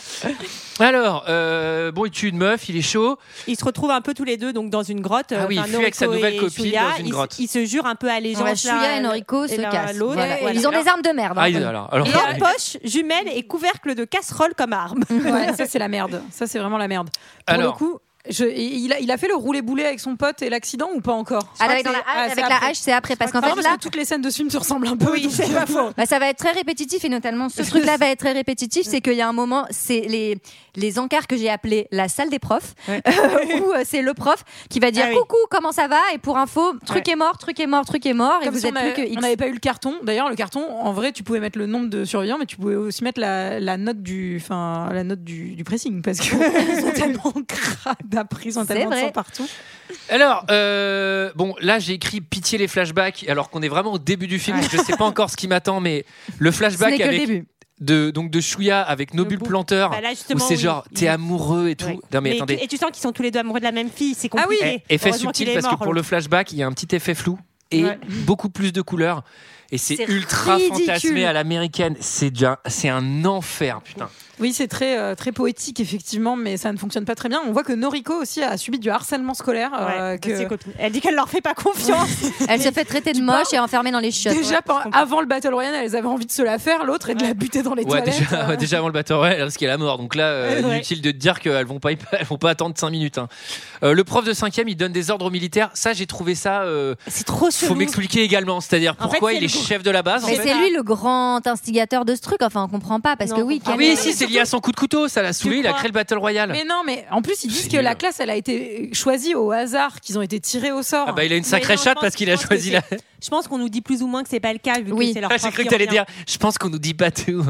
Speaker 1: Alors, euh, bon, il tue une meuf, il est chaud.
Speaker 8: Ils se retrouvent un peu tous les deux donc dans une grotte.
Speaker 1: Ah oui, il
Speaker 8: enfin,
Speaker 1: fuit avec sa
Speaker 8: Noriko
Speaker 1: nouvelle
Speaker 8: et
Speaker 1: copine
Speaker 8: Shuya.
Speaker 1: dans une
Speaker 8: Ils-
Speaker 1: grotte.
Speaker 8: Ils, se jurent un peu allégeance.
Speaker 6: Ouais,
Speaker 8: l'un
Speaker 6: Shuya
Speaker 8: à-
Speaker 6: et Noriko se
Speaker 8: l'un à
Speaker 6: cassent.
Speaker 8: l'autre.
Speaker 6: Voilà.
Speaker 8: Voilà.
Speaker 6: Ils ont des armes de merde. hein.
Speaker 1: Ah, il- alors, alors,
Speaker 8: Et Lampoche, jumelle et couvercle de casserole comme arme.
Speaker 9: Ouais, ça, c'est la merde. Ça, c'est vraiment la merde. Pour
Speaker 1: Alors.
Speaker 9: le coup, je- il, a, il a fait le roulé-boulet avec son pote et l'accident ou pas encore Je
Speaker 6: Ah,
Speaker 9: crois
Speaker 6: avec
Speaker 9: que
Speaker 6: dans la
Speaker 9: c'est- ah,
Speaker 6: hache,
Speaker 9: c'est
Speaker 6: avec la
Speaker 9: après.
Speaker 6: hache, c'est après. Parce qu'en
Speaker 9: Non,
Speaker 6: fait, là,
Speaker 9: toutes les scènes de ce film se ressemblent un peu. donc c'est pas faux.
Speaker 6: bah, ça va être très répétitif et notamment ce truc-là va être très répétitif. C'est qu'il y a un moment, c'est les, les encarts que j'ai appelés la salle des profs, où euh, c'est le prof qui va dire
Speaker 8: Ah oui.
Speaker 6: coucou, comment ça va Et pour info, truc est mort, truc est mort, truc est mort. Ah, et
Speaker 9: Comme
Speaker 6: vous
Speaker 9: si
Speaker 6: êtes
Speaker 9: on
Speaker 6: plus que
Speaker 9: avait-
Speaker 6: X.
Speaker 9: on n'avait pas eu le carton. D'ailleurs, le carton, en vrai, tu pouvais mettre le nombre de surveillants, mais tu pouvais aussi mettre la, la note du, enfin, la note du, du pressing, parce que ils sont tellement crades à prise, ils ont
Speaker 6: C'est
Speaker 9: tellement de
Speaker 6: vrai.
Speaker 9: sang partout.
Speaker 1: Alors, euh, bon, là, j'ai écrit pitié les flashbacks, alors qu'on est vraiment au début du film. Je sais pas encore ce qui m'attend, mais le
Speaker 6: Ce n'est
Speaker 1: flashback
Speaker 6: que le
Speaker 1: avec
Speaker 6: début.
Speaker 1: de donc de Shuya avec Nobule
Speaker 8: Nobu.
Speaker 1: Planteur,
Speaker 8: Bah, là,
Speaker 1: où
Speaker 8: justement,
Speaker 1: c'est
Speaker 8: oui.
Speaker 1: genre t'es amoureux et tout.
Speaker 8: Ouais.
Speaker 1: Non mais
Speaker 8: Mais-
Speaker 1: attendez. Eh,
Speaker 8: Et tu sens qu'ils sont tous les deux amoureux de la même fille, c'est
Speaker 9: Ah oui.
Speaker 8: compliqué.
Speaker 1: Effet
Speaker 8: Heureusement qu'il
Speaker 1: subtil
Speaker 8: est
Speaker 1: parce que
Speaker 8: mort,
Speaker 1: pour le flashback, il y a un petit effet flou et
Speaker 8: Ouais.
Speaker 1: beaucoup plus de couleurs. et c'est
Speaker 6: C'est
Speaker 1: ultra
Speaker 6: ridicule.
Speaker 1: fantasmé à l'américaine. C'est déjà, c'est un enfer, putain.
Speaker 9: Oui, c'est très, euh, très poétique, effectivement, mais ça ne fonctionne pas très bien. On voit que Noriko aussi a subi du harcèlement scolaire. euh,
Speaker 8: hein. Ouais,
Speaker 9: que-
Speaker 8: ses copines. Elle dit qu'elle leur fait pas confiance.
Speaker 6: Elle se fait traiter de moche et enfermée dans les chiottes.
Speaker 9: Déjà, par- avant le Battle Royale, elles avaient envie de se la faire, l'autre, et de la buter dans les
Speaker 1: Ouais,
Speaker 9: toilettes.
Speaker 1: déjà, ouais, déjà avant le battle royale, parce qu'elle a mort. Donc là, euh,
Speaker 8: euh Ouais.
Speaker 1: inutile de te dire qu'elles vont pas, y- elles vont pas attendre 5 minutes. hein. Euh, le prof de 5 il donne des ordres aux militaires. Ça, j'ai trouvé ça. euh,
Speaker 8: C'est
Speaker 1: faut
Speaker 8: trop chelou.
Speaker 1: m'expliquer également, c'est-à-dire
Speaker 8: En fait,
Speaker 1: pourquoi
Speaker 8: c'est
Speaker 1: il
Speaker 8: le
Speaker 1: est
Speaker 8: gros-
Speaker 1: chef de la base. en
Speaker 6: Mais
Speaker 1: fait.
Speaker 6: c'est lui le grand instigateur de ce truc. Enfin, on comprend pas parce
Speaker 8: Non,
Speaker 6: que
Speaker 8: on
Speaker 6: oui.
Speaker 8: comprend
Speaker 1: Ah
Speaker 6: quel-
Speaker 1: oui, si, c'est lié à son coup de couteau, ça l'a saoulé, il a
Speaker 8: crois
Speaker 1: créé le battle royale.
Speaker 9: Mais non, mais en plus, ils disent
Speaker 1: C'est
Speaker 9: que
Speaker 1: nul.
Speaker 9: la classe, elle a été choisie au hasard, qu'ils ont été tirés au sort.
Speaker 1: Ah bah il a une
Speaker 8: Mais
Speaker 1: sacrée
Speaker 8: non, je
Speaker 1: chatte
Speaker 8: pense-
Speaker 1: parce qu'il a
Speaker 8: je pense
Speaker 1: choisi
Speaker 8: que
Speaker 1: la.
Speaker 8: Je pense qu'on nous dit plus ou moins que c'est pas le cas vu
Speaker 6: Oui.
Speaker 8: que c'est leur
Speaker 1: Ah, j'ai
Speaker 8: prof
Speaker 1: cru que
Speaker 8: qui
Speaker 1: t'allais
Speaker 8: revient.
Speaker 1: dire. Je pense qu'on nous dit pas tout.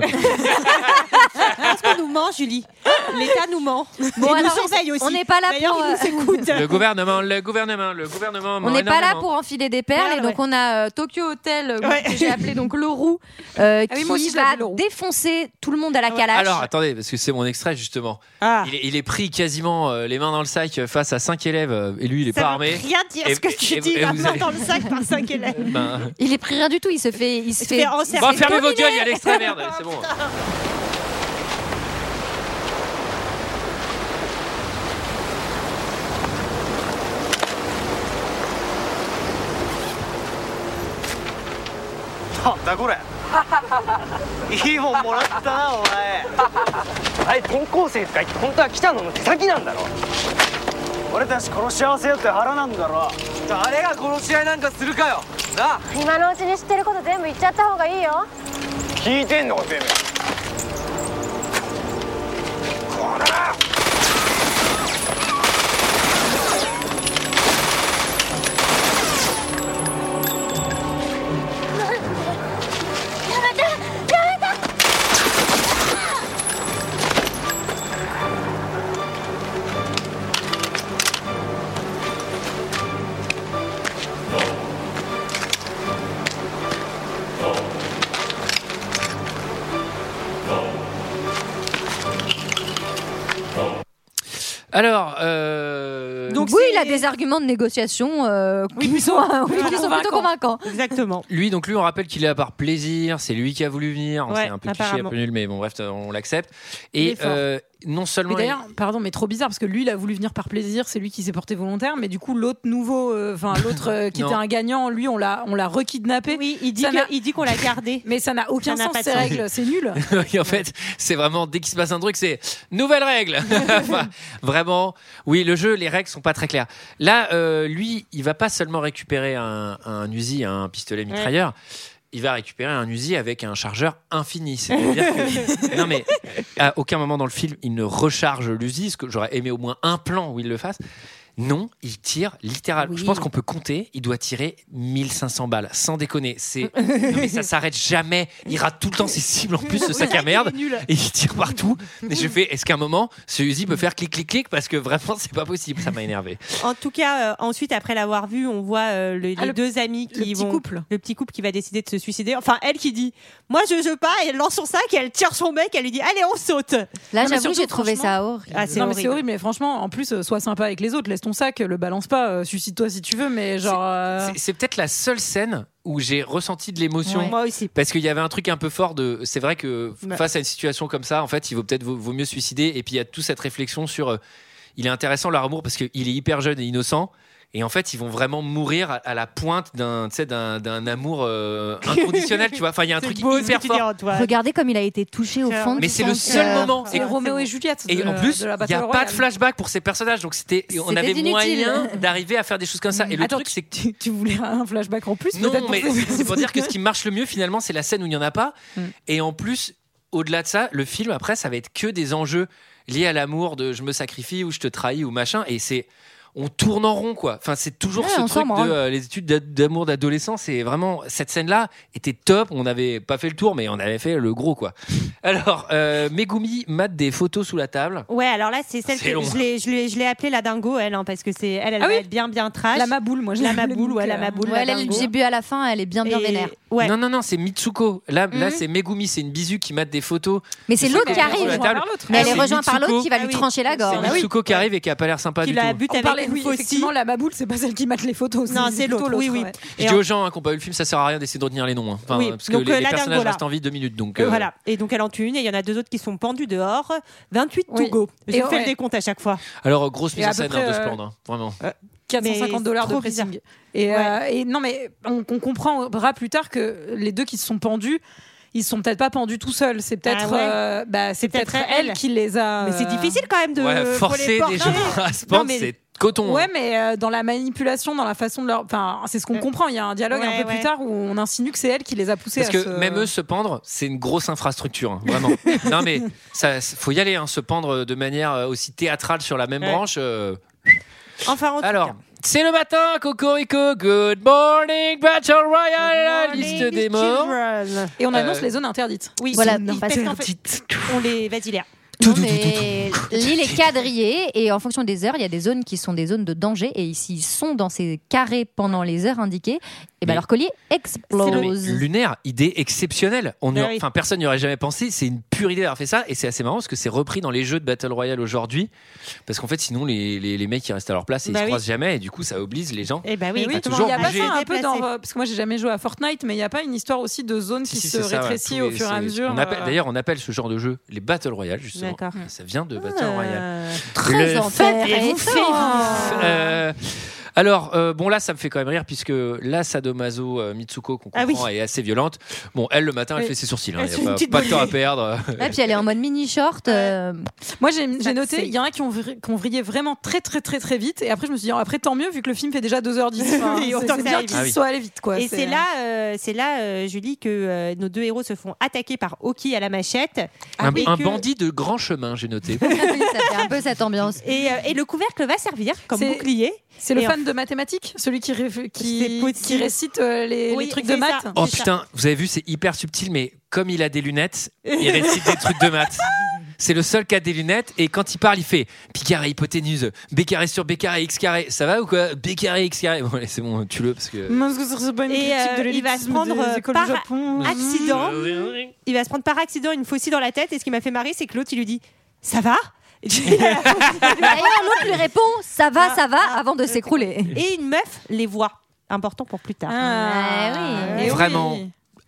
Speaker 8: Ah, Est-ce qu'on nous ment, Julie
Speaker 9: Ah
Speaker 8: L'État nous ment.
Speaker 6: Bon,
Speaker 8: Et nous
Speaker 6: alors,
Speaker 8: surveille aussi.
Speaker 6: on n'est pas là
Speaker 8: D'ailleurs,
Speaker 6: pour,
Speaker 9: euh,
Speaker 8: ils nous écoutent.
Speaker 1: le gouvernement, le gouvernement, le gouvernement.
Speaker 6: On
Speaker 1: ment
Speaker 6: n'est pas là
Speaker 1: énormément.
Speaker 6: pour enfiler des perles.
Speaker 8: Perles,
Speaker 6: et donc, on a euh, Tokyo Hotel, euh,
Speaker 8: Ouais.
Speaker 6: que j'ai appelé donc Leroux, euh,
Speaker 9: Ah oui,
Speaker 6: qui
Speaker 9: moi aussi, je
Speaker 6: va
Speaker 9: l'appelle Leroux.
Speaker 6: défoncer tout le monde à la calache.
Speaker 1: Alors attendez, parce que c'est mon extrait justement.
Speaker 8: Ah.
Speaker 1: Il est, il est pris quasiment euh, les mains dans le sac euh, face à cinq élèves euh, et lui il est
Speaker 8: Ça
Speaker 1: pas
Speaker 8: veut
Speaker 1: armé.
Speaker 8: rien dire
Speaker 1: Et-
Speaker 8: ce que tu
Speaker 1: et-
Speaker 8: dis.
Speaker 1: et
Speaker 8: la
Speaker 1: vous
Speaker 8: main
Speaker 1: avez-
Speaker 8: dans le sac par 5 élèves.
Speaker 1: Ben,
Speaker 6: Il est pris rien du tout. Il se fait. Il se
Speaker 8: se
Speaker 6: fait. Bah,
Speaker 8: fait encercler.
Speaker 1: bon, fermez vos gueules, il y a l'extrait merde, c'est bon.
Speaker 10: 今のうちに知ってること全部言っちゃった方がいいよ
Speaker 1: Alors, euh,
Speaker 8: Donc,
Speaker 6: oui,
Speaker 8: c'est-
Speaker 6: il a des arguments de négociation euh, qui sont, oui, qui sont plutôt convaincants.
Speaker 8: Exactement.
Speaker 1: lui, donc lui, on rappelle qu'il est là par plaisir. C'est lui qui a voulu venir.
Speaker 8: Ouais,
Speaker 1: c'est un peu cliché, un
Speaker 8: apparemment.
Speaker 1: peu nul, mais bon, bref, on l'accepte.
Speaker 9: Il
Speaker 1: Et
Speaker 9: est fort.
Speaker 1: euh, non
Speaker 9: Mais
Speaker 1: seulement. il-
Speaker 9: d'ailleurs, pardon, mais trop bizarre parce que lui, il a voulu venir par plaisir, c'est lui qui s'est porté volontaire, mais du coup, l'autre nouveau, euh, enfin l'autre euh, qui
Speaker 1: Non.
Speaker 9: était un gagnant, lui, on l'a, on l'a rekidnappé.
Speaker 8: Oui, il dit
Speaker 9: Ça
Speaker 8: que-
Speaker 9: n'a-
Speaker 8: il dit qu'on l'a gardé.
Speaker 9: Mais ça n'a aucun
Speaker 8: Ça n'a
Speaker 9: sens
Speaker 8: pas de
Speaker 9: ces
Speaker 8: sens.
Speaker 9: règles, c'est nul.
Speaker 1: Oui, en fait, c'est vraiment dès qu'il se passe un truc, c'est nouvelle règle. Enfin, vraiment, oui, le jeu, les règles sont pas très claires. Là, euh, lui, il va pas seulement récupérer un, un Uzi, un pistolet mitrailleur. Il va récupérer un Uzi avec un chargeur infini. C'est-à-dire que- non mais à aucun moment dans le film il ne recharge l'Uzi, ce que j'aurais aimé au moins un plan où il le fasse. Non, il tire littéralement. Je
Speaker 6: Oui.
Speaker 1: pense qu'on peut compter. Il doit tirer 1500 balles, sans déconner. C'est non, mais ça s'arrête jamais. Il rate tout le temps ses cibles en plus, ce sac à merde. Et il tire partout. Et je fais, est-ce qu'à un moment, ce Uzi peut faire clic, clic, clic Parce que vraiment, c'est pas possible. Ça m'a énervé.
Speaker 8: En tout cas, euh, ensuite, après l'avoir vu, on voit euh, le- les
Speaker 9: Ah, le-
Speaker 8: deux amis qui
Speaker 9: le petit
Speaker 8: vont.
Speaker 9: couple.
Speaker 8: Le petit couple qui va décider de se suicider. Enfin, elle qui dit Moi, je veux pas. Et elle lance son sac et elle tire son mec. Elle lui dit Allez, on saute.
Speaker 6: Là,
Speaker 9: Non, mais
Speaker 6: j'avoue,
Speaker 9: surtout,
Speaker 6: j'ai trouvé ça horrible.
Speaker 8: Ah, c'est
Speaker 9: non, mais
Speaker 8: horrible.
Speaker 9: c'est horrible, mais franchement, en plus, euh, sois sympa avec les autres, laisse ton sac, euh, le balance pas, euh, suicide-toi si tu veux, mais genre. euh,
Speaker 1: C'est- C'est peut-être la seule scène où j'ai ressenti de l'émotion.
Speaker 8: Moi aussi.
Speaker 1: Parce qu'il y avait un truc un peu fort de. C'est vrai que
Speaker 9: Bah.
Speaker 8: Ouais.
Speaker 1: face à une situation comme ça, en fait, il vaut peut-être vaut, vaut mieux se suicider. Et puis il y a toute cette réflexion sur. euh, il est intéressant leur amour parce qu'il est hyper jeune et innocent. Et en fait, ils vont vraiment mourir à, à la pointe d'un, tu sais, d'un, d'un amour euh, inconditionnel, tu vois. Enfin, il y a un
Speaker 8: C'est
Speaker 1: truc
Speaker 8: beau ce
Speaker 1: hyper
Speaker 8: que tu
Speaker 1: fort.
Speaker 8: dis, Antoine.
Speaker 6: Regardez comme il a été touché au
Speaker 8: C'est
Speaker 6: fond.
Speaker 8: un-
Speaker 1: Mais
Speaker 6: tu
Speaker 1: c'est le
Speaker 6: sens
Speaker 1: seul
Speaker 6: que-
Speaker 1: moment.
Speaker 9: euh, C'est
Speaker 1: Et-
Speaker 9: Roméo et Juliette.
Speaker 1: Et
Speaker 9: de-
Speaker 1: en plus,
Speaker 9: de la
Speaker 1: il n'y a
Speaker 9: Battle
Speaker 1: pas
Speaker 9: Royale.
Speaker 1: de flashback pour ces personnages, donc c'était, on
Speaker 6: C'était
Speaker 1: avait
Speaker 6: inutile.
Speaker 1: moyen d'arriver à faire des choses comme ça. Et le
Speaker 9: Attends,
Speaker 1: truc, c'est que
Speaker 9: Tu, tu voulais un flashback en plus
Speaker 1: non,
Speaker 9: peut-être pour
Speaker 1: mais
Speaker 9: ces-
Speaker 1: c'est pour dire que ce qui marche le mieux finalement, c'est la scène où il n'y en a pas.
Speaker 9: Mm.
Speaker 1: Et en plus, au-delà de ça, le film après, ça va être que des enjeux liés à l'amour de je me sacrifie ou je te trahis ou machin. Et c'est on tourne en rond quoi. Enfin, c'est toujours
Speaker 6: Ouais,
Speaker 1: ce
Speaker 6: on s'en
Speaker 1: truc de
Speaker 6: branle.
Speaker 1: euh, les études d'ad- d'amour d'adolescence. Et vraiment, cette scène-là était top. On n'avait pas fait le tour, mais on avait fait le gros quoi. Alors, euh, Megumi mate des photos sous la table.
Speaker 8: Ouais, alors là, c'est celle
Speaker 1: C'est
Speaker 8: que
Speaker 1: long.
Speaker 8: je l'ai- je l'ai je l'ai appelée la dingo, elle, hein, parce que c'est elle, elle
Speaker 9: Ah
Speaker 8: va
Speaker 9: oui
Speaker 8: être bien, bien trash.
Speaker 9: La maboule, moi je
Speaker 8: La
Speaker 9: l'appelle,
Speaker 8: maboule,
Speaker 9: donc,
Speaker 8: ouais, la
Speaker 9: euh,
Speaker 8: maboule.
Speaker 6: Ouais,
Speaker 8: la
Speaker 6: là, le
Speaker 8: dingo.
Speaker 6: début à la fin, elle est bien, bien
Speaker 8: Et-
Speaker 6: vénère.
Speaker 8: Ouais.
Speaker 1: Non, non, non, c'est Mitsuko. Là, là
Speaker 6: Mhm.
Speaker 1: c'est Megumi, c'est une bisu qui mate des photos.
Speaker 6: Mais c'est
Speaker 1: C'est
Speaker 6: l'autre
Speaker 1: ça,
Speaker 6: qui
Speaker 1: mais on
Speaker 6: arrive.
Speaker 1: la table.
Speaker 9: l'autre.
Speaker 6: Mais elle
Speaker 1: Ah,
Speaker 6: est
Speaker 1: c'est
Speaker 6: rejointe par l'autre
Speaker 1: Mitsuko.
Speaker 6: qui va
Speaker 8: Ah
Speaker 6: lui
Speaker 8: oui.
Speaker 6: trancher la
Speaker 8: Ah
Speaker 1: C'est
Speaker 6: gorge.
Speaker 8: oui.
Speaker 1: Mitsuko qui arrive et qui a pas l'air sympa
Speaker 8: Qui
Speaker 1: du
Speaker 8: la
Speaker 1: tout.
Speaker 8: bute
Speaker 9: On
Speaker 8: avec les
Speaker 9: oui,
Speaker 8: faux
Speaker 9: effectivement, la maboule, c'est pas celle qui mate les photos.
Speaker 8: Non, c'est
Speaker 9: plutôt
Speaker 8: l'autre, oui, oui.
Speaker 9: ouais.
Speaker 1: Je
Speaker 8: Et
Speaker 1: dis
Speaker 8: en-
Speaker 1: aux gens hein, qui n'ont pas vu le film, ça sert à rien d'essayer de retenir les noms. hein. Enfin,
Speaker 8: Oui,
Speaker 1: Parce que
Speaker 8: donc,
Speaker 1: les,
Speaker 8: euh,
Speaker 1: les
Speaker 8: la
Speaker 1: personnages
Speaker 8: Gargola.
Speaker 1: restent en vie deux minutes. Donc,
Speaker 8: Euh,
Speaker 1: euh,
Speaker 8: Voilà. Et donc elle en tue une et il y en a deux autres qui sont pendus dehors. 28
Speaker 9: Oui.
Speaker 8: to go. Je
Speaker 9: Et
Speaker 8: fais
Speaker 9: ouais.
Speaker 8: le décompte à chaque fois.
Speaker 1: Alors, grosse mise
Speaker 9: Et à
Speaker 1: en
Speaker 9: peu
Speaker 1: scène
Speaker 9: près,
Speaker 1: hein, de se
Speaker 9: euh,
Speaker 1: prendre. hein, Vraiment.
Speaker 9: 450
Speaker 8: Mais
Speaker 9: dollars de
Speaker 8: trop bizarre.
Speaker 9: pressing. Et, euh, et non, mais on, on comprendra plus tard que les deux qui se sont pendus, ils se sont peut-être pas pendus tout seuls. C'est peut-être
Speaker 8: Ah ouais.
Speaker 9: euh, bah, c'est
Speaker 8: C'est
Speaker 9: peut-être
Speaker 8: peut-être
Speaker 9: elle
Speaker 8: elle.
Speaker 9: qui les a.
Speaker 8: Mais c'est
Speaker 9: euh,
Speaker 8: difficile quand même de
Speaker 1: Ouais,
Speaker 8: pour les
Speaker 1: forcer
Speaker 8: porter.
Speaker 1: des gens à se pendre,
Speaker 9: mais-
Speaker 1: c'est coton.
Speaker 9: Ouais,
Speaker 1: hein.
Speaker 9: mais euh, dans la manipulation, dans la façon de leur. Enfin, c'est ce qu'on
Speaker 8: Euh,
Speaker 9: comprend. Il y a un dialogue un
Speaker 8: ouais,
Speaker 9: peu plus
Speaker 8: ouais.
Speaker 9: tard où on insinue que c'est elle qui les a poussés
Speaker 1: Parce
Speaker 9: à
Speaker 1: que
Speaker 9: se-
Speaker 1: même eux se pendre, c'est une grosse infrastructure, hein, vraiment. non mais ça, faut y aller, hein, se pendre de manière euh, aussi théâtrale sur la même
Speaker 8: Ouais.
Speaker 1: branche. euh,
Speaker 8: Enfin, en tout
Speaker 1: Alors,
Speaker 8: cas.
Speaker 1: c'est le matin, Cocorico, good morning, Battle Royale, la liste
Speaker 8: Morning,
Speaker 1: des morts.
Speaker 8: children.
Speaker 9: Et on annonce
Speaker 1: Euh,
Speaker 9: les zones interdites.
Speaker 8: Oui,
Speaker 6: Voilà,
Speaker 8: ils-
Speaker 6: donc,
Speaker 8: parce
Speaker 6: parce
Speaker 8: qu'en fait, on les vas-y Léa.
Speaker 6: Non, mais l'île est quadrillée et en fonction des heures, il y a des zones qui sont des zones de danger et s'ils sont dans ces carrés pendant les heures indiquées, et
Speaker 1: Mais-
Speaker 6: ben leur collier
Speaker 1: Non, mais
Speaker 6: explose.
Speaker 1: lunaire, idée exceptionnelle. On n'y
Speaker 8: Ah
Speaker 1: a-
Speaker 8: oui.
Speaker 1: enfin, personne n'y aurait jamais pensé. C'est une pure idée d'avoir fait ça. Et c'est assez marrant parce que c'est repris dans les jeux de Battle Royale aujourd'hui. Parce qu'en fait, sinon, les, les, les mecs, ils restent à leur place et ils
Speaker 8: Bah
Speaker 1: se
Speaker 8: oui.
Speaker 1: croisent jamais. Et du coup, ça oblige les gens.
Speaker 8: Eh ben
Speaker 9: Mais
Speaker 8: oui,
Speaker 1: oui,
Speaker 8: exactement.
Speaker 1: toujours
Speaker 9: il y a pas
Speaker 1: bougé.
Speaker 9: ça un peu dans. euh, Parce que moi, j'ai jamais joué à Fortnite, mais il n'y a pas une histoire aussi de zones qui
Speaker 1: Si, si,
Speaker 9: se
Speaker 1: c'est ça, ouais.
Speaker 9: rétrécit
Speaker 1: Tous
Speaker 9: au
Speaker 1: les-
Speaker 9: fur et à
Speaker 1: c'est-
Speaker 9: mesure.
Speaker 1: on appelle-
Speaker 9: euh,
Speaker 1: D'ailleurs, on appelle ce genre de jeu les Battle Royale, justement.
Speaker 8: D'accord.
Speaker 1: Ça vient de Battle Royale.
Speaker 8: Euh,
Speaker 6: Très
Speaker 1: Le
Speaker 6: intéressant.
Speaker 1: Euh, alors, euh, bon, là, ça me fait quand même rire, puisque la sadomaso euh, Mitsuko, qu'on
Speaker 8: Ah oui.
Speaker 1: comprend, est assez violente. Bon, elle, le matin, elle
Speaker 8: Oui.
Speaker 1: fait ses sourcils. hein.
Speaker 8: Elle
Speaker 1: Il
Speaker 8: se
Speaker 1: n'y
Speaker 8: fait
Speaker 1: a pas,
Speaker 8: une petite
Speaker 1: pas de temps à
Speaker 8: volée.
Speaker 1: perdre.
Speaker 6: Et puis elle est en mode mini short. euh,
Speaker 9: Moi, j'ai
Speaker 6: Ça,
Speaker 9: j'ai noté,
Speaker 6: c'est-
Speaker 9: il y en a qui ont, vri- qui ont vrillé vraiment très, très, très, très vite. Et après, je me suis dit, oh, après, tant mieux, vu que le film fait déjà 2h10. Enfin,
Speaker 8: Oui,
Speaker 9: c'est-
Speaker 8: autant
Speaker 9: c'est
Speaker 8: que ça
Speaker 9: bien
Speaker 8: arrive.
Speaker 9: qu'ils
Speaker 1: Ah oui.
Speaker 9: soient allés vite. Quoi.
Speaker 8: Et c'est là, euh, c'est là, euh, Julie, que euh, nos deux héros se font attaquer par Oki à la machette.
Speaker 1: un
Speaker 8: Ah oui,
Speaker 1: Ah un
Speaker 8: que-
Speaker 1: bandit de grand chemin, j'ai noté.
Speaker 6: ça fait un peu cette ambiance.
Speaker 8: Et, euh, et le couvercle va servir comme
Speaker 9: C'est-
Speaker 8: bouclier.
Speaker 9: C'est le
Speaker 8: Et en-
Speaker 9: fan de mathématiques, celui qui, ré-
Speaker 8: C'est
Speaker 9: qui,
Speaker 8: possible.
Speaker 9: qui récite euh, les,
Speaker 8: Oui,
Speaker 9: les trucs de
Speaker 8: c'est
Speaker 9: maths.
Speaker 8: ça.
Speaker 1: Oh
Speaker 8: C'est ça.
Speaker 1: putain, vous avez vu, c'est hyper subtil, mais comme il a des lunettes, il récite des trucs de maths. C'est le seul qui a des lunettes et quand il parle, il fait pi carré hypoténuse, b carré sur b carré x carré. Ça va ou quoi B carré x carré. Bon, allez, c'est bon, tu le parce que.
Speaker 9: Mince, que ce serait pas une
Speaker 8: Et,
Speaker 9: critique de
Speaker 8: euh, il va se
Speaker 9: l'élitisme
Speaker 8: prendre,
Speaker 9: des
Speaker 8: euh,
Speaker 9: écoles
Speaker 8: par
Speaker 9: du Japon.
Speaker 1: Euh,
Speaker 8: Accident. Il va se prendre par accident une faucille dans la tête. Et ce qui m'a fait marrer, c'est que l'autre, il lui dit Ça va
Speaker 6: D'ailleurs, l'autre lui répond ça va, ça va, avant de s'écrouler.
Speaker 8: Et une meuf les voit. Important pour plus tard.
Speaker 9: Ah.
Speaker 6: Ah, oui.
Speaker 9: Et
Speaker 1: Vraiment.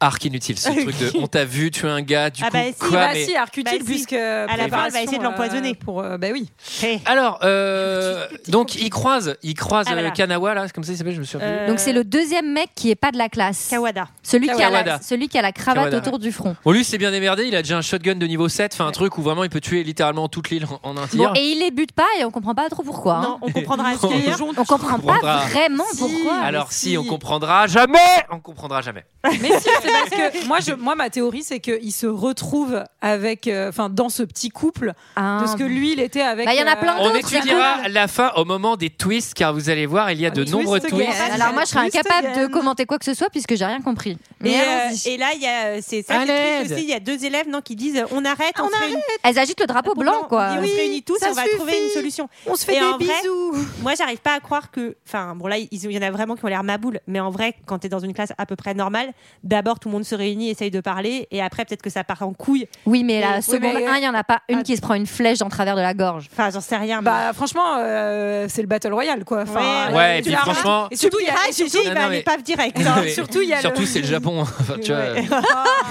Speaker 1: Arc inutile ce truc de on t'a vu tuer un gars, du
Speaker 8: Ah
Speaker 1: coup,
Speaker 8: bah si,
Speaker 1: quoi,
Speaker 9: Bah
Speaker 1: mais-
Speaker 9: si, arc utile,
Speaker 8: Bah si.
Speaker 9: puisque à
Speaker 8: fin, elle va essayer de l'empoisonner.
Speaker 9: pour, euh, bah oui.
Speaker 8: Hey.
Speaker 1: Alors, euh, donc ils croisent, ils croisent
Speaker 8: Ah, voilà.
Speaker 1: euh, Kanawa là, comme ça il s'appelle, je me suis rappelé.
Speaker 8: Euh,
Speaker 6: Donc c'est le deuxième mec qui est pas de la classe.
Speaker 8: Kawada.
Speaker 6: Celui qui, a
Speaker 1: Kawada.
Speaker 6: la, celui qui a la cravate
Speaker 1: Kawada,
Speaker 6: autour du front.
Speaker 1: Bon, lui c'est bien démerdé, il a déjà un shotgun de niveau 7, enfin un truc où vraiment il peut tuer littéralement toute l'île en, en un tir.
Speaker 6: Bon, et il les bute pas et on comprend pas trop pourquoi. hein.
Speaker 8: Non, on comprendra ce
Speaker 1: Bon.
Speaker 8: qu'il y a.
Speaker 6: On comprend
Speaker 1: comprendras.
Speaker 6: pas vraiment
Speaker 9: Si.
Speaker 6: pourquoi.
Speaker 1: Alors
Speaker 9: mais
Speaker 1: si,
Speaker 9: si.
Speaker 1: on comprendra jamais, on comprendra jamais.
Speaker 9: Mais si, c'est parce que moi, je, moi, ma théorie, c'est qu'ils se retrouvent avec, euh, enfin, dans ce petit couple,
Speaker 6: Ah.
Speaker 9: parce que lui, il était avec.
Speaker 6: Bah, il y en a
Speaker 9: euh,
Speaker 6: plein
Speaker 1: On
Speaker 6: d'autres,
Speaker 1: étudiera la fin au moment des twists car vous allez voir, il y a de
Speaker 9: Twist
Speaker 1: nombreux
Speaker 9: again.
Speaker 1: twists.
Speaker 9: Ah,
Speaker 6: Alors moi je serais
Speaker 9: Twist
Speaker 6: incapable
Speaker 9: again.
Speaker 6: de commenter quoi que ce soit puisque j'ai rien compris.
Speaker 8: Et,
Speaker 6: Mais
Speaker 8: euh,
Speaker 6: allons-y.
Speaker 8: et là, il y a, euh, c'est ça
Speaker 1: À
Speaker 8: qui est
Speaker 1: l'aide.
Speaker 8: triste aussi. Il y a deux élèves non, qui disent on arrête, on, se réunit-
Speaker 6: elles agitent le drapeau Ah, blanc quoi.
Speaker 8: Ah, On dit, on se réunit tous,
Speaker 9: ça
Speaker 8: et on va
Speaker 9: suffit.
Speaker 8: trouver une solution.
Speaker 9: On se fait
Speaker 8: Et en
Speaker 9: des
Speaker 8: vrai,
Speaker 9: bisous.
Speaker 8: Moi, j'arrive pas à croire que. Enfin, bon, là, ils- il y en a vraiment qui ont l'air maboule, mais en vrai, quand t'es dans une classe à peu près normale, d'abord tout le monde se réunit, essaye de parler, et après, peut-être que ça part en couille.
Speaker 6: Oui mais
Speaker 9: Oui,
Speaker 6: la seconde
Speaker 9: mais-
Speaker 6: 1 il y en a pas une qui se prend une flèche en travers de la gorge.
Speaker 8: Enfin, j'en sais rien. mais-
Speaker 9: Bah franchement, euh, c'est le battle royale quoi. Enfin,
Speaker 8: Ouais,
Speaker 9: euh,
Speaker 1: ouais, et
Speaker 9: tu
Speaker 1: puis
Speaker 9: as-
Speaker 1: franchement-
Speaker 9: et
Speaker 8: Tu
Speaker 9: surtout
Speaker 8: me
Speaker 9: il y a
Speaker 8: diras,
Speaker 9: et
Speaker 8: Gigi,
Speaker 9: surtout-
Speaker 8: il
Speaker 1: Non,
Speaker 8: va
Speaker 1: non,
Speaker 8: aller
Speaker 1: mais-
Speaker 8: pas direct.
Speaker 1: Non,
Speaker 8: hein.
Speaker 1: mais-
Speaker 9: surtout, il y a le- Ah.
Speaker 1: Surtout c'est le Japon. Enfin, tu vois,
Speaker 8: Ouais.
Speaker 1: euh,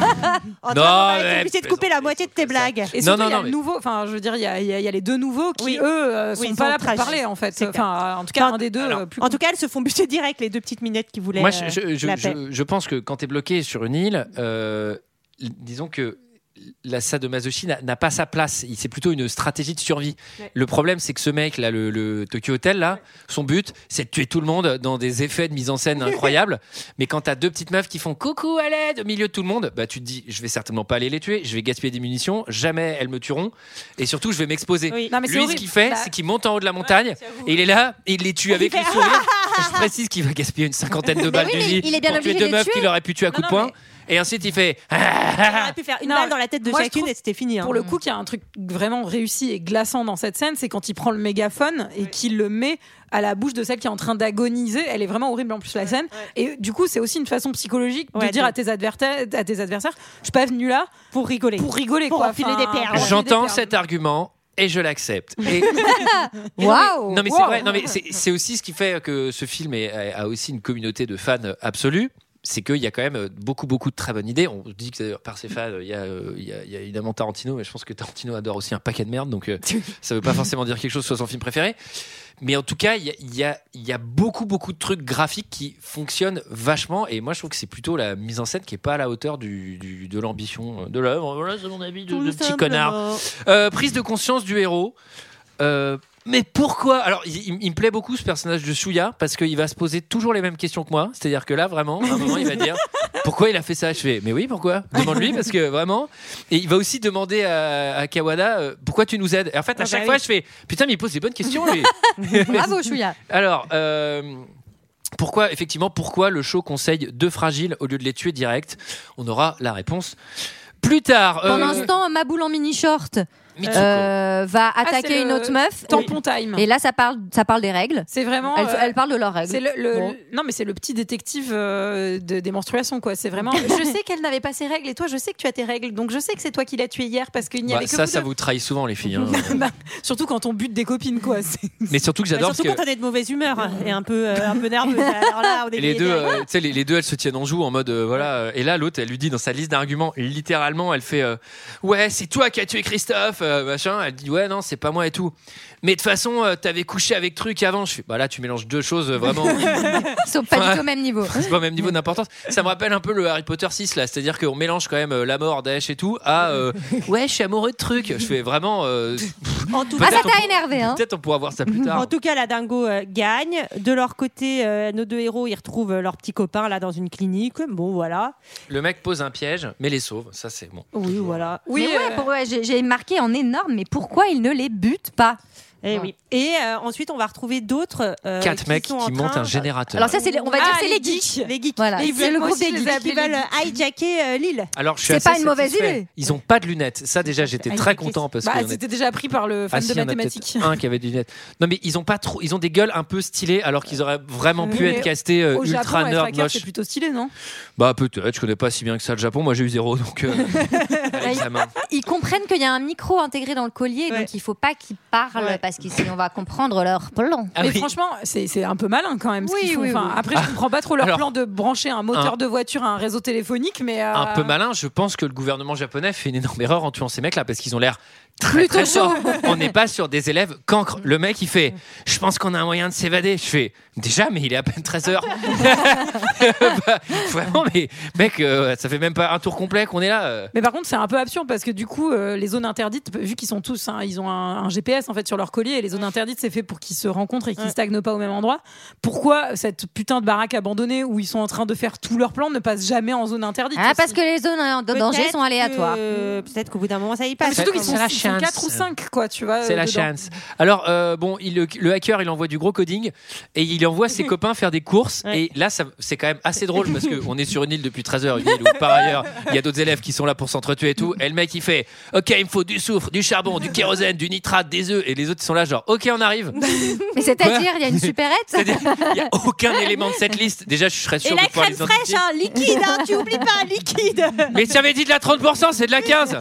Speaker 8: En
Speaker 1: Non,
Speaker 8: train, on va
Speaker 1: mais
Speaker 8: être obligé de couper
Speaker 1: plaisante,
Speaker 8: la moitié de tes
Speaker 1: c'est ça.
Speaker 8: blagues.
Speaker 9: et
Speaker 1: Non,
Speaker 9: surtout,
Speaker 1: non,
Speaker 9: il y a
Speaker 1: non,
Speaker 9: le
Speaker 1: mais-
Speaker 9: nouveau. Enfin, je veux dire, il y a, il y a- il y a les deux nouveaux qui
Speaker 8: Oui.
Speaker 9: eux euh, sont
Speaker 8: Oui, ils
Speaker 9: pas
Speaker 8: sont
Speaker 9: là pour
Speaker 8: tragiques.
Speaker 9: parler en fait.
Speaker 8: C'est
Speaker 9: Enfin, en tout cas,
Speaker 8: Enfin,
Speaker 9: un des deux.
Speaker 1: alors,
Speaker 9: euh, plus
Speaker 8: En tout cas, elles se font buter direct, les deux petites minettes qui voulaient.
Speaker 1: Moi,
Speaker 8: euh,
Speaker 1: je, je- je-
Speaker 8: la
Speaker 1: je-
Speaker 8: paix.
Speaker 1: je pense que quand tu es bloqué sur une île, euh, l- disons que la sadomasochie n'a- n'a pas sa place. Il- C'est plutôt une stratégie de survie.
Speaker 8: Ouais.
Speaker 1: Le problème, c'est que ce mec, là, le, le Tokyo Hotel, là, son but, c'est de tuer tout le monde dans des effets de mise en scène incroyables. Mais quand t'as deux petites meufs qui font coucou à l'aide au milieu de tout le monde, bah tu te dis, je vais certainement pas aller les tuer, je vais gaspiller des munitions, jamais elles me tueront, et surtout je vais m'exposer.
Speaker 8: Oui.
Speaker 9: Non, mais c'est
Speaker 1: Lui, ce
Speaker 9: horrible.
Speaker 1: qu'il fait,
Speaker 9: Bah,
Speaker 1: c'est qu'il monte en haut de la montagne, et il est là, et il les tue avec le sourire. Je précise qu'il va gaspiller une cinquantaine de balles
Speaker 6: oui, mais
Speaker 1: Gigi,
Speaker 6: il est bien
Speaker 1: pour tuer
Speaker 6: obligé
Speaker 1: deux
Speaker 6: de les
Speaker 1: meufs
Speaker 6: tuer.
Speaker 1: qu'il aurait pu tuer à
Speaker 9: Non,
Speaker 1: coups de
Speaker 9: non,
Speaker 1: poing. Et ensuite, il fait. Ah,
Speaker 8: On aurait pu faire une
Speaker 9: Non,
Speaker 8: balle dans la tête de
Speaker 9: moi, je
Speaker 8: chacune
Speaker 9: trouve-
Speaker 8: et c'était fini. hein.
Speaker 9: Pour le coup, qu'il y a un truc vraiment réussi et glaçant dans cette scène, c'est quand il prend le mégaphone et qu'il le met à la bouche de celle qui est en train d'agoniser. Elle est vraiment horrible en plus la scène. Et du coup, c'est aussi une façon psychologique de
Speaker 8: Ouais,
Speaker 9: dire
Speaker 8: de-
Speaker 9: à tes, adverta- à tes adversaires, je suis pas venu là
Speaker 8: pour rigoler.
Speaker 9: pour rigoler,
Speaker 8: Pour
Speaker 9: quoi.
Speaker 8: enfiler des perles.
Speaker 9: pour enfiler
Speaker 1: ah J'entends
Speaker 9: des perles.
Speaker 1: cet argument. et je l'accepte. Et-
Speaker 6: Waouh
Speaker 1: Non mais c'est vrai, non mais c'est- c'est aussi ce qui fait que ce film est- a aussi une communauté de fans absolue. C'est qu'il y a quand même beaucoup, beaucoup de très bonnes idées. On dit que d'ailleurs, par ces fans, il y, a, euh, il y a- il y a évidemment Tarantino, mais je pense que Tarantino adore aussi un paquet de merde, donc euh, ça veut pas forcément dire quelque chose sur son film préféré. Mais en tout cas, il y a, il y a- il y a beaucoup, beaucoup de trucs graphiques qui fonctionnent vachement. Et moi, je trouve que c'est plutôt la mise en scène qui est pas à la hauteur du, du- de l'ambition euh, de l'œuvre. Voilà, c'est mon avis de, de petit connard. Euh, prise de conscience du héros. Euh, mais pourquoi Alors, il, il- il me plaît beaucoup ce personnage de Shuya parce qu'il va se poser toujours les mêmes questions que moi. C'est-à-dire que là, vraiment, à un moment, il va dire pourquoi il a fait ça. Je fais mais oui, pourquoi Demande-lui parce que vraiment. Et il va aussi demander à, à Kawada euh, pourquoi tu nous aides. Et en fait, à
Speaker 8: Ah bah
Speaker 1: chaque
Speaker 8: oui.
Speaker 1: fois, je fais putain, mais il pose des bonnes questions. Lui.
Speaker 6: Bravo, Chouya.
Speaker 1: Alors, euh, pourquoi, effectivement, pourquoi le show conseille deux fragiles au lieu de les tuer direct On aura la réponse plus tard. Euh,
Speaker 6: Pendant ce temps, Maboul en mini-short
Speaker 1: Mitsuko.
Speaker 6: euh, va attaquer
Speaker 9: c'est
Speaker 6: une
Speaker 9: le
Speaker 6: autre meuf.
Speaker 9: Tampon time.
Speaker 6: Et là, ça parle, ça parle des règles.
Speaker 9: C'est vraiment.
Speaker 6: Elle,
Speaker 9: euh,
Speaker 6: elle parle de leurs règles.
Speaker 9: C'est le, le-
Speaker 6: Bon.
Speaker 9: non mais c'est le petit détective euh, de, des menstruations quoi. C'est vraiment. je sais qu'elle n'avait pas ses règles et toi je sais que tu as tes règles donc je sais que c'est toi qui l'as tué hier parce qu'il n'y
Speaker 1: Bah,
Speaker 9: avait que
Speaker 1: ça,
Speaker 9: vous
Speaker 1: ça
Speaker 9: deux.
Speaker 1: vous trahit souvent, les filles. hein.
Speaker 9: Surtout quand on bute des copines quoi. C'est-
Speaker 1: Mais surtout que
Speaker 9: Bah,
Speaker 1: j'adore parce
Speaker 8: Bah, Surtout
Speaker 1: que
Speaker 8: quand on est de mauvaise humeur hein, et un peu, euh, un peu nerveux. Alors là, on est
Speaker 1: les
Speaker 8: liés
Speaker 1: deux,
Speaker 8: direct.
Speaker 1: euh, tu sais, les, les deux, elles se tiennent en joue en mode euh, voilà. euh, et là, l'autre, elle lui dit dans sa liste d'arguments, littéralement, elle fait euh, ouais, c'est toi qui as tué Christophe, euh, machin. Elle dit ouais, non, c'est pas moi et tout. Mais de toute façon, euh, t'avais couché avec truc avant. Je fais bah là, tu mélanges deux choses euh, vraiment.
Speaker 6: Ils sont pas
Speaker 1: Ouais.
Speaker 6: du tout au même niveau.
Speaker 1: c'est pas au même niveau d'importance. Ça me rappelle un peu le Harry Potter 6 là, c'est-à-dire qu'on mélange quand même euh, la mort, Daesh et tout à euh, ouais, je suis amoureux de truc. Je fais vraiment. euh,
Speaker 8: En tout
Speaker 6: Ah,
Speaker 1: Peut-être
Speaker 6: ça
Speaker 1: on
Speaker 6: t'a
Speaker 1: peut-
Speaker 6: énervé, hein
Speaker 1: Peut-être on pourra voir ça plus tard.
Speaker 8: En tout cas, la dingo euh, gagne. De leur côté, euh, nos deux héros, ils retrouvent euh, leur petit copain là dans une clinique. Bon, voilà.
Speaker 1: Le mec pose un piège, mais les sauve. Ça, c'est bon.
Speaker 8: Oui, voilà.
Speaker 6: Mais ouais, pour- ouais, j'ai j'ai marqué en énorme, mais pourquoi il ne les bute pas
Speaker 8: Et,
Speaker 6: Ouais.
Speaker 8: oui. et euh, ensuite, on va retrouver d'autres. euh,
Speaker 1: Quatre mecs qui
Speaker 8: sont en
Speaker 1: montent
Speaker 8: train-
Speaker 1: un générateur.
Speaker 6: Alors ça, c'est les- on va dire
Speaker 9: Ah,
Speaker 6: c'est
Speaker 9: les
Speaker 6: les geeks.
Speaker 8: Les geeks.
Speaker 6: Voilà,
Speaker 8: Ils
Speaker 6: c'est
Speaker 8: veulent-
Speaker 6: le
Speaker 8: moi
Speaker 6: groupe
Speaker 8: aussi,
Speaker 6: des
Speaker 8: les
Speaker 6: geeks.
Speaker 8: appelle Qui veulent euh, hijacker euh, l'île.
Speaker 1: Alors, je suis
Speaker 6: C'est
Speaker 1: assez
Speaker 6: pas une mauvaise
Speaker 1: satisfait.
Speaker 6: idée.
Speaker 1: Ils ont pas de lunettes. Ça, déjà, j'étais
Speaker 8: Ah,
Speaker 1: très
Speaker 8: ils ont
Speaker 1: content parce que. Ah,
Speaker 9: Bah, c'était déjà pris par le fan de mathématiques.
Speaker 1: un qui avait des lunettes. Non, mais ils ont pas trop. Ils ont des gueules un peu stylées, alors qu'ils auraient vraiment pu
Speaker 9: Mais
Speaker 1: être castés euh,
Speaker 9: Au
Speaker 1: ultra
Speaker 9: Japon, être
Speaker 1: nerd
Speaker 9: hacker,
Speaker 1: moche.
Speaker 9: c'est plutôt stylé non
Speaker 1: Bah peut-être. Je connais pas si bien que ça le Japon. Moi, j'ai eu zéro, donc. euh,
Speaker 9: Bah,
Speaker 1: allez, ça main.
Speaker 6: Ils comprennent qu'il y a un micro intégré dans le collier,
Speaker 8: Ouais.
Speaker 6: donc il faut pas qu'ils parlent
Speaker 8: Ouais.
Speaker 6: parce que sinon on va comprendre leur plan.
Speaker 1: Ah
Speaker 9: Mais
Speaker 1: oui.
Speaker 9: franchement c'est c'est un peu malin quand même. ce
Speaker 6: Oui,
Speaker 9: qu'ils font.
Speaker 6: oui,
Speaker 9: Enfin,
Speaker 6: oui.
Speaker 9: Après je comprends pas trop leur
Speaker 1: Alors,
Speaker 9: plan de brancher un moteur
Speaker 1: un-
Speaker 9: de voiture à un réseau téléphonique mais euh,
Speaker 1: Un peu malin, je pense que le gouvernement japonais fait une énorme erreur en tuant ces mecs-là parce qu'ils ont l'air très,
Speaker 6: Plutôt
Speaker 1: très forts. On n'est pas sur des élèves cancres.
Speaker 9: Mm.
Speaker 1: Le mec, il fait Je pense qu'on a un moyen de s'évader. Je fais Déjà, mais il est à peine 13 heures. Bah, vraiment, mais mec, euh, ça fait même pas un tour complet qu'on est là. euh.
Speaker 9: Mais par contre, c'est un peu absurde parce que du coup, euh, les zones interdites, vu qu'ils sont tous, hein, ils ont un, un GPS en fait sur leur collier et les zones interdites, c'est fait pour qu'ils se rencontrent et qu'ils stagnent pas au même endroit. Pourquoi cette putain de baraque abandonnée où ils sont en train de faire tout leur plan ne passe jamais en zone interdite
Speaker 6: Ah, parce que
Speaker 9: aussi
Speaker 6: les zones euh, de danger
Speaker 8: Peut-être
Speaker 6: sont aléatoires.
Speaker 8: que- euh, Peut-être qu'au bout d'un moment, ça y
Speaker 9: Ah, Mais
Speaker 8: passe.
Speaker 9: surtout qu'ils
Speaker 1: C'est
Speaker 9: sont,
Speaker 1: la
Speaker 9: ils sont
Speaker 1: chance.
Speaker 9: quatre ou 5 quoi, tu vois.
Speaker 1: C'est
Speaker 9: euh,
Speaker 1: la
Speaker 9: dedans.
Speaker 1: chance. Alors, euh, bon, il- le, le hacker, il envoie du gros coding et il envoie ses copains faire des courses.
Speaker 8: Ouais.
Speaker 1: Et là, ça- c'est quand même assez drôle parce qu'on est sur une île depuis 13 heures, une île où, par ailleurs, il y a d'autres élèves qui sont là pour s'entretuer et tout. Et le mec, il fait Ok, il me faut du soufre, du charbon, du kérosène, du nitrate, des œufs. Et les autres, ils sont là, genre Ok, on arrive.
Speaker 6: Mais c'est-à-dire, il y a une supérette
Speaker 1: C'est-à-dire, il n'y a aucun élément de cette liste. Déjà, je serais sûr
Speaker 8: Et
Speaker 1: de
Speaker 8: la
Speaker 1: pouvoir
Speaker 8: crème
Speaker 1: les
Speaker 8: fraîche,
Speaker 1: identifier.
Speaker 8: hein, liquide, hein, tu oublies pas, liquide.
Speaker 1: Mais tu avais dit de la 30%, c'est de la 15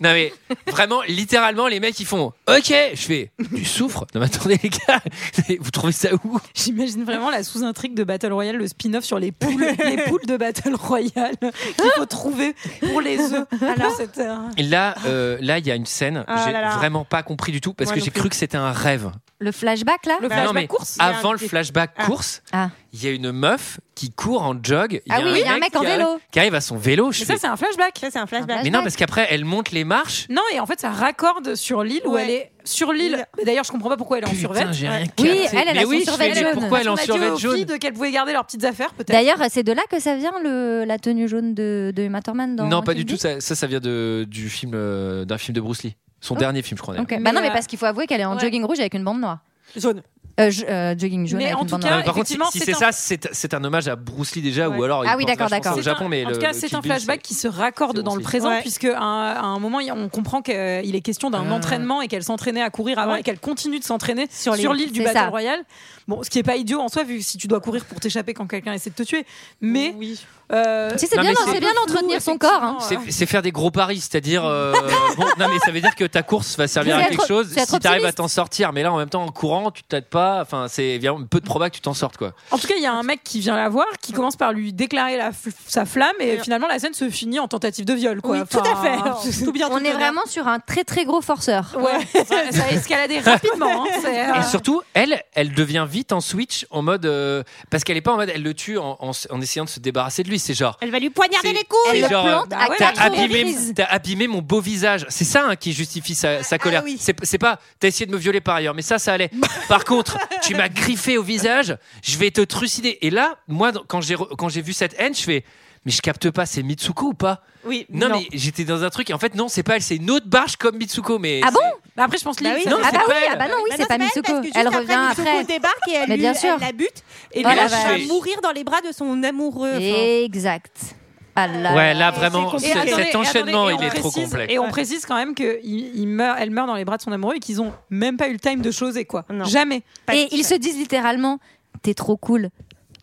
Speaker 1: Non mais vraiment, littéralement, les mecs ils font Ok, je fais du soufre Non mais attendez les gars, vous trouvez ça où
Speaker 9: J'imagine vraiment la sous-intrigue de Battle Royale, le spin-off sur les poules, les poules de Battle Royale qu'il faut trouver pour les œufs. Alors, c'est un-
Speaker 1: Et là, euh, là il y a une scène,
Speaker 8: Ah
Speaker 1: j'ai
Speaker 8: là là.
Speaker 1: vraiment pas compris du tout parce
Speaker 8: Moi
Speaker 1: que
Speaker 8: non
Speaker 1: j'ai
Speaker 8: plus.
Speaker 1: cru que c'était un rêve.
Speaker 6: Le flashback là
Speaker 9: le
Speaker 8: Bah,
Speaker 9: flashback
Speaker 1: non, mais
Speaker 9: course.
Speaker 8: Il y a un
Speaker 1: Avant le
Speaker 8: petit-
Speaker 1: flashback
Speaker 8: Ah.
Speaker 1: course,
Speaker 6: Ah.
Speaker 1: il y a une meuf qui court en jog. Il y a
Speaker 6: Ah oui, il y a un mec en
Speaker 1: qui arrive-
Speaker 6: vélo.
Speaker 1: Qui arrive à son vélo. Je
Speaker 9: Mais
Speaker 1: fais,
Speaker 9: ça, c'est un flashback.
Speaker 8: Ça, c'est un flashback.
Speaker 6: flashback.
Speaker 1: mais non, parce qu'après elle monte les marches.
Speaker 9: Non, et en fait, ça raccorde sur l'île où
Speaker 8: Ouais.
Speaker 9: elle est. Sur l'île. Mais D'ailleurs, je comprends pas pourquoi elle est en
Speaker 1: Putain,
Speaker 9: survêt.
Speaker 1: j'ai rien
Speaker 6: Oui,
Speaker 1: capté.
Speaker 6: elle, elle a
Speaker 1: Mais
Speaker 6: son
Speaker 1: oui, je
Speaker 6: survêt
Speaker 1: fais, mais
Speaker 6: jaune.
Speaker 1: Pourquoi elle est en
Speaker 9: Parce qu'on a dit
Speaker 1: survêt
Speaker 9: aux
Speaker 1: jaune
Speaker 9: filles de qu'elles pouvaient garder leurs petites affaires, peut-être.
Speaker 6: D'ailleurs, c'est de là que ça vient le, la tenue jaune de, de Uma Thurman dans
Speaker 1: Non, pas du
Speaker 6: Kill
Speaker 1: tout. Ça,
Speaker 6: Bill
Speaker 1: ça, ça vient de, du film euh, d'un film de Bruce Lee. Son dernier film, je crois. d'ailleurs.
Speaker 6: Ah. Ok.
Speaker 9: Mais,
Speaker 6: Bah non, mais
Speaker 9: euh,
Speaker 6: parce qu'il faut avouer qu'elle est en
Speaker 9: ouais.
Speaker 6: jogging rouge avec une bande noire.
Speaker 8: Jaune.
Speaker 6: Euh, je- euh, jogging jaune.
Speaker 9: Mais
Speaker 6: avec
Speaker 9: en
Speaker 6: une
Speaker 9: tout
Speaker 6: bande
Speaker 9: cas,
Speaker 6: en-
Speaker 1: Euh, par contre, si,
Speaker 9: effectivement,
Speaker 1: si
Speaker 9: c'est
Speaker 1: c'est ça,
Speaker 9: un-
Speaker 1: c'est c'est un hommage à Bruce Lee déjà,
Speaker 9: Ouais.
Speaker 1: ou alors. il
Speaker 6: Ah oui,
Speaker 1: pense
Speaker 6: d'accord,
Speaker 1: vachement
Speaker 6: d'accord.
Speaker 1: Au
Speaker 9: C'est un-
Speaker 1: Japon, mais
Speaker 9: en
Speaker 1: le-
Speaker 9: tout cas,
Speaker 1: le
Speaker 9: c'est
Speaker 1: Kill
Speaker 9: un
Speaker 1: Bill,
Speaker 9: flashback qui se raccorde
Speaker 1: c'est
Speaker 9: dans
Speaker 1: bon,
Speaker 9: le
Speaker 1: c'est-
Speaker 9: présent,
Speaker 8: Ouais.
Speaker 9: puisque à un, à un moment, il- on comprend qu'il est question d'un
Speaker 1: Ah.
Speaker 9: entraînement et qu'elle s'entraînait à courir avant
Speaker 8: Ouais.
Speaker 9: et qu'elle continue de s'entraîner
Speaker 8: Sur
Speaker 9: sur
Speaker 8: l'île.
Speaker 9: l'île du
Speaker 6: C'est
Speaker 9: Battle
Speaker 6: ça.
Speaker 9: Royale. Bon, ce qui est pas idiot en soi, vu que si tu dois courir pour t'échapper quand quelqu'un essaie de te tuer. Mais. euh,
Speaker 6: Tu sais, c'est
Speaker 1: Non,
Speaker 6: bien,
Speaker 1: mais
Speaker 6: d'en-
Speaker 1: c'est-
Speaker 6: c'est bien d'entretenir son corps. hein.
Speaker 1: C'est c'est faire des gros paris, c'est-à-dire. euh, bon, non, mais ça veut dire que ta course va servir
Speaker 6: C'est
Speaker 1: à
Speaker 6: être-
Speaker 1: quelque chose
Speaker 6: c'est être
Speaker 1: si t'arrives à
Speaker 6: optimiste.
Speaker 1: Ah, t'en sortir. Mais là, en même temps, en courant, tu t'aides pas. Enfin, c'est évidemment peu de probas que tu t'en sortes, quoi.
Speaker 9: En tout cas, il y a un mec qui vient la voir, qui commence par lui déclarer la f- sa flamme, et finalement la scène se finit en tentative de viol. Quoi.
Speaker 8: Oui, tout à fait. Tout bien,
Speaker 6: On
Speaker 8: tout
Speaker 6: est
Speaker 8: honneur.
Speaker 6: vraiment sur un très très gros forceur.
Speaker 9: Ouais, ça, ça a escaladé rapidement. hein, c'est, euh,
Speaker 8: Ah.
Speaker 6: Ah.
Speaker 1: Et surtout, elle, elle devient vite en switch en mode. euh, parce qu'elle est pas en mode. Elle le tue en, en s- en essayant de se débarrasser de lui. C'est genre.
Speaker 8: Elle va lui poignarder
Speaker 1: C'est-
Speaker 8: les couilles.
Speaker 1: c'est
Speaker 6: Elle le
Speaker 1: genre, euh,
Speaker 6: plante à
Speaker 9: bah ouais.
Speaker 1: T'as
Speaker 6: quatre
Speaker 1: abîmé,
Speaker 6: reprises.
Speaker 1: t'as abîmé mon beau visage. C'est ça hein, qui justifie sa,
Speaker 6: Ah
Speaker 1: sa colère.
Speaker 8: oui.
Speaker 1: C'est c'est pas t'as essayé de me violer par ailleurs, mais ça, ça allait. Par contre, tu m'as griffé au visage, je vais te trucider. Et là, moi, dans- quand j'ai re- quand j'ai vu cette haine, je fais. Mais je capte pas, c'est Mitsuko ou pas
Speaker 8: Oui.
Speaker 1: non, mais j'étais dans un truc et en fait non, c'est pas elle, c'est une autre barge comme Mitsuko mais
Speaker 6: Ah bon
Speaker 9: bah après, je pense
Speaker 8: Bah
Speaker 9: Lily,
Speaker 8: oui.
Speaker 9: ça
Speaker 1: Non,
Speaker 9: fait-
Speaker 6: Ah bah
Speaker 1: c'est
Speaker 6: oui,
Speaker 1: pas elle.
Speaker 6: ah bah non, oui,
Speaker 8: Bah
Speaker 6: c'est
Speaker 8: non,
Speaker 6: pas
Speaker 8: elle, parce
Speaker 6: Mitsuko.
Speaker 8: que juste
Speaker 6: Elle
Speaker 8: après,
Speaker 6: revient après.
Speaker 8: Mitsuko débarque et elle,
Speaker 6: Mais
Speaker 8: lui-
Speaker 6: bien
Speaker 8: elle
Speaker 6: sûr.
Speaker 8: la bute
Speaker 6: Oh
Speaker 8: et lui
Speaker 6: la
Speaker 8: elle va
Speaker 1: vache.
Speaker 8: mourir dans les bras de son amoureux. euh, enfin.
Speaker 6: Exact. Ah là
Speaker 1: Ouais, là
Speaker 6: là.
Speaker 1: vraiment
Speaker 8: compliqué.
Speaker 1: ce-
Speaker 8: Et attendez,
Speaker 1: cet
Speaker 9: et
Speaker 1: enchaînement,
Speaker 9: attendez,
Speaker 1: il
Speaker 9: et
Speaker 1: est
Speaker 9: on
Speaker 1: trop
Speaker 9: précise-
Speaker 1: complexe.
Speaker 9: Et on précise quand même que il, il meurt, elle meurt dans les bras de son amoureux et qu'ils ont même pas eu le time de choser quoi.
Speaker 8: Non.
Speaker 9: Jamais.
Speaker 8: Pas
Speaker 6: Et
Speaker 8: de-
Speaker 6: ils se disent littéralement T'es trop cool.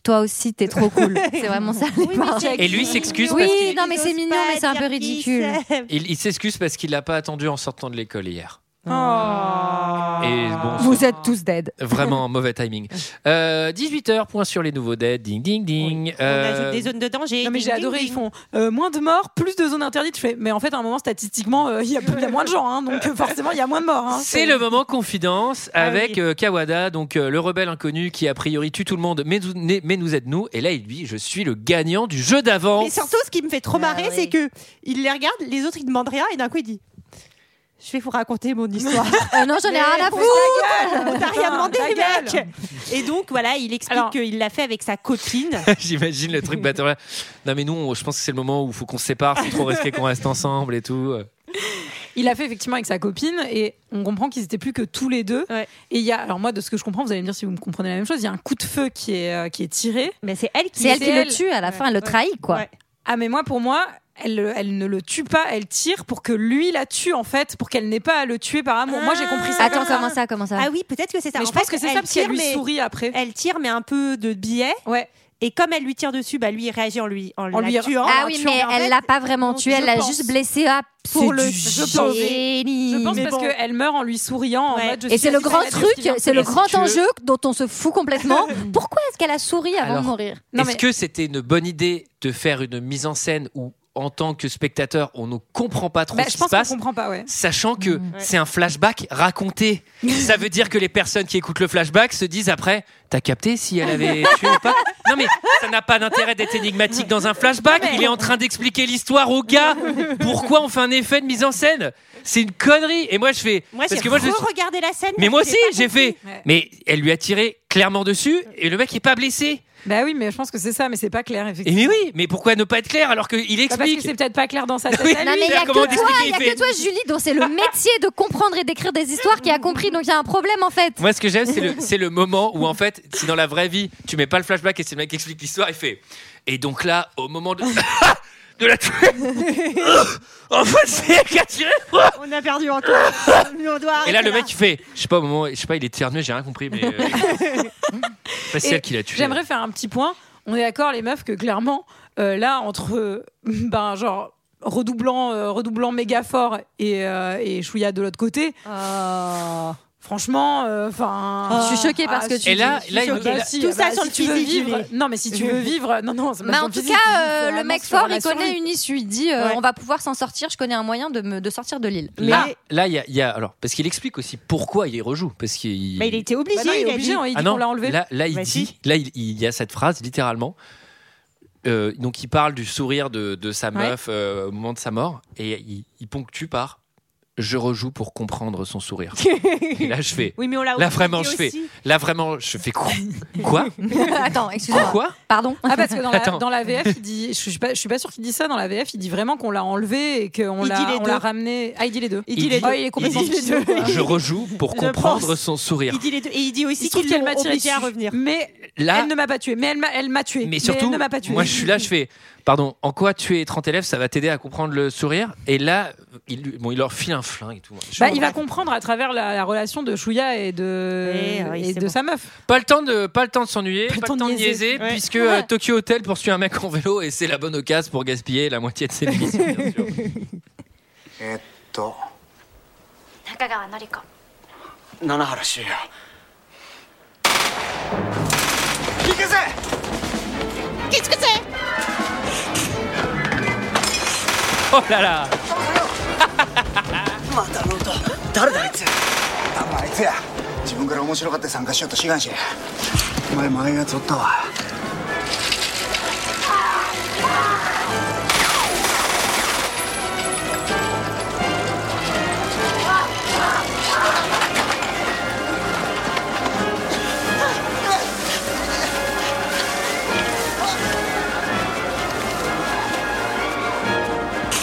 Speaker 6: Toi aussi, t'es trop cool. C'est vraiment ça. les
Speaker 8: Oui, mais
Speaker 6: paroles.
Speaker 8: c'est
Speaker 1: Et lui
Speaker 8: mignon.
Speaker 1: s'excuse
Speaker 6: Oui, parce qu'il- non, mais c'est
Speaker 8: N'ose
Speaker 6: mignon,
Speaker 8: pas
Speaker 6: mais c'est un peu
Speaker 8: dire qui
Speaker 6: ridicule.
Speaker 8: c'est.
Speaker 1: Il, il s'excuse parce qu'il l'a pas attendu en sortant de l'école hier.
Speaker 6: Oh.
Speaker 1: Et
Speaker 8: Ah.
Speaker 1: bon,
Speaker 6: Vous êtes tous dead.
Speaker 1: Vraiment mauvais timing. Euh, 18h, point sur les nouveaux dates. Ding, ding, ding.
Speaker 8: On
Speaker 1: Euh,
Speaker 8: ajoute des zones de danger.
Speaker 9: Non mais j'ai
Speaker 8: Ding, ding,
Speaker 9: adoré, ils
Speaker 8: ding.
Speaker 9: font euh, moins de morts, plus de zones interdites. Je fais, mais en fait à un moment statistiquement euh, il y, a plus- il y a moins de gens, hein, donc euh, forcément il y a moins de morts. hein.
Speaker 1: C'est le moment confidence avec
Speaker 8: Ah oui.
Speaker 1: euh, Kawada, donc euh, le rebelle inconnu qui a priori tue tout le monde, mais, nous- né- mais nous aide nous. Et là, il dit Je suis le gagnant du jeu d'avant.
Speaker 8: Mais surtout, ce qui me fait trop
Speaker 6: Ah
Speaker 8: marrer,
Speaker 6: oui.
Speaker 8: c'est que il les regarde, les autres ils demandent rien et d'un coup il dit Je vais vous raconter mon histoire.
Speaker 6: Euh, non, j'en ai
Speaker 8: Mais
Speaker 6: rien à
Speaker 8: faut
Speaker 6: foutre.
Speaker 8: On t'a rien demandé,
Speaker 9: Ta
Speaker 8: les
Speaker 9: gueule.
Speaker 8: mecs Et donc, voilà, il explique
Speaker 9: Alors-
Speaker 8: qu'il l'a fait avec sa copine.
Speaker 1: J'imagine le truc batteur. Non, mais nous, on- je pense que c'est le moment où il faut qu'on se sépare, c'est trop risqué qu'on reste ensemble et tout.
Speaker 9: Il l'a fait effectivement avec sa copine et on comprend qu'ils étaient plus que tous les deux.
Speaker 8: Ouais.
Speaker 9: Et il y a, alors moi de ce que je comprends, vous allez me dire si vous me comprenez la même chose, il y a un coup de feu qui est, euh, qui est tiré.
Speaker 8: Mais c'est elle qui.
Speaker 6: C'est elle qui
Speaker 9: elle.
Speaker 6: le tue à la fin, elle le trahit quoi.
Speaker 8: Ouais.
Speaker 9: Ah mais moi pour moi, elle, le- elle ne le tue pas, elle tire pour que lui la tue en fait, pour qu'elle n'ait pas à le tuer par amour. Moi j'ai compris ça.
Speaker 6: Attends,
Speaker 9: comme Ah, ça.
Speaker 6: comment ça, comment ça
Speaker 8: Ah oui, peut-être que c'est ça.
Speaker 9: Mais
Speaker 8: En
Speaker 9: je pense
Speaker 8: fait,
Speaker 9: que c'est
Speaker 8: elle
Speaker 9: ça parce qu'elle
Speaker 8: tire,
Speaker 9: lui
Speaker 8: mais-
Speaker 9: sourit après.
Speaker 8: Elle tire, mais un peu de biais.
Speaker 9: Ouais.
Speaker 8: Et comme elle lui tire dessus, bah lui il réagit en lui en,
Speaker 9: En
Speaker 8: la
Speaker 9: lui-
Speaker 8: tuant.
Speaker 6: Ah
Speaker 8: En
Speaker 6: oui,
Speaker 8: tuant.
Speaker 6: mais
Speaker 8: en fait,
Speaker 6: elle l'a pas vraiment
Speaker 8: je
Speaker 6: tué, elle l'a
Speaker 8: pense.
Speaker 6: juste blessé à
Speaker 9: Pour
Speaker 6: pour
Speaker 9: le-
Speaker 6: le
Speaker 9: je pense.
Speaker 6: génie.
Speaker 9: Je pense
Speaker 8: Mais
Speaker 9: parce
Speaker 8: bon.
Speaker 9: qu'elle meurt en lui souriant.
Speaker 8: Ouais.
Speaker 9: En mode, je
Speaker 6: Et
Speaker 9: suis
Speaker 6: c'est le
Speaker 9: assise à
Speaker 6: grand
Speaker 9: la
Speaker 6: truc,
Speaker 9: télé,
Speaker 6: c'est le
Speaker 1: Est-ce
Speaker 6: grand
Speaker 1: que-
Speaker 6: enjeu dont on se fout complètement. Pourquoi est-ce qu'elle a souri avant
Speaker 1: Alors,
Speaker 6: de mourir
Speaker 9: Non,
Speaker 1: Est-ce
Speaker 9: mais-
Speaker 1: que c'était une bonne idée de faire une mise en scène où, en tant que spectateur, on ne comprend pas trop
Speaker 9: Bah,
Speaker 1: ce
Speaker 9: je
Speaker 1: qui se
Speaker 9: pense qu'on
Speaker 1: passe
Speaker 9: comprend pas, ouais.
Speaker 1: Sachant que c'est un flashback raconté. Ça veut dire que les personnes qui écoutent le flashback se disent après T'as capté si elle avait tué ou pas Non, mais ça n'a pas d'intérêt d'être énigmatique dans un flashback. Il est en train d'expliquer l'histoire au gars. Pourquoi on fait un effet de mise en scène C'est une connerie. Et moi, je fais.
Speaker 8: Moi,
Speaker 1: parce
Speaker 8: j'ai
Speaker 1: que moi, je suis-
Speaker 8: regardé la scène.
Speaker 1: Mais moi
Speaker 8: parce
Speaker 1: aussi,
Speaker 8: que
Speaker 1: j'ai
Speaker 8: pas
Speaker 1: fait.
Speaker 8: compris.
Speaker 9: Ouais.
Speaker 1: Mais elle lui a tiré clairement dessus et le mec est pas blessé.
Speaker 9: Bah oui, mais je pense que c'est ça, mais c'est pas clair,
Speaker 1: Et
Speaker 9: effectivement.
Speaker 1: mais oui, mais pourquoi ne pas être clair alors qu'il
Speaker 9: Bah, parce
Speaker 1: explique
Speaker 9: que c'est peut-être pas clair dans sa
Speaker 1: Oui.
Speaker 9: tête. à lui.
Speaker 6: Non mais il y a que
Speaker 1: comment
Speaker 6: toi,
Speaker 1: t'expliquer,
Speaker 6: il y a
Speaker 1: il fait-
Speaker 6: que toi Julie dont c'est le métier de comprendre et d'écrire des histoires qui a compris donc il y a un problème en fait.
Speaker 1: Moi, ce que j'aime, c'est le, c'est le moment où, en fait, si dans la vraie vie, tu mets pas le flashback et c'est le mec qui explique l'histoire, il fait. Et donc là, au moment de. de la tuer En fait, c'est elle qui a tiré
Speaker 8: On a perdu encore. On doit
Speaker 1: Et là,
Speaker 8: arrêter
Speaker 1: le mec, il fait. Je sais pas, au moment. Je sais pas, il est éternué, j'ai rien compris, mais. euh, c'est
Speaker 9: Et
Speaker 1: celle qui l'a tué.
Speaker 9: J'aimerais faire un petit point. On est d'accord, les meufs, que clairement, euh, là, entre, euh, ben, genre, redoublant, euh, redoublant méga fort et, euh, et Chouïa de l'autre côté, franchement, euh, enfin.
Speaker 8: Ah. Je suis
Speaker 6: choquée par ce que tu
Speaker 1: Et là- là, il-
Speaker 9: Bah,
Speaker 1: il a-
Speaker 9: si,
Speaker 8: Tout
Speaker 9: bah,
Speaker 8: ça sur
Speaker 9: si
Speaker 8: le
Speaker 9: tu veux
Speaker 8: physique,
Speaker 9: vivre.
Speaker 8: Julie.
Speaker 9: Non, mais si tu veux vivre. Non, non, c'est pas
Speaker 6: Bah,
Speaker 9: sur
Speaker 6: en
Speaker 9: le
Speaker 6: tout
Speaker 9: physique,
Speaker 6: cas,
Speaker 9: c'est
Speaker 6: euh,
Speaker 9: vraiment
Speaker 6: le mec
Speaker 9: sur la
Speaker 6: fort, il
Speaker 9: survie.
Speaker 6: connaît une issue. Il dit euh,
Speaker 8: Ouais.
Speaker 6: on va pouvoir s'en sortir. Je connais un moyen de me de sortir de l'île.
Speaker 8: Mais-
Speaker 1: Là, là, il y a, il y a- Alors, parce qu'il explique aussi pourquoi il rejoue. Parce qu'il.
Speaker 8: Mais il était
Speaker 9: Bah
Speaker 8: obligé.
Speaker 9: non, il est
Speaker 8: il a
Speaker 9: obligé,
Speaker 8: dit-
Speaker 9: hein, il dit
Speaker 1: Ah non,
Speaker 9: qu'on l'a enlevé.
Speaker 1: Là, là, il
Speaker 8: Bah,
Speaker 1: dit,
Speaker 8: si.
Speaker 1: là, il, il y a cette phrase littéralement. Euh, donc, il parle du sourire de, de sa
Speaker 9: Ouais.
Speaker 1: meuf euh, au moment de sa mort et il, il ponctue par je rejoue pour comprendre son sourire. Et là, je fais.
Speaker 8: Oui, mais on l'a
Speaker 1: Là, vraiment, je
Speaker 8: oublié
Speaker 1: fais.
Speaker 8: aussi.
Speaker 1: Là, vraiment, je fais quoi Quoi
Speaker 6: Attends, excuse-moi.
Speaker 1: Quoi
Speaker 6: Pardon.
Speaker 9: Ah parce que dans la,
Speaker 1: Attends.
Speaker 9: dans la VF il dit je suis pas je suis pas sûr qu'il dit ça dans la VF il dit vraiment qu'on l'a enlevé et qu'on
Speaker 8: Il dit
Speaker 9: l'a
Speaker 8: les
Speaker 9: on
Speaker 8: deux.
Speaker 9: l'a ramené ah il dit les deux
Speaker 1: dit les
Speaker 9: Oh,
Speaker 1: deux.
Speaker 9: il est complètement
Speaker 1: Il dit les
Speaker 9: psycho, quoi.
Speaker 1: Je rejoue pour
Speaker 8: Je
Speaker 1: comprendre
Speaker 8: pense.
Speaker 1: son sourire.
Speaker 8: Il dit les deux. Et il dit
Speaker 9: Il
Speaker 8: aussi
Speaker 9: se trouve
Speaker 8: qu'il
Speaker 9: qu'elle
Speaker 8: m'a
Speaker 9: m'a tiré
Speaker 8: obligé à
Speaker 9: dessus.
Speaker 8: revenir.
Speaker 9: mais
Speaker 1: Là,
Speaker 9: elle ne m'a pas tué mais elle m'a elle m'a tué
Speaker 1: mais surtout,
Speaker 9: elle ne m'a pas tué
Speaker 1: moi, je suis là, je fais. Pardon, en quoi tuer 30 élèves, ça va t'aider à comprendre le sourire Et là, il, lui- bon, il leur file un flingue et tout. hein. Je-
Speaker 9: Bah, il va comprendre à travers la, la relation de Chouya et de,
Speaker 8: Eh, oui,
Speaker 9: et
Speaker 8: c'est
Speaker 9: de
Speaker 8: bon.
Speaker 9: sa meuf.
Speaker 1: Pas le temps de, pas le temps de s'ennuyer, pas, le temps de niaiser,
Speaker 9: Ouais.
Speaker 1: puisque euh, Tokyo Hotel poursuit un mec en vélo et c'est la bonne occasion pour gaspiller la moitié de ses missions, bien sûr.
Speaker 4: えっと
Speaker 10: 中川のり子
Speaker 4: 七原修也行くぜ
Speaker 1: Oh là là
Speaker 4: またあの歌誰だあいつ多分あいつや自分から面白がって参加しようと志願しお前もああいうやつおったわ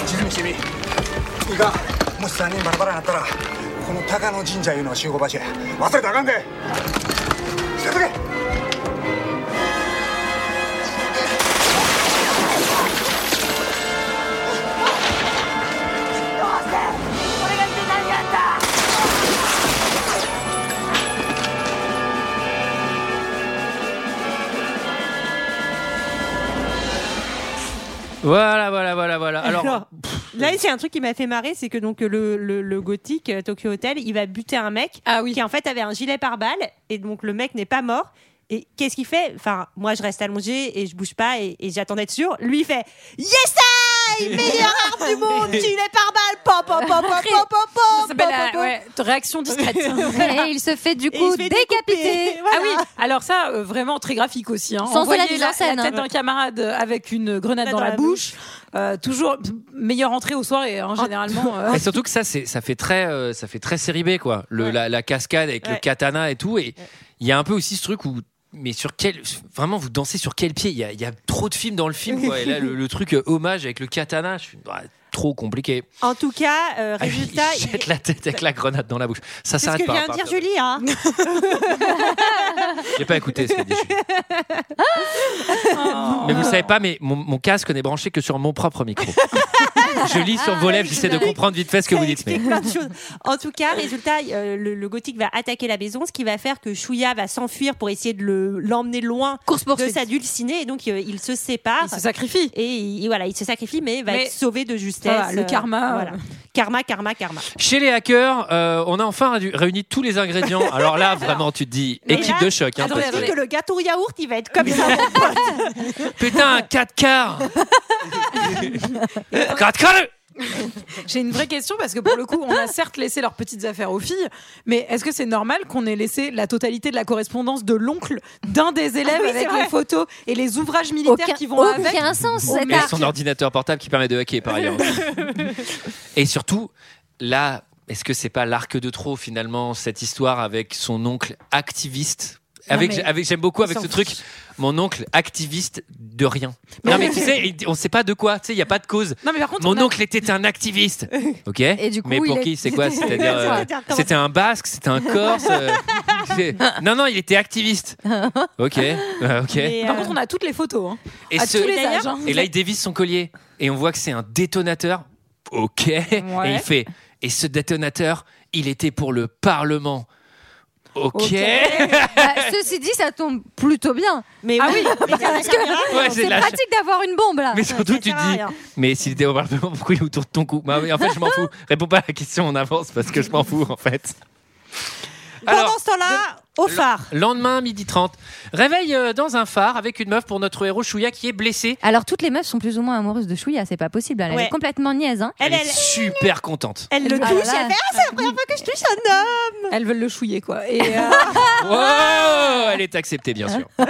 Speaker 4: 地図見してみいいかもし3人バラバラになったらこの高野神社いうのが集合場所や忘れたらあかんで捨てとけ
Speaker 1: Voilà, voilà, voilà, voilà. Alors,
Speaker 8: Alors, là, c'est un truc qui m'a fait marrer, c'est que donc le, le, le gothique euh, Tokyo Hotel, il va buter un mec
Speaker 9: Ah oui.
Speaker 8: qui en fait avait un gilet par balle et donc le mec n'est pas mort. Et qu'est-ce qu'il fait Enfin, moi je reste allongée et je bouge pas et, et j'attends d'être sûr. Lui il fait Yes I Meilleure arme du monde Gilet par balle Pop, pop, pop, pop, pop, pop,
Speaker 9: Ça
Speaker 8: pop,
Speaker 9: s'appelle
Speaker 8: pop,
Speaker 9: la-
Speaker 8: pop.
Speaker 9: ouais, réaction discrète.
Speaker 6: Et il se fait du
Speaker 8: Et
Speaker 6: coup
Speaker 8: il se fait
Speaker 6: décapiter.
Speaker 8: découper. Voilà.
Speaker 9: Ah oui, alors ça, euh, vraiment très graphique aussi. Hein.
Speaker 6: Sans
Speaker 9: Envoyer
Speaker 6: la mise en scène,
Speaker 9: La tête
Speaker 6: hein.
Speaker 9: d'un camarade euh, avec une grenade dans, la, bouche. Euh, toujours p- meilleure entrée au soir et hein, généralement. euh,
Speaker 1: Et surtout que ça, c'est, ça fait très, euh, ça fait très série B, quoi. Le,
Speaker 8: ah. Ouais.
Speaker 1: la, la cascade avec le
Speaker 8: Ouais.
Speaker 1: katana et tout. Et il y a un peu aussi ce truc où, mais sur quel, vraiment, vous dansez sur quel pied Il y a, il y a trop de films dans le film, quoi. Et là, le, le truc euh, hommage avec le katana, je suis bah, trop compliqué.
Speaker 8: En tout cas, euh,
Speaker 1: Ah, il
Speaker 8: résultat, il-
Speaker 1: jette la tête avec la grenade dans la bouche. Ça
Speaker 8: c'est ce
Speaker 1: s'arrête
Speaker 8: que
Speaker 1: pas.
Speaker 8: vient
Speaker 1: à
Speaker 8: de dire
Speaker 1: partir de-
Speaker 8: Julie. hein.
Speaker 1: J'ai pas écouté ce que dit Julie.
Speaker 8: Ah
Speaker 9: oh.
Speaker 1: Mais vous le savez pas, mais mon, mon casque n'est branché que sur mon propre micro. je lis sur vos
Speaker 8: Ah,
Speaker 1: lèvres,
Speaker 8: oui,
Speaker 1: j'essaie de
Speaker 8: c'est vrai.
Speaker 1: comprendre vite fait ce que
Speaker 8: Ça
Speaker 1: vous dites. Mais...
Speaker 8: explique plein de choses. En tout cas, résultat, euh, le, le gothique va attaquer la maison, ce qui va faire que Chouya va s'enfuir pour essayer de le- l'emmener loin
Speaker 6: Course
Speaker 8: de
Speaker 6: poursuite.
Speaker 8: sa dulcinée. Et donc, euh, ils se séparent.
Speaker 9: Il se sacrifie.
Speaker 8: Et il, voilà, il se sacrifie, mais va
Speaker 9: Mais-
Speaker 8: être sauvé de justesse.
Speaker 9: Voilà, le
Speaker 8: Euh,
Speaker 9: karma,
Speaker 8: voilà.
Speaker 9: euh.
Speaker 8: Karma, karma, karma.
Speaker 1: Chez les hackers, euh, on a enfin rédu- réuni tous les ingrédients. Alors là, vraiment, tu te dis
Speaker 8: Mais
Speaker 1: équipe
Speaker 8: là,
Speaker 1: de choc. hein,
Speaker 9: attendez,
Speaker 1: parce que-
Speaker 8: Je dis que le gâteau au yaourt, il va être comme ça. mon pote.
Speaker 1: Putain, un 4 quarts 4 quarts
Speaker 9: J'ai une vraie question parce que pour le coup, on a certes laissé leurs petites affaires aux filles, mais est-ce que c'est normal qu'on ait laissé la totalité de la correspondance de l'oncle d'un des élèves
Speaker 8: oui, c'est
Speaker 9: avec
Speaker 8: vrai.
Speaker 9: les photos et les ouvrages militaires
Speaker 6: Aucun,
Speaker 9: qui vont avec
Speaker 6: aucun sens. cet
Speaker 1: Et
Speaker 6: art.
Speaker 1: son ordinateur portable qui permet de hacker par ailleurs. et surtout, là, est-ce que c'est pas l'arc de trop finalement cette histoire avec son oncle activiste avec,
Speaker 9: mais
Speaker 1: avec j'aime beaucoup avec
Speaker 9: s'en
Speaker 1: ce truc mon oncle activiste de rien. Non mais tu sais, il- on sait pas de quoi, tu sais, il y a pas de cause.
Speaker 9: Non mais par contre,
Speaker 1: Mon
Speaker 9: on a-
Speaker 1: oncle était un activiste. OK
Speaker 6: du coup,
Speaker 1: Mais pour
Speaker 6: il a-
Speaker 1: qui c'est quoi C'est-à-dire euh,
Speaker 8: C'est-à-dire comment-
Speaker 1: c'était un basque, c'était un corse. euh, c'est- non non, il était activiste. OK. euh, OK.
Speaker 8: Mais,
Speaker 9: par
Speaker 8: euh,
Speaker 9: contre, on a toutes les photos. hein.
Speaker 1: Et,
Speaker 9: à
Speaker 1: ce-
Speaker 9: tous les
Speaker 8: d'ailleurs-
Speaker 9: âges. hein.
Speaker 1: et là, il dévisse son collier. Et on voit que c'est un détonateur. Ok. Et il fait. Et ce détonateur, il était pour le Parlement. Ok.
Speaker 9: Ok.
Speaker 6: Bah, ceci dit, ça tombe plutôt bien.
Speaker 8: mais
Speaker 9: Ah
Speaker 8: ouais.
Speaker 9: oui.
Speaker 8: Mais ça ne servira à rien.
Speaker 1: Ouais,
Speaker 6: C'est
Speaker 1: la-
Speaker 6: pratique d'avoir une bombe là.
Speaker 1: Mais surtout,
Speaker 8: ça
Speaker 1: tu
Speaker 8: sert à
Speaker 1: dis.
Speaker 8: rien.
Speaker 1: Mais s'il était au Parlement, pourquoi il est autour de ton cou Bah oui, en fait, je m'en fous. Réponds pas à la question en avance parce que je m'en fous, en fait.
Speaker 8: Pendant ce temps-là, au phare.
Speaker 1: lendemain, midi 30. Réveil euh, dans un phare avec une meuf pour notre héros Chouya qui est blessé.
Speaker 6: Alors toutes les meufs sont plus ou moins amoureuses de Chouya, c'est pas possible. hein. Elle
Speaker 8: Ouais.
Speaker 6: est complètement niaise. Hein.
Speaker 1: Elle,
Speaker 8: Elle,
Speaker 1: est
Speaker 8: elle,
Speaker 1: super contente.
Speaker 8: elle le
Speaker 6: Ah
Speaker 8: touche,
Speaker 6: là là.
Speaker 8: elle fait Ah, c'est la première fois que je touche un homme
Speaker 9: Elles veulent le
Speaker 8: Ah.
Speaker 9: chouiller quoi. Et euh,
Speaker 1: Oh, Wow Elle est acceptée, bien sûr.
Speaker 8: Et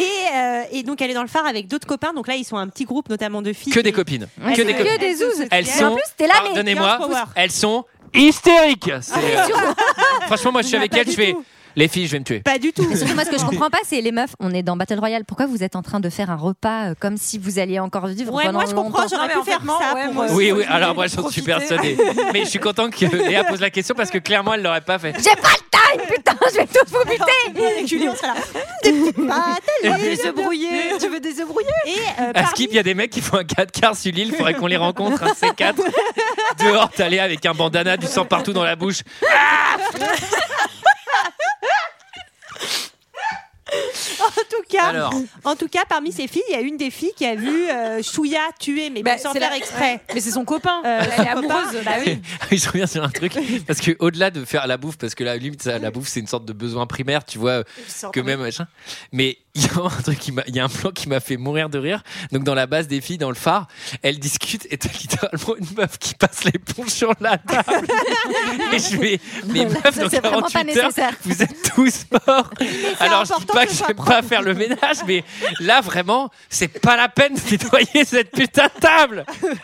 Speaker 8: Et, euh, et donc elle est dans le phare avec d'autres copains. Donc là, ils sont un petit groupe, notamment de filles.
Speaker 1: Que des
Speaker 8: Et-
Speaker 1: copines.
Speaker 8: Elles
Speaker 1: Que des
Speaker 8: sont-
Speaker 1: copines.
Speaker 6: des zouzes.
Speaker 8: sont-
Speaker 1: Elles
Speaker 8: Et
Speaker 1: sont.
Speaker 6: En plus, t'es là, mais-
Speaker 8: Girls
Speaker 1: Pardonnez-moi,
Speaker 8: power.
Speaker 1: elles sont hystériques. C'est, euh,
Speaker 6: Surtout-
Speaker 1: Franchement, moi, je suis
Speaker 8: Mais
Speaker 1: avec
Speaker 8: pas
Speaker 1: elles,
Speaker 8: du
Speaker 1: je fais.
Speaker 8: tout.
Speaker 1: Les filles, je vais me tuer.
Speaker 8: Pas du tout.
Speaker 6: surtout, moi, ce que je comprends pas, c'est les meufs. On est dans Battle Royale. Pourquoi vous êtes en train de faire un repas euh, comme si vous alliez encore vivre
Speaker 8: Ouais,
Speaker 6: pendant
Speaker 8: moi je
Speaker 6: longtemps
Speaker 8: comprends,
Speaker 9: Non,
Speaker 8: j'aurais
Speaker 9: mais
Speaker 8: pu
Speaker 9: en
Speaker 8: faire
Speaker 9: fait, moi,
Speaker 8: ça
Speaker 9: ouais,
Speaker 8: pour
Speaker 9: moi
Speaker 8: euh,
Speaker 9: aussi.
Speaker 1: Oui,
Speaker 9: Je
Speaker 1: oui,
Speaker 9: voulais
Speaker 1: alors moi j'en suis
Speaker 9: profiter.
Speaker 1: persuadé. Mais je suis content que Léa pose la question parce que clairement Ah, elle l'aurait pas fait.
Speaker 6: J'ai pas le time, putain, je vais tout vous buter.
Speaker 8: avec Julie, on sera là. Des petites pattes,
Speaker 9: Tu veux des œufs brouillés Tu veux des œufs brouillés
Speaker 8: Et euh,
Speaker 1: À
Speaker 8: parmi-
Speaker 1: Skip, il y a des mecs qui font un 4 quarts sur l'île, faudrait qu'on les rencontre, un de ces quatre. Dehors, t'as Léa avec un bandana, du sang partout dans la bouche.
Speaker 8: en tout cas,
Speaker 1: Alors.
Speaker 8: en tout cas, parmi ces filles, il y a une des filles qui a vu euh, Chouya tuer, mais
Speaker 9: Bah,
Speaker 8: bon, sans
Speaker 9: c'est
Speaker 8: faire
Speaker 9: la-
Speaker 8: exprès.
Speaker 9: Mais c'est son copain.
Speaker 8: Euh,
Speaker 9: elle est
Speaker 8: son copain,
Speaker 9: amoureuse.
Speaker 8: bah oui.
Speaker 1: je reviens sur un truc, parce que au-delà de faire la bouffe, parce que la limite, ça, la bouffe c'est une sorte de besoin primaire, tu vois, que même machin. Mais il y a un truc qui m'a, il y a un plan qui m'a fait mourir de rire. Donc dans la base des filles, dans le phare, elles discutent et t'as littéralement une meuf qui passe l'éponge sur la table. et je vais, mais meuf,
Speaker 6: Ça,
Speaker 1: dans
Speaker 6: c'est vraiment pas
Speaker 1: 48 heures,
Speaker 6: nécessaire.
Speaker 1: vous êtes tous morts. Alors je dis
Speaker 8: important
Speaker 1: pas
Speaker 8: que
Speaker 1: que
Speaker 8: ce
Speaker 1: je
Speaker 8: soit
Speaker 1: vais pas faire le ménage, mais là vraiment, c'est pas la peine de nettoyer cette putain de table.
Speaker 8: Et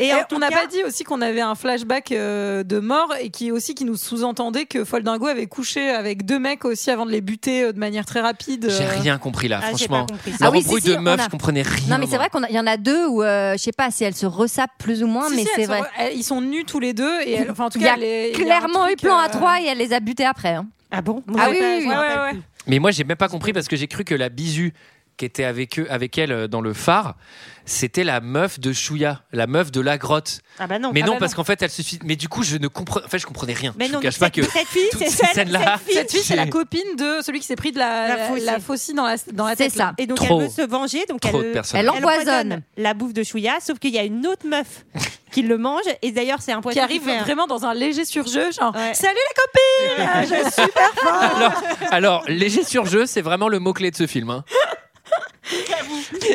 Speaker 6: Eh,
Speaker 9: Et
Speaker 8: Euh, en tout
Speaker 9: on n'a
Speaker 8: cas- Ah,
Speaker 9: pas dit aussi qu'on avait un flashback euh, de mort et qui aussi qui nous sous-entendait que Foldingo avait couché avec deux mecs aussi avant de les buter euh, de manière très rapide.
Speaker 1: J'ai
Speaker 9: euh.
Speaker 1: rien compris là,
Speaker 8: Ah, j'ai pas
Speaker 1: franchement.
Speaker 8: compris ça.
Speaker 1: Leur
Speaker 6: Ah oui, si,
Speaker 1: embrouille
Speaker 6: si,
Speaker 1: de
Speaker 6: on
Speaker 1: meuf,
Speaker 6: a-
Speaker 1: je comprenais rien.
Speaker 6: Non, mais c'est
Speaker 1: moi.
Speaker 6: vrai qu'il y en a deux où euh, je sais pas si elles se ressapent plus ou moins,
Speaker 9: Si,
Speaker 6: mais
Speaker 9: si,
Speaker 6: c'est
Speaker 9: elles
Speaker 6: vrai.
Speaker 9: sont- elles- ils sont nus tous les deux et elle- enfin en tout
Speaker 6: Il y
Speaker 9: cas
Speaker 6: a
Speaker 9: elle est- il y a un
Speaker 6: Clairement eu
Speaker 9: truc,
Speaker 6: plan à
Speaker 9: euh,
Speaker 6: trois et elle les a butés après. hein.
Speaker 8: Ah bon
Speaker 6: Ah oui, oui,
Speaker 9: Ouais, ouais, ouais.
Speaker 1: Mais moi, j'ai même pas compris parce que j'ai cru que la bisu qui était avec eux, avec elle euh, dans le phare, c'était la meuf de Chouya, la meuf de la grotte.
Speaker 8: Ah bah non.
Speaker 1: mais
Speaker 8: Ah
Speaker 1: non,
Speaker 8: bah
Speaker 1: parce qu'en fait, elle se suffit. Mais du coup, je ne comprends. En fait, je comprenais rien.
Speaker 8: Mais
Speaker 1: je
Speaker 8: non,
Speaker 1: vous
Speaker 8: mais
Speaker 1: cache pas
Speaker 8: cette-
Speaker 1: que.
Speaker 8: cette fille,
Speaker 1: toutes
Speaker 8: c'est
Speaker 1: ces
Speaker 8: celle-
Speaker 1: scènes-là-
Speaker 8: cette fille.
Speaker 9: Cette fille, c'est la
Speaker 1: J'ai-
Speaker 9: copine de celui qui s'est pris de la,
Speaker 8: La faucille.
Speaker 9: la faucille dans la, dans la
Speaker 6: C'est
Speaker 9: tête.
Speaker 6: ça.
Speaker 9: là.
Speaker 8: Et donc
Speaker 1: Trop.
Speaker 8: elle veut se venger, donc
Speaker 1: Trop de
Speaker 8: elle,
Speaker 1: personnages.
Speaker 6: Elle empoisonne.
Speaker 8: la bouffe de Chouya, sauf qu'il y a une autre meuf qui le mange. Et d'ailleurs, c'est un poisson
Speaker 9: Qui arrive
Speaker 8: fait un-
Speaker 9: vraiment dans un léger surjeu, genre
Speaker 8: Ouais.
Speaker 9: Salut la copine Je suis super fort
Speaker 1: Alors, alors, léger surjeu, c'est vraiment le mot clé de ce film. hein.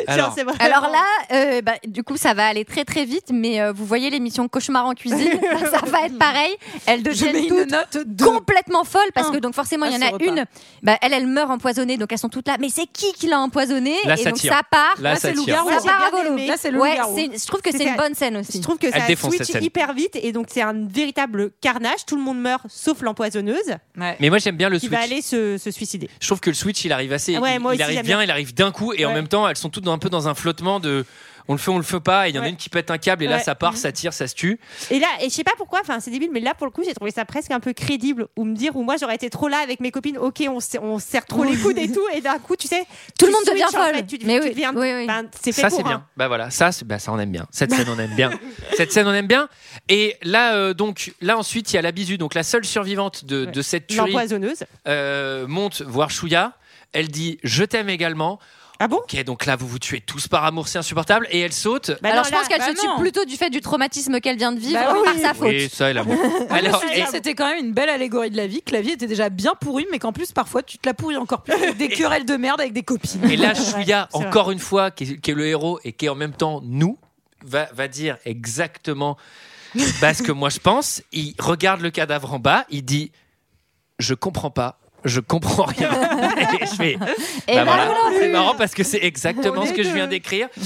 Speaker 1: Alors,
Speaker 8: Genre, c'est vraiment-
Speaker 6: Alors là, euh, bah, du coup, ça va aller très très vite, mais euh, vous voyez l'émission Cauchemar en cuisine, ça va être pareil. Elles
Speaker 9: Je mets
Speaker 6: deviennent
Speaker 9: une
Speaker 6: toutes
Speaker 9: note de.
Speaker 6: complètement folles parce
Speaker 9: Un.
Speaker 6: que donc forcément il y en
Speaker 9: À ce
Speaker 6: a
Speaker 9: repas.
Speaker 6: une, bah, elle elle meurt empoisonnée, donc elles sont toutes là. Mais c'est qui qui l'a empoisonnée
Speaker 1: Là,
Speaker 6: Et
Speaker 1: ça
Speaker 6: donc
Speaker 1: tire.
Speaker 6: ça part.
Speaker 1: Là, ça
Speaker 9: c'est
Speaker 1: tire.
Speaker 9: loup-garou.
Speaker 8: Ça,
Speaker 6: Ça
Speaker 8: j'ai
Speaker 6: part
Speaker 8: bien
Speaker 6: au
Speaker 8: aimé.
Speaker 9: Là, c'est le
Speaker 6: Ouais,
Speaker 9: loup-garou.
Speaker 6: c'est- je trouve que c'est
Speaker 8: C'était-
Speaker 6: une bonne scène
Speaker 8: Je
Speaker 6: aussi.
Speaker 8: trouve que
Speaker 1: Elle
Speaker 8: ça
Speaker 1: défonce
Speaker 8: switch
Speaker 1: cette scène.
Speaker 8: hyper vite et donc c'est un véritable carnage. Tout le monde meurt sauf l'empoisonneuse
Speaker 9: Ouais.
Speaker 1: Mais moi, j'aime bien le
Speaker 8: qui
Speaker 1: switch.
Speaker 8: va aller se, se suicider.
Speaker 1: Je trouve que le switch, il arrive assez.
Speaker 8: Ah ouais,
Speaker 1: il,
Speaker 8: moi
Speaker 1: il
Speaker 8: aussi,
Speaker 1: arrive
Speaker 8: j'aime
Speaker 1: bien,
Speaker 8: bien.
Speaker 1: il arrive d'un coup, et en
Speaker 8: Ouais.
Speaker 1: même temps, elles sont toutes dans- un peu dans un flottement de. On le fait, on le fait pas, et il y en a
Speaker 8: Ouais.
Speaker 1: une qui pète un câble, et là,
Speaker 8: Ouais. Mhm.
Speaker 1: ça part, ça tire, ça se tue.
Speaker 8: Et là, et je sais pas pourquoi, enfin c'est débile, mais là pour le coup j'ai trouvé ça presque un peu crédible ou me dire ou moi j'aurais été trop là avec mes copines, ok on, se- on se serre trop les coudes et tout, et d'un coup tu sais,
Speaker 6: Tout le
Speaker 8: tu
Speaker 6: monde devient
Speaker 8: switches, en
Speaker 6: folle.
Speaker 8: fait, tu-
Speaker 6: Mais
Speaker 8: tu
Speaker 6: oui,
Speaker 8: deviens-
Speaker 6: oui, oui.
Speaker 8: enfin, c'est fait
Speaker 1: ça
Speaker 8: pour,
Speaker 1: c'est
Speaker 8: hein.
Speaker 1: bien bah voilà ça c'est- bah, ça on aime bien cette scène on aime bien cette scène on aime bien et là euh, donc là ensuite il y a la bisu donc la seule survivante de, de cette tuerie
Speaker 8: L'empoisonneuse.
Speaker 1: euh, monte voir Chouya elle dit je t'aime également
Speaker 8: Ah bon
Speaker 1: ok donc là vous vous tuez tous par amour c'est insupportable et elle saute
Speaker 8: Bah
Speaker 6: Alors
Speaker 8: non,
Speaker 6: je pense
Speaker 8: là-
Speaker 6: qu'elle
Speaker 9: bah
Speaker 6: se tue
Speaker 9: non.
Speaker 6: plutôt du fait du traumatisme qu'elle vient de vivre
Speaker 9: Bah oui.
Speaker 6: par sa faute.
Speaker 1: oui ça elle a bon
Speaker 8: Ah,
Speaker 9: Je me
Speaker 1: alors
Speaker 9: suis dit
Speaker 1: et-
Speaker 9: que c'était quand même une belle allégorie de la vie, que la vie était déjà bien pourrie, mais qu'en plus parfois tu te la pourris encore plus avec des querelles de merde avec des copines.
Speaker 1: Et là, Chouya,
Speaker 8: c'est vrai.
Speaker 1: encore une fois, qui est, qui est le héros et qui est en même temps nous, va, va dire exactement bah, ce que moi je pense. Il regarde le cadavre en bas, il dit Je comprends pas. Je comprends rien. Et je fais,
Speaker 6: Et
Speaker 1: bah
Speaker 6: là,
Speaker 1: voilà.
Speaker 6: non plus.
Speaker 1: C'est marrant parce que c'est exactement
Speaker 9: On
Speaker 1: ce
Speaker 9: est
Speaker 1: que je
Speaker 9: deux.
Speaker 1: viens d'écrire. Euh,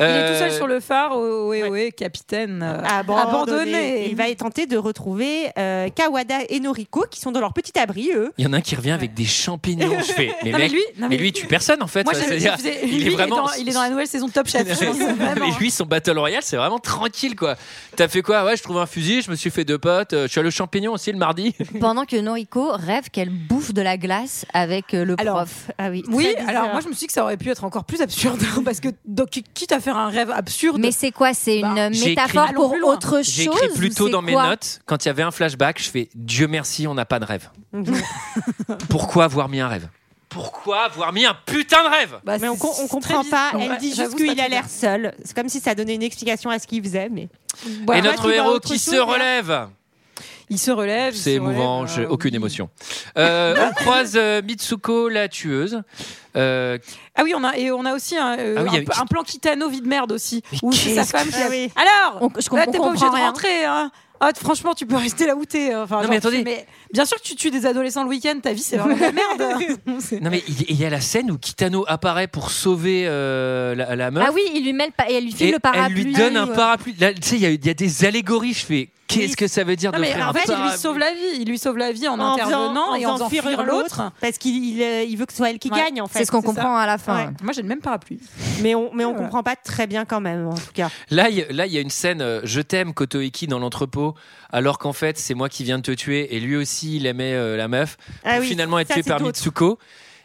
Speaker 9: Il est
Speaker 11: euh,
Speaker 9: tout seul sur le phare, oh, ouais, ouais, capitaine euh, abandonné.
Speaker 8: Il va tenter de retrouver euh, Kawada et Noriko qui sont dans leur petit abri, eux.
Speaker 1: Il y en a un qui revient avec des champignons. Je fais, mais,
Speaker 9: Non, mais
Speaker 1: mec,
Speaker 9: lui- non, mais-
Speaker 1: il tue personne en fait.
Speaker 9: Moi,
Speaker 1: Ça,
Speaker 9: j'aime-
Speaker 1: c'est-à-dire,
Speaker 9: il faisait-
Speaker 1: il
Speaker 9: lui,
Speaker 1: est vraiment.
Speaker 9: dans, il est dans la nouvelle saison de Top Chef. je pense, vraiment.
Speaker 1: Mais lui, son Battle Royale, c'est vraiment tranquille quoi. T'as fait quoi Ouais, je trouve un fusil, je me suis fait deux potes, euh, je suis allé au champignon aussi le mardi.
Speaker 6: Pendant que Noriko rêve qu'elle bouffe de la glace avec euh, le prof.
Speaker 8: Alors, Ah oui.
Speaker 9: Oui,
Speaker 8: très bizarre.
Speaker 9: alors moi je me suis dit que ça aurait pu être encore plus absurde parce que donc, quitte à faire un rêve absurde.
Speaker 6: Mais c'est quoi C'est une
Speaker 9: Bah,
Speaker 6: euh,
Speaker 1: j'ai écrit-
Speaker 6: métaphore
Speaker 9: Allons
Speaker 6: pour
Speaker 9: plus loin.
Speaker 6: autre chose
Speaker 1: J'ai écrit
Speaker 6: ou
Speaker 1: plus tôt
Speaker 6: c'est
Speaker 1: dans mes
Speaker 6: quoi
Speaker 1: notes, quand il y avait un flashback, je fais Dieu merci, on n'a pas de rêve.
Speaker 8: Mhm.
Speaker 1: Pourquoi avoir mis un rêve Pourquoi avoir mis un putain de rêve
Speaker 9: Bah,
Speaker 8: Mais on,
Speaker 9: c'est-
Speaker 8: com- on
Speaker 9: c'est
Speaker 8: comprend
Speaker 9: très
Speaker 8: pas.
Speaker 9: bizarre.
Speaker 8: Elle
Speaker 9: Ouais,
Speaker 8: dit
Speaker 9: j'avoue,
Speaker 8: juste
Speaker 9: ça
Speaker 8: qu'il
Speaker 9: fait
Speaker 8: a l'air seul. C'est comme si ça donnait une explication à ce qu'il faisait, mais.
Speaker 1: Et
Speaker 9: Ouais.
Speaker 8: Moi,
Speaker 1: notre
Speaker 8: qui vois
Speaker 1: héros
Speaker 8: autre
Speaker 1: qui
Speaker 8: chose,
Speaker 1: se
Speaker 8: là.
Speaker 1: relève
Speaker 9: Il se relève. il
Speaker 1: C'est
Speaker 9: se
Speaker 1: émouvant,
Speaker 9: relève,
Speaker 1: j'ai
Speaker 9: euh,
Speaker 1: aucune
Speaker 9: oui.
Speaker 1: émotion. Euh, on croise euh, Mitsuko la tueuse. Euh,
Speaker 9: Ah oui, on a, et on a aussi un, euh,
Speaker 1: Ah oui, il y
Speaker 9: un,
Speaker 1: a-
Speaker 9: peu- un plan Kitano vide merde aussi.
Speaker 1: Mais
Speaker 9: Où c'est sa
Speaker 1: qu'est-ce
Speaker 9: femme qui a-
Speaker 8: Ah oui.
Speaker 9: Alors
Speaker 6: On- je comprends-
Speaker 9: Là, t'es
Speaker 6: on
Speaker 9: pas obligé de
Speaker 6: comprend rien.
Speaker 9: rentrer. hein. Ah, t- franchement, tu peux rester là où t'es. euh, Enfin,
Speaker 11: Non,
Speaker 9: genre,
Speaker 11: mais
Speaker 9: tu-
Speaker 11: attendez.
Speaker 9: bien sûr que tu tues des adolescents le week-end, ta vie c'est vraiment de la merde. C'est-
Speaker 11: Non mais il il y a la scène où Kitano apparaît pour sauver euh, la, la meuf.
Speaker 6: Ah oui, il lui met le pa- et elle lui file
Speaker 11: Et
Speaker 6: le parapluie. Ah
Speaker 11: elle lui donne un
Speaker 6: Ouais.
Speaker 11: parapluie. Là, Tu sais, il y, a- il y a des allégories. Je fais, qu'est-ce que ça veut dire
Speaker 9: Non,
Speaker 11: de
Speaker 9: mais
Speaker 11: faire
Speaker 9: en
Speaker 11: un
Speaker 9: fait, il lui
Speaker 11: parapluie
Speaker 9: sauve la vie. Il lui sauve la vie en,
Speaker 8: En faisant-
Speaker 9: intervenant et en faisant
Speaker 8: fuir
Speaker 9: fuir l'autre.
Speaker 8: Parce qu'il il, euh, il veut que ce soit elle qui
Speaker 9: Ouais.
Speaker 8: gagne, en fait.
Speaker 6: C'est ce qu'on
Speaker 8: ça.
Speaker 6: comprend à la fin.
Speaker 8: Ouais.
Speaker 9: Moi, j'ai le même parapluie.
Speaker 8: Mais on, mais on
Speaker 9: Voilà.
Speaker 8: comprend pas très bien quand même, en tout cas.
Speaker 11: Là, il y a- là, il y a une scène. euh, je t'aime, Kotoeki, dans l'entrepôt, alors qu'en fait, c'est moi qui viens de te tuer. Et lui aussi, il aimait euh, la meuf.
Speaker 8: Ah
Speaker 11: pour
Speaker 8: oui,
Speaker 11: finalement être
Speaker 8: ça,
Speaker 11: tué
Speaker 8: c'est
Speaker 11: par
Speaker 8: d'autres.
Speaker 11: Mitsuko.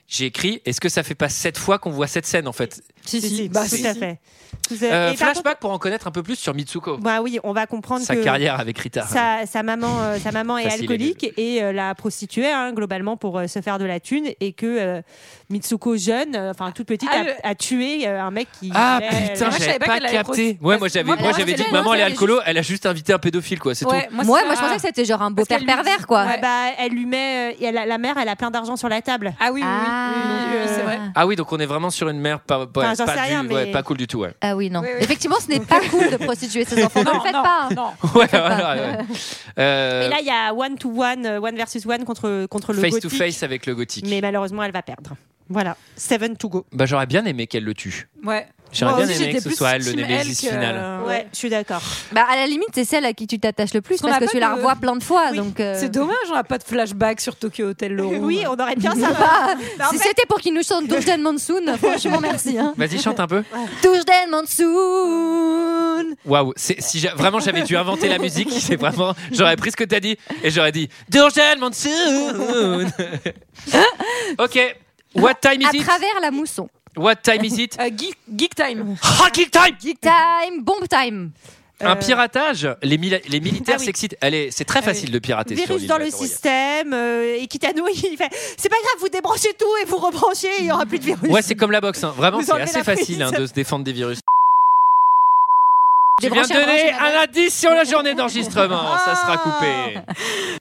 Speaker 11: J'ai écrit. Est-ce que ça fait pas sept fois qu'on voit cette scène en fait
Speaker 9: Si,
Speaker 8: Si, si,
Speaker 9: bah,
Speaker 8: tout
Speaker 9: si,
Speaker 8: à
Speaker 9: si.
Speaker 8: fait. Tout à-
Speaker 11: Euh,
Speaker 8: et par
Speaker 11: Flashback pour en connaître un peu plus sur Mitsuko,
Speaker 8: contre- bah oui, on va comprendre
Speaker 11: sa
Speaker 8: que
Speaker 11: carrière avec Rita.
Speaker 8: sa, sa maman, euh, sa maman est
Speaker 11: Facile et
Speaker 8: alcoolique et euh, la prostituée hein, globalement pour euh, se faire de la thune et que euh, Mitsuko jeune, euh, enfin toute petite,
Speaker 9: Ah,
Speaker 8: a-
Speaker 9: le-
Speaker 8: a, tué euh, un mec qui.
Speaker 11: Ah
Speaker 8: voulait-
Speaker 11: putain,
Speaker 9: moi, je
Speaker 11: j'avais
Speaker 9: savais pas
Speaker 11: pas
Speaker 9: qu'elle allait
Speaker 11: capté.
Speaker 9: prostituer.
Speaker 11: Ouais, moi j'avais,
Speaker 9: Moi,
Speaker 11: moi
Speaker 9: je
Speaker 11: j'avais
Speaker 9: pensais
Speaker 11: dit que
Speaker 9: que
Speaker 11: maman elle est
Speaker 9: elle
Speaker 11: alcoolo, elle a juste invité un pédophile quoi, c'est
Speaker 9: Ouais,
Speaker 11: tout.
Speaker 6: Moi,
Speaker 9: c'est
Speaker 6: moi,
Speaker 9: ça.
Speaker 6: je pensais que c'était genre un
Speaker 9: qu'elle
Speaker 6: beau-père
Speaker 9: lui dit-
Speaker 6: pervers, quoi.
Speaker 8: Ah bah, elle lui met, euh, elle a- la mère, elle a plein d'argent sur la table.
Speaker 9: Ah oui, oui, oui,
Speaker 6: Ah.
Speaker 9: oui, oui, oui, c'est vrai.
Speaker 11: Ah oui, donc on est vraiment sur une mère pas, pas,
Speaker 8: Enfin, j'en
Speaker 11: pas
Speaker 8: sais
Speaker 11: du-
Speaker 8: rien, mais-
Speaker 11: ouais, pas cool du tout. Ouais.
Speaker 6: Ah oui, non.
Speaker 9: Oui, oui.
Speaker 6: Effectivement, ce n'est pas cool de prostituer ses enfants. Ne le
Speaker 9: Non,
Speaker 6: faites
Speaker 9: non,
Speaker 6: pas.
Speaker 9: non.
Speaker 11: Ouais, voilà, ouais. Euh,
Speaker 8: Et là, il y a one to one, euh, one versus one contre contre le
Speaker 11: face to
Speaker 8: gothique.
Speaker 11: face avec le gothique.
Speaker 8: Mais malheureusement, elle va perdre. Voilà, seven to go.
Speaker 11: Bah, j'aurais bien aimé qu'elle le tue.
Speaker 9: Ouais. Oh,
Speaker 11: J'aurais
Speaker 9: Moi
Speaker 11: bien
Speaker 9: aussi,
Speaker 11: aimé que
Speaker 9: j'étais
Speaker 11: ce
Speaker 9: plus euh,
Speaker 11: soit elle le
Speaker 9: team
Speaker 11: Némésis
Speaker 9: que-
Speaker 11: final.
Speaker 8: Ouais, je suis d'accord.
Speaker 6: Bah, à la limite, c'est celle à qui tu t'attaches le plus
Speaker 9: Parce qu'on
Speaker 6: parce
Speaker 9: a
Speaker 6: que
Speaker 9: pas
Speaker 6: tu la
Speaker 9: de-
Speaker 6: revois plein de fois.
Speaker 8: Oui,
Speaker 6: donc, euh,
Speaker 9: C'est dommage, on n'a pas de flashback sur Tokyo Hotel Laurent.
Speaker 8: Oui, on aurait bien ça. Mais en
Speaker 6: Si
Speaker 8: fait-
Speaker 6: c'était pour qu'il nous chante Doujden Monsoon, franchement, merci. Hein.
Speaker 11: Vas-y, chante un peu.
Speaker 6: Doujden Monsoon
Speaker 11: Waouh, c'est- si j'a- vraiment j'avais dû inventer la musique, c'est vraiment j'aurais pris ce que t'as dit et j'aurais dit Durgel Monsoon. ok. What time
Speaker 6: À
Speaker 11: is it?
Speaker 6: travers la mousson.
Speaker 11: What time is it?
Speaker 9: Euh, geek, geek time.
Speaker 11: Hacking time!
Speaker 6: Time, bomb time.
Speaker 11: Un
Speaker 8: Ah, Euh,
Speaker 11: piratage, les, mili- les militaires
Speaker 8: Ah oui.
Speaker 11: s'excitent. Allez, c'est très facile de pirater sur
Speaker 8: Virus
Speaker 11: l'île
Speaker 8: dans le
Speaker 11: Battle Royale.
Speaker 8: système, euh, et Kitano, il fait C'est pas grave, vous débranchez tout et vous rebranchez, il y aura plus de virus.
Speaker 11: Ouais, c'est comme la boxe, hein. vraiment,
Speaker 8: Vous
Speaker 11: c'est
Speaker 8: enlevez
Speaker 11: assez
Speaker 8: la prise.
Speaker 11: facile hein, de se défendre des virus. Je viens
Speaker 6: Débranchez,
Speaker 11: de donner
Speaker 6: branchez,
Speaker 11: un indice sur la journée
Speaker 8: Ah.
Speaker 11: d'enregistrement, ça sera coupé.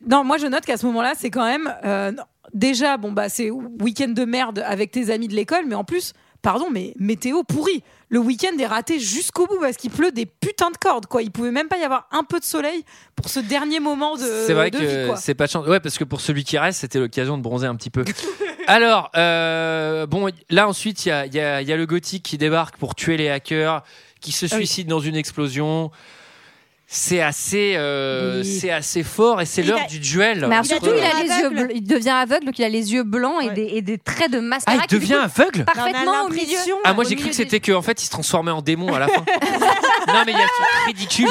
Speaker 9: Non, moi je note qu'à ce moment-là, c'est quand même euh, non, déjà bon bah c'est week-end de merde avec tes amis de l'école, mais en plus, pardon, mais météo pourri. Le week-end est raté jusqu'au bout parce qu'il pleut des putains de cordes quoi. Il pouvait même pas y avoir un peu de soleil pour ce dernier moment de.
Speaker 11: C'est vrai
Speaker 9: de vie,
Speaker 11: que
Speaker 9: quoi.
Speaker 11: c'est pas de chance. Ouais, parce que pour celui qui reste, c'était l'occasion de bronzer un petit peu. Alors, euh, bon, là ensuite, il y a, il y a- il y a le gothique qui débarque pour tuer les hackers, qui
Speaker 9: Ah
Speaker 11: se suicide dans une explosion. C'est assez, euh,
Speaker 8: Oui.
Speaker 11: c'est assez fort et c'est
Speaker 8: Il a-
Speaker 11: l'heure du duel.
Speaker 6: Mais alors,
Speaker 8: Il a
Speaker 6: surtout,
Speaker 8: toujours
Speaker 6: il, a
Speaker 8: un
Speaker 6: les yeux
Speaker 8: aveugle.
Speaker 6: bleus. il devient aveugle, qu'il a les yeux blancs et,
Speaker 8: Ouais.
Speaker 6: des, et des traits de
Speaker 11: Ah,
Speaker 6: mascara.
Speaker 11: il
Speaker 6: qui, du
Speaker 11: devient
Speaker 6: coup,
Speaker 11: aveugle
Speaker 6: parfaitement au milieu.
Speaker 8: l'impression-
Speaker 11: Ah, moi
Speaker 6: au
Speaker 11: j'ai cru
Speaker 6: milieu
Speaker 11: que
Speaker 6: des-
Speaker 11: c'était qu'en fait il se transformait en démon à la fin. non, mais il y a ce truc ridicule.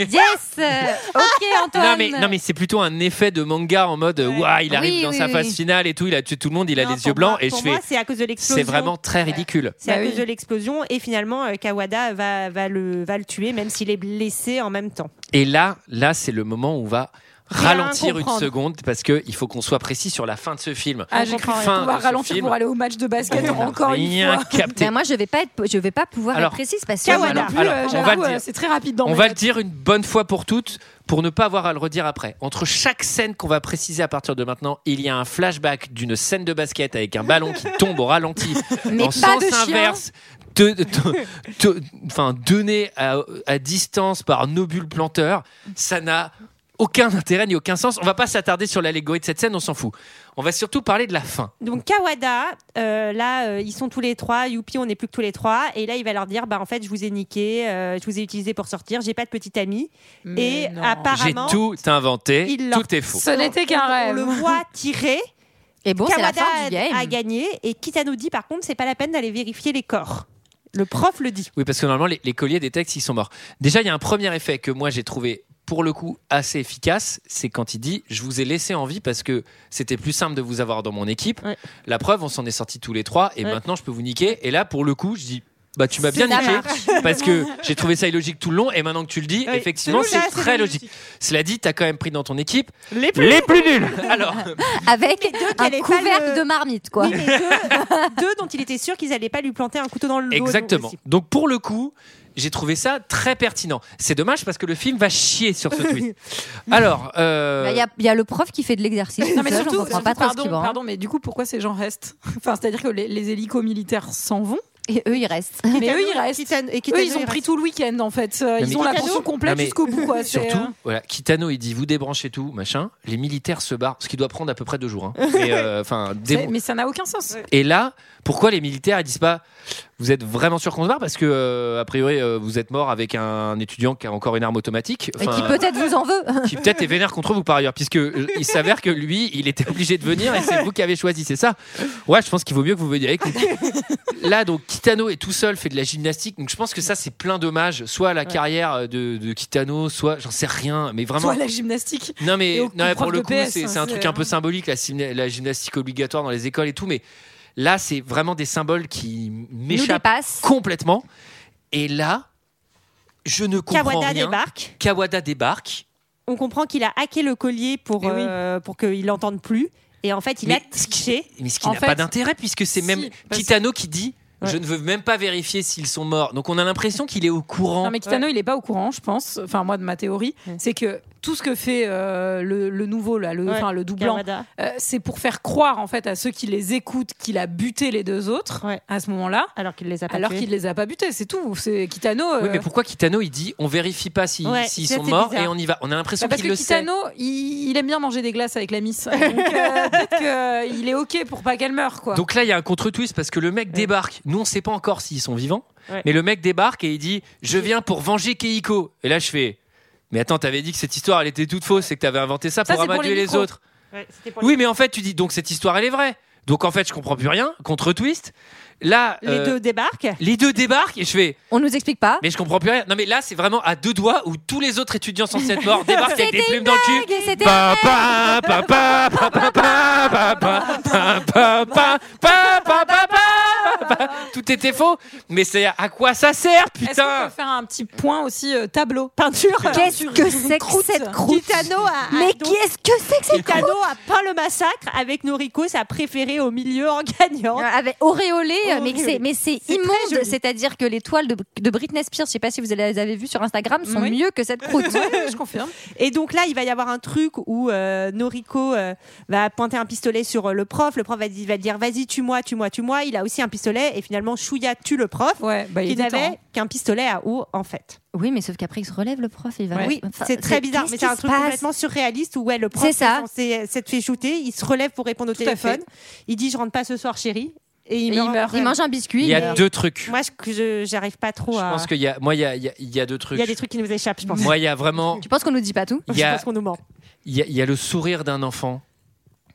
Speaker 6: Yes euh,
Speaker 9: Ah
Speaker 6: Ok, Antoine
Speaker 11: non, mais, non, mais c'est plutôt un effet de manga en mode
Speaker 8: Ouais.
Speaker 11: waouh, il arrive
Speaker 6: Oui,
Speaker 11: dans
Speaker 6: oui,
Speaker 11: sa
Speaker 6: oui.
Speaker 11: phase finale et tout, il a tué tout le monde, il a
Speaker 8: Non,
Speaker 11: les
Speaker 8: pour
Speaker 11: yeux blancs
Speaker 8: moi-
Speaker 11: et je
Speaker 8: pour
Speaker 11: fais.
Speaker 8: moi, c'est à cause de l'explosion.
Speaker 11: C'est vraiment très ridicule.
Speaker 8: C'est à
Speaker 9: Bah
Speaker 8: cause
Speaker 9: oui.
Speaker 8: de l'explosion, et finalement, euh, Kawada va, va, le, va le tuer, même s'il est blessé en même temps.
Speaker 11: Et là, là, c'est le moment où on va
Speaker 8: Rien
Speaker 11: ralentir une
Speaker 8: comprendre.
Speaker 11: seconde parce que il faut qu'on soit précis sur la fin de ce film.
Speaker 9: Ah,
Speaker 8: On
Speaker 9: j'ai cru
Speaker 8: comprend rien.
Speaker 11: Fin de
Speaker 9: pouvoir
Speaker 11: ce
Speaker 9: ralentir
Speaker 11: film.
Speaker 9: pour aller au match de basket
Speaker 11: On n'a
Speaker 9: encore une
Speaker 11: rien
Speaker 9: fois.
Speaker 11: capté.
Speaker 6: Ben, moi, je vais pas être, je vais pas pouvoir
Speaker 11: Alors,
Speaker 6: être précise parce que
Speaker 8: Kawada.
Speaker 9: Moi non plus,
Speaker 11: Alors,
Speaker 9: euh,
Speaker 11: on va
Speaker 9: j'avoue,
Speaker 11: le
Speaker 9: euh,
Speaker 11: dire.
Speaker 9: c'est très rapide dans
Speaker 11: On
Speaker 9: mes
Speaker 11: va le
Speaker 9: notes.
Speaker 11: dire une bonne fois pour toutes pour ne pas avoir à le redire après. Entre chaque scène qu'on va préciser à partir de maintenant, il y a un flashback d'une scène de basket avec un ballon qui tombe au ralenti
Speaker 6: Mais
Speaker 11: en
Speaker 6: pas
Speaker 11: sens
Speaker 6: de chien.
Speaker 11: inverse. de- de- de- de- Enfin, donné à, à distance par Nobule Planteur, ça n'a aucun intérêt ni aucun sens. On va pas s'attarder sur l'allégorie de cette scène, on s'en fout. On va surtout parler de la fin.
Speaker 8: Donc Kawada, euh, là, euh, ils sont tous les trois. Youpi, on n'est plus que tous les trois. Et là, il va leur dire, bah en fait, je vous ai niqué, euh, je vous ai utilisé pour sortir, j'ai pas de petite amie.
Speaker 9: Mais
Speaker 8: et
Speaker 9: non.
Speaker 11: J'ai
Speaker 8: apparemment,
Speaker 11: tout inventé,
Speaker 8: il leur-
Speaker 11: tout est faux.
Speaker 9: Ce n'était qu'un
Speaker 8: on
Speaker 9: rêve.
Speaker 8: le voit tirer.
Speaker 6: Et bon, c'est la
Speaker 8: Kawada
Speaker 6: fin
Speaker 8: a-
Speaker 6: du game.
Speaker 8: a gagné. Et Kitano dit, par contre, c'est pas la peine d'aller vérifier les corps. Le prof le dit.
Speaker 11: Oui, parce que normalement, les, les colliers détectent ils sont morts. Déjà, il y a un premier effet que moi j'ai trouvé pour le coup assez efficace, c'est quand il dit je vous ai laissé en vie parce que c'était plus simple de vous avoir dans mon équipe.
Speaker 8: Ouais.
Speaker 11: La preuve, on s'en est sortis tous les trois et
Speaker 8: Ouais.
Speaker 11: maintenant je peux vous niquer. Et là, pour le coup, je dis bah tu m'as
Speaker 6: C'est
Speaker 11: bien
Speaker 6: la
Speaker 11: niqué
Speaker 6: marche.
Speaker 11: parce que j'ai trouvé ça illogique tout le long et maintenant que tu le dis,
Speaker 8: Oui,
Speaker 11: effectivement,
Speaker 8: c'est
Speaker 11: c'est
Speaker 8: logique,
Speaker 11: très
Speaker 8: c'est
Speaker 11: logique. Cela dit, t'as quand même pris dans ton équipe
Speaker 8: Les plus
Speaker 11: les plus nuls. Alors,
Speaker 6: Avec un
Speaker 8: qu'elle ait pas
Speaker 6: couvercle
Speaker 8: le-
Speaker 6: de marmite, quoi.
Speaker 8: Oui, mais deux, deux dont il était sûr qu'ils allaient pas lui planter un couteau dans le dos.
Speaker 11: Exactement.
Speaker 8: aussi.
Speaker 11: Donc pour le coup, j'ai trouvé ça très pertinent. C'est dommage parce que le film va chier sur ce tweet. Alors, euh,
Speaker 6: Bah, Il y, a- il y a le prof qui fait de l'exercice.
Speaker 9: Non mais
Speaker 6: Ça, j'en
Speaker 9: surtout,
Speaker 6: comprends pas
Speaker 9: surtout,
Speaker 6: trop ce qu'il
Speaker 9: pardon,
Speaker 6: vend.
Speaker 9: pardon, mais du coup pourquoi ces gens restent Enfin, c'est-à-dire que les, les hélicos militaires s'en vont
Speaker 6: Et eux, ils restent.
Speaker 9: Mais eux, ils
Speaker 8: Kitano-
Speaker 9: restent.
Speaker 8: Kitano- et
Speaker 9: Eux,
Speaker 8: Kitano,
Speaker 9: ils ont
Speaker 8: il
Speaker 9: pris
Speaker 8: reste.
Speaker 9: tout le week-end en fait. Euh,
Speaker 11: Non,
Speaker 9: Ils
Speaker 11: mais
Speaker 9: ont la
Speaker 8: Kitano-
Speaker 9: pension complète
Speaker 11: Non, mais-
Speaker 9: jusqu'au bout. Quoi. C'est,
Speaker 11: Surtout,
Speaker 9: euh,
Speaker 11: voilà, Kitano, il dit vous débranchez tout, machin. Les militaires se barrent, ce qui doit prendre à peu près deux jours. hein. Et, euh, enfin,
Speaker 9: c'est-
Speaker 11: dé-
Speaker 9: Mais ça n'a aucun sens.
Speaker 11: Et là, pourquoi les militaires ils disent pas vous êtes vraiment sûr qu'on se barre parce que euh, a priori euh, vous êtes mort avec un étudiant qui a encore une arme automatique
Speaker 6: Et qui
Speaker 11: Enfin, euh,
Speaker 6: peut-être vous en veut.
Speaker 11: qui peut-être est vénère contre vous par ailleurs puisque euh, il s'avère que lui il était obligé de venir et c'est vous qui avez choisi c'est ça ouais je pense qu'il vaut mieux que vous veniez avec nous là donc Kitano est tout seul fait de la gymnastique donc je pense que ça c'est plein d'hommages soit à la carrière euh, de, de Kitano soit j'en sais rien mais vraiment
Speaker 9: Soit la gymnastique.
Speaker 11: non mais,
Speaker 9: Et au-
Speaker 11: non, mais
Speaker 9: au
Speaker 11: pour
Speaker 9: prof
Speaker 11: le
Speaker 9: de
Speaker 11: coup,
Speaker 9: PS,
Speaker 11: c'est
Speaker 9: hein,
Speaker 11: c'est un
Speaker 9: c'est-
Speaker 11: truc un peu symbolique, la, gymna- la gymnastique obligatoire dans les écoles et tout, mais là, c'est vraiment des symboles qui
Speaker 6: Nous
Speaker 11: m'échappent
Speaker 6: dépasse.
Speaker 11: complètement. Et là, je ne comprends
Speaker 8: Kawada
Speaker 11: rien.
Speaker 8: débarque.
Speaker 11: Kawada débarque.
Speaker 8: On comprend qu'il a hacké le collier pour,
Speaker 9: Eh oui.
Speaker 8: euh, pour qu'il l'entende plus. Et en fait, il
Speaker 11: Mais
Speaker 8: a triché.
Speaker 11: Mais ce qui
Speaker 9: En
Speaker 11: n'a
Speaker 9: fait,
Speaker 11: pas d'intérêt, puisque c'est
Speaker 9: si,
Speaker 11: même
Speaker 9: parce-
Speaker 11: Kitano qui dit
Speaker 8: Ouais.
Speaker 11: Je ne veux même pas vérifier s'ils sont morts. Donc on a l'impression qu'il est au courant.
Speaker 9: Non, mais Kitano, il est pas au courant, je pense. Enfin, moi, de ma théorie,
Speaker 8: Ouais.
Speaker 9: c'est que tout ce que fait euh, le, le nouveau, là, le,
Speaker 8: Ouais,
Speaker 9: enfin, le doublant,
Speaker 8: Kawada.
Speaker 9: euh, c'est pour faire croire en fait à ceux qui les écoutent qu'il a buté les deux autres
Speaker 8: Ouais.
Speaker 9: à ce moment-là,
Speaker 8: Alors qu'il les a pas
Speaker 9: alors
Speaker 8: tués.
Speaker 9: qu'il les a pas butés. C'est tout. C'est Kitano.
Speaker 11: Oui,
Speaker 9: euh,
Speaker 11: mais pourquoi Kitano il dit on vérifie pas s'ils
Speaker 8: Ouais,
Speaker 11: s'ils
Speaker 8: ça,
Speaker 11: sont
Speaker 8: c'est
Speaker 11: morts
Speaker 8: bizarre.
Speaker 11: et on y va On a l'impression
Speaker 9: Bah, parce
Speaker 11: qu'il
Speaker 9: que
Speaker 11: le sait.
Speaker 9: Kitano, il, il aime bien manger des glaces avec la miss. Donc, euh, peut-être qu'il est ok pour pas qu'elle meure, quoi.
Speaker 11: Donc là, il y a un contre-twist parce que le mec débarque. Nous, on sait pas encore s'ils sont vivants,
Speaker 8: Ouais.
Speaker 11: mais le mec débarque et il dit Je viens pour venger Keiko. Et là, je fais Mais attends, t'avais dit que cette histoire, elle était toute fausse et que t'avais inventé ça
Speaker 9: Ça,
Speaker 11: pour
Speaker 9: c'est pour
Speaker 11: amadouer les,
Speaker 9: les micros.
Speaker 11: autres.
Speaker 8: Ouais, c'était pour
Speaker 11: Oui, mais en fait, tu dis Donc cette histoire, elle est vraie. Donc en fait, je comprends plus rien. Contre-twist. Là.
Speaker 8: les
Speaker 11: euh,
Speaker 8: deux débarquent.
Speaker 11: les deux débarquent et je fais,
Speaker 6: On nous explique pas.
Speaker 11: mais je comprends plus rien. Non, mais là, c'est vraiment à deux doigts où tous les autres étudiants censés être morts débarquent avec des plumes dans le cul.
Speaker 6: Et c'était-
Speaker 11: Pa, pa, pa, pa, pa, pa, pa, pa, pa, pa, pa, pa, pa, pa, pa, pa, pa. Tout était faux, mais c'est à quoi ça sert,
Speaker 9: Est-ce qu'on
Speaker 11: putain
Speaker 9: peut faire un petit point aussi euh, tableau Peinture
Speaker 6: Qu'est-ce que c'est que
Speaker 9: Croûte.
Speaker 6: cette croûte
Speaker 8: Kitano a,
Speaker 6: Mais
Speaker 8: a Ah, donc-
Speaker 6: qu'est-ce que c'est que cette
Speaker 8: Kitano a peint le massacre avec Noriko, sa préférée au milieu en gagnant.
Speaker 6: avec auréolé, euh, mais
Speaker 8: Auréolé.
Speaker 6: c'est mais c'est
Speaker 8: C'est très
Speaker 6: immonde.
Speaker 8: joli.
Speaker 6: C'est-à-dire que les toiles de, de Britney Spears, je sais pas si vous les avez vues sur Instagram, sont
Speaker 9: Oui.
Speaker 6: mieux que cette croûte.
Speaker 9: Je confirme.
Speaker 8: Et donc là, il va y avoir un truc où euh, Noriko euh, va pointer un pistolet sur euh, le prof. Le prof va, di- va dire vas-y, tue-moi, tue-moi, tue-moi. Il a aussi un pistolet et finalement Shuya tue le prof
Speaker 9: Ouais, bah, il
Speaker 8: qui
Speaker 9: était temps, hein.
Speaker 8: n'avait qu'un pistolet à eau en fait.
Speaker 6: oui, mais sauf qu'après il se relève le prof, il va.
Speaker 8: Oui,
Speaker 6: Enfin,
Speaker 8: c'est très bizarre,
Speaker 6: qu'est-ce
Speaker 8: mais c'est un
Speaker 6: qui se
Speaker 8: truc
Speaker 6: passe
Speaker 8: complètement surréaliste où ouais, le prof
Speaker 6: C'est ça.
Speaker 8: est censé s'être fait shooter, il se relève pour répondre au
Speaker 9: Tout à
Speaker 8: téléphone, il dit je rentre pas ce soir chérie et il
Speaker 9: Et
Speaker 8: meurt.
Speaker 9: il meurt.
Speaker 6: Il mange un biscuit.
Speaker 11: Il y a
Speaker 6: mais-
Speaker 11: deux trucs.
Speaker 8: Moi, je- que je j'arrive pas trop
Speaker 11: Je
Speaker 8: à.
Speaker 11: pense qu'il y a, moi, il y a, il y a- il y a deux
Speaker 8: Il
Speaker 11: trucs.
Speaker 8: y a des trucs qui nous échappent, je pense.
Speaker 11: Moi, il y a vraiment,
Speaker 6: Tu penses qu'on nous dit pas tout
Speaker 11: il y
Speaker 8: Je
Speaker 11: a,
Speaker 8: pense qu'on nous ment.
Speaker 11: il y a- il y a le sourire d'un enfant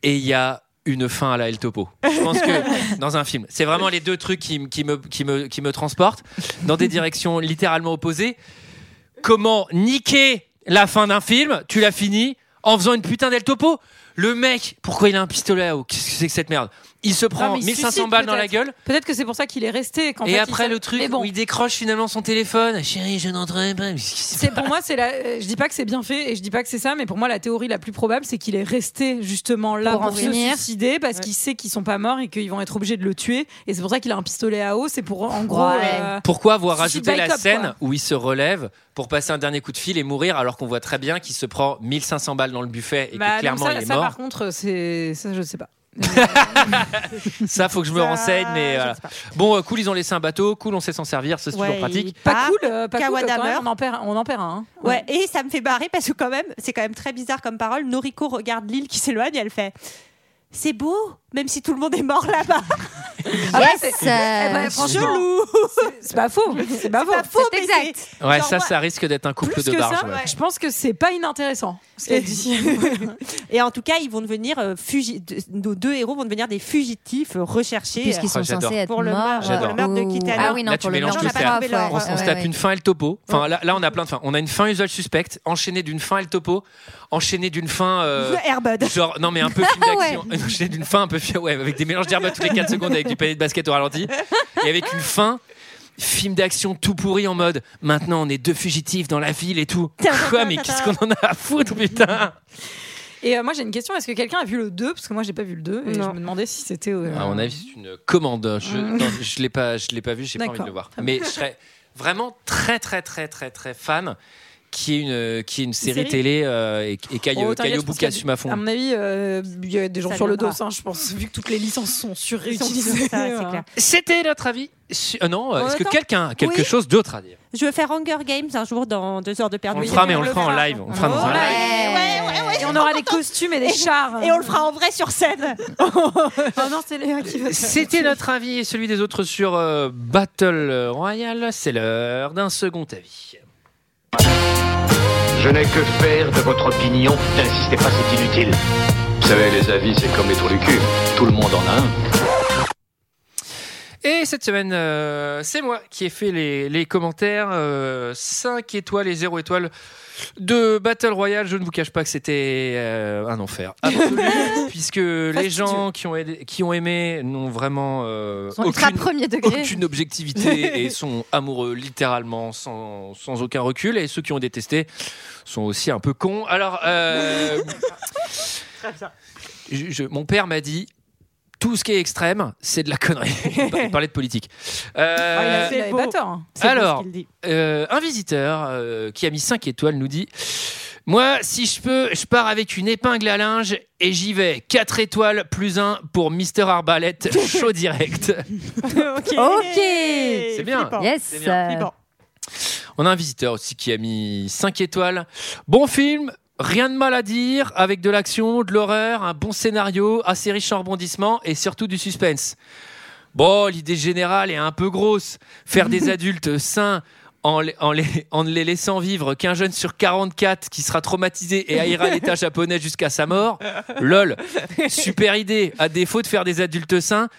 Speaker 11: et il y a une fin à la El Topo. Je pense que dans un film, c'est vraiment les deux trucs qui, m- qui me, qui, me, qui me transportent dans des directions littéralement opposées. Comment niquer la fin d'un film Tu l'as fini en faisant une putain d'El Topo. Le mec, pourquoi il a un pistolet à eau Qu'est-ce que c'est que cette merde Il se prend
Speaker 9: Non, mais il
Speaker 11: 1500
Speaker 9: suicide,
Speaker 11: balles dans la
Speaker 9: peut-être.
Speaker 11: gueule
Speaker 9: Peut-être que c'est pour ça qu'il est resté. qu'en
Speaker 11: et
Speaker 9: fait, il
Speaker 11: après
Speaker 9: s'est-
Speaker 11: le truc
Speaker 9: Mais bon,
Speaker 11: où il décroche finalement son téléphone. Chérie, je n'entrerai pas. Mais qu'est-ce qui se
Speaker 9: c'est pour moi, c'est la. euh, Je dis pas que c'est bien fait et je dis pas que c'est ça, mais pour moi, la théorie la plus probable, c'est qu'il est resté justement là
Speaker 6: Pour
Speaker 9: pour,
Speaker 6: en
Speaker 9: se
Speaker 6: finir.
Speaker 9: suicider parce qu'il sait qu'ils sont pas morts et qu'ils vont être obligés de le tuer. Et c'est pour ça qu'il a un pistolet à eau. C'est pour en gros.
Speaker 6: Ouais.
Speaker 9: euh,
Speaker 11: Pourquoi avoir
Speaker 9: Suicide
Speaker 11: rajouté
Speaker 9: by
Speaker 11: la
Speaker 9: cop,
Speaker 11: scène
Speaker 9: quoi.
Speaker 11: où il se relève pour passer un dernier coup de fil et mourir alors qu'on voit très bien qu'il se prend 1500 balles dans le buffet et
Speaker 9: bah,
Speaker 11: que
Speaker 9: donc
Speaker 11: clairement
Speaker 9: ça,
Speaker 11: il est
Speaker 9: ça,
Speaker 11: mort
Speaker 9: par contre, c'est ça, je sais pas.
Speaker 11: Ça, faut que je me
Speaker 8: Ça,
Speaker 11: renseigne, mais
Speaker 8: je
Speaker 11: voilà.
Speaker 8: sais pas.
Speaker 11: bon, euh, cool, ils ont laissé un bateau, cool, on sait s'en servir, ça, c'est
Speaker 8: Ouais,
Speaker 11: toujours pratique.
Speaker 8: il
Speaker 9: Pas
Speaker 8: part.
Speaker 9: cool, euh, pas cool.
Speaker 8: Kawada
Speaker 9: quand même,
Speaker 8: meurt.
Speaker 9: on en perd, on en perd un. hein.
Speaker 8: Ouais, et ça me fait barrer parce que quand même, c'est quand même très bizarre comme parole. Noriko regarde l'île qui s'éloigne et elle fait C'est beau, même si tout le monde est mort là-bas.
Speaker 9: Ah ouais, c'est-
Speaker 6: Yes, euh,
Speaker 9: Eh ben, franchement,
Speaker 8: Chelou
Speaker 9: c'est pas faux. C'est pas faux.
Speaker 8: pas faux,
Speaker 6: c'est
Speaker 8: mais
Speaker 6: exact.
Speaker 8: c'est-
Speaker 11: Ouais,
Speaker 8: genre,
Speaker 11: ça,
Speaker 8: moi-
Speaker 11: ça risque d'être un couple
Speaker 9: Plus
Speaker 11: de
Speaker 9: que
Speaker 11: barges.
Speaker 9: ça,
Speaker 11: ouais.
Speaker 9: je pense que c'est pas inintéressant. ce qu'elle dit.
Speaker 8: Et en tout cas, ils vont devenir euh, fugi- de- nos deux héros vont devenir des fugitifs euh, recherchés.
Speaker 6: Puisqu'ils sont
Speaker 11: Oh, j'adore.
Speaker 6: censés être
Speaker 8: Pour le
Speaker 6: morts.
Speaker 8: meurtre-
Speaker 11: pour le
Speaker 8: meurtre de
Speaker 6: Ou-
Speaker 8: Kitano.
Speaker 6: Ah oui, non,
Speaker 11: Là, tu
Speaker 6: pour le
Speaker 11: mélanges
Speaker 6: meurtre
Speaker 11: tout
Speaker 6: de
Speaker 11: ça.
Speaker 6: prof, ouais,
Speaker 8: On
Speaker 11: On
Speaker 6: ouais,
Speaker 11: se
Speaker 6: ouais,
Speaker 11: tape
Speaker 6: ouais.
Speaker 11: une fin El Topo. Enfin, là, là, on a plein de fins. On a une fin usual suspect, enchaînée d'une fin El Topo, enchaînée d'une fin. euh,
Speaker 8: The Airbud.
Speaker 11: Genre, non, mais un peu film d'action. Euh, J'ai d'une fin un peu film, ouais, avec des mélanges d'herbes toutes les 4 secondes, avec du panier de basket au ralenti. Et avec une fin, film d'action tout pourri en mode maintenant on est deux fugitifs dans la ville et tout. Quoi, mais qu'est-ce qu'on en a à foutre, putain
Speaker 9: Et euh, moi j'ai une question, est-ce que quelqu'un a vu le 2 Parce que moi j'ai pas vu le 2 et
Speaker 8: Non.
Speaker 9: je me demandais si c'était... euh,
Speaker 11: À mon avis, c'est une commande. Je ne l'ai pas, je l'ai pas vu, j'ai pas envie de
Speaker 9: D'accord.
Speaker 11: le voir. Mais je serais vraiment très, très, très, très, très fan qui est une, qui est une série,
Speaker 9: série
Speaker 11: télé euh, et, et Caillou
Speaker 9: Oh, t'inquiète,
Speaker 11: Caillou
Speaker 9: je pense qu'il y a
Speaker 11: Boucassume à
Speaker 9: À
Speaker 11: fond.
Speaker 9: mon avis, euh, il y a des gens
Speaker 8: Ça
Speaker 9: sur le dos,
Speaker 8: viendra.
Speaker 9: hein, je pense, vu que toutes les licences sont
Speaker 8: Ils sont
Speaker 9: surutilisées.
Speaker 8: sur ça, c'est clair.
Speaker 11: C'était notre avis. su- ah non,
Speaker 8: Oh,
Speaker 11: est-ce que
Speaker 8: attends.
Speaker 11: quelqu'un a quelque
Speaker 8: Oui.
Speaker 11: chose d'autre à dire
Speaker 8: Je veux faire Hunger Games un jour dans deux heures de perdu.
Speaker 11: On le fera, mais on le fera en live. On le fera dans un
Speaker 9: Ouais.
Speaker 11: live.
Speaker 9: Et on aura des costumes et des chars.
Speaker 8: Et on le fera en vrai sur scène.
Speaker 9: Oh non, c'est Léa qui va
Speaker 11: C'était notre avis et celui des autres sur euh, Battle Royale. C'est l'heure d'un second avis.
Speaker 12: Je n'ai que faire de votre opinion. N'insistez pas, c'est inutile.
Speaker 13: Vous savez, les avis, c'est comme les trous du cul.
Speaker 12: Tout le monde en a un.
Speaker 11: Et cette semaine, euh, c'est moi qui ai fait les, les commentaires. 5 étoiles et 0 étoiles de Battle Royale. Je ne vous cache pas que c'était euh, un enfer. absolu, puisque les gens qui ont, aidé- qui ont aimé n'ont vraiment euh,
Speaker 6: Ils sont ultra
Speaker 11: aucune-
Speaker 6: premier degré.
Speaker 11: aucune objectivité et sont amoureux littéralement sans, sans aucun recul et ceux qui ont détesté sont aussi un peu cons alors euh, je- je- mon père m'a dit tout ce qui est extrême c'est de la connerie il parlait de politique Euh,
Speaker 8: Ah, il a-
Speaker 9: Il avait pas tort. hein.
Speaker 8: C'est beau ce
Speaker 11: Alors,
Speaker 8: qu'il dit.
Speaker 11: euh, un visiteur euh, qui a mis 5 étoiles nous dit Moi, si je peux, je pars avec une épingle à linge et j'y vais. 4 étoiles plus 1 pour Mister Arbalète, chaud direct.
Speaker 8: ok.
Speaker 6: Ok.
Speaker 11: C'est bien.
Speaker 8: Flippant.
Speaker 6: Yes.
Speaker 11: C'est bien.
Speaker 8: Flippant.
Speaker 11: On a un visiteur aussi qui a mis 5 étoiles. Bon film, rien de mal à dire, avec de l'action, de l'horreur, un bon scénario, assez riche en rebondissements et surtout du suspense. Bon, l'idée générale est un peu grosse. Faire des adultes sains en, les- en les- en ne les laissant vivre qu'un jeune sur 44 qui sera traumatisé et haïra l'État japonais jusqu'à sa mort. Lol. Super idée. À défaut de faire des adultes sains,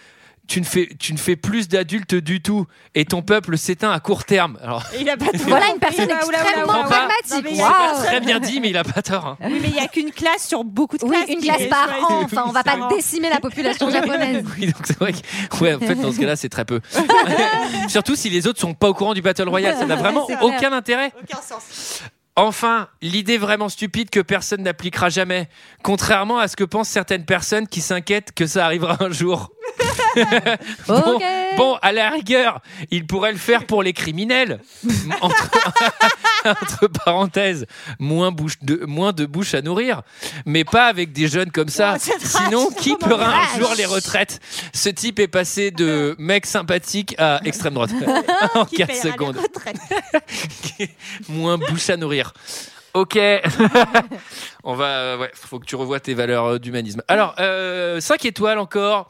Speaker 11: tu ne fais, tu ne fais plus d'adultes du tout et ton peuple s'éteint à court terme. Alors,
Speaker 8: Il a pas tout
Speaker 6: Voilà une
Speaker 8: compris.
Speaker 6: personne
Speaker 8: Oula, oula,
Speaker 6: extrêmement
Speaker 8: oula, oula.
Speaker 6: pragmatique.
Speaker 8: Non, mais il y
Speaker 11: C'est
Speaker 8: a
Speaker 11: pas
Speaker 6: Waouh.
Speaker 11: très bien dit, mais il a pas tort. hein.
Speaker 8: Oui, mais il n'y a qu'une classe sur beaucoup de
Speaker 6: Oui,
Speaker 8: classes.
Speaker 6: une
Speaker 8: qui
Speaker 6: classe
Speaker 8: est
Speaker 6: par
Speaker 8: choisie.
Speaker 6: an. Enfin, on va
Speaker 8: Oui,
Speaker 6: pas décimer la population japonaise.
Speaker 11: Oui, donc c'est vrai que, ouais, en fait, dans ce cas-là, c'est très peu. Surtout si les autres sont pas au courant du Battle Royale, ça n'a vraiment
Speaker 6: C'est clair.
Speaker 11: aucun intérêt.
Speaker 8: Aucun sens.
Speaker 11: Enfin, l'idée vraiment stupide que personne n'appliquera jamais, contrairement à ce que pensent certaines personnes qui s'inquiètent que ça arrivera un jour. Bon,
Speaker 6: Ok.
Speaker 11: Bon, à la rigueur, il pourrait le faire pour les criminels. Entre, entre parenthèses, moins, bouche de, moins de bouche à nourrir, mais pas avec des jeunes comme ça.
Speaker 8: Oh, cette race,
Speaker 11: Sinon, qui
Speaker 8: comment
Speaker 11: paiera un
Speaker 6: vache.
Speaker 11: jour les retraites Ce type est passé de mec sympathique à extrême droite en
Speaker 8: Qui
Speaker 11: 4
Speaker 8: paiera les
Speaker 11: secondes.
Speaker 8: retraites.
Speaker 11: Moins bouche à nourrir. Ok, on va. euh, ouais, faut que tu revoies tes valeurs euh, d'humanisme. Alors, 5 étoiles encore.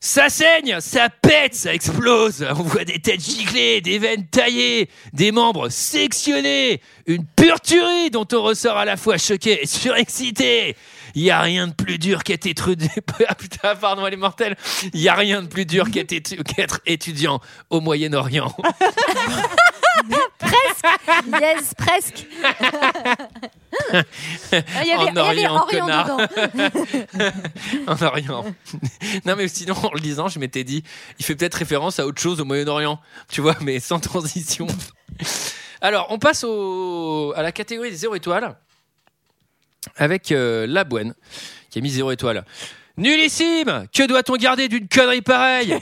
Speaker 11: Ça saigne, ça pète, ça explose. On voit des têtes giclées, des veines taillées, des membres sectionnés, une pure tuerie dont on ressort à la fois choqué et surexcité. Il y a rien de plus dur qu'être étudiant. Ah putain, pardon, elle est mortelle. Il y a rien de plus dur qu'être étu- qu'être étudiant au Moyen-Orient.
Speaker 6: Yes, presque. Ah, Il
Speaker 11: En
Speaker 6: y avait, il y avait
Speaker 11: Orient,
Speaker 6: Orient
Speaker 11: connard.
Speaker 6: dedans.
Speaker 11: en Orient. non, mais sinon, en le lisant, je m'étais dit, il fait peut-être référence à autre chose au Moyen-Orient, tu vois, mais sans transition. Alors, on passe au, à la catégorie des 0 étoiles avec euh, La Boine, qui a mis 0 étoiles. Nullissime Que doit-on garder d'une connerie pareille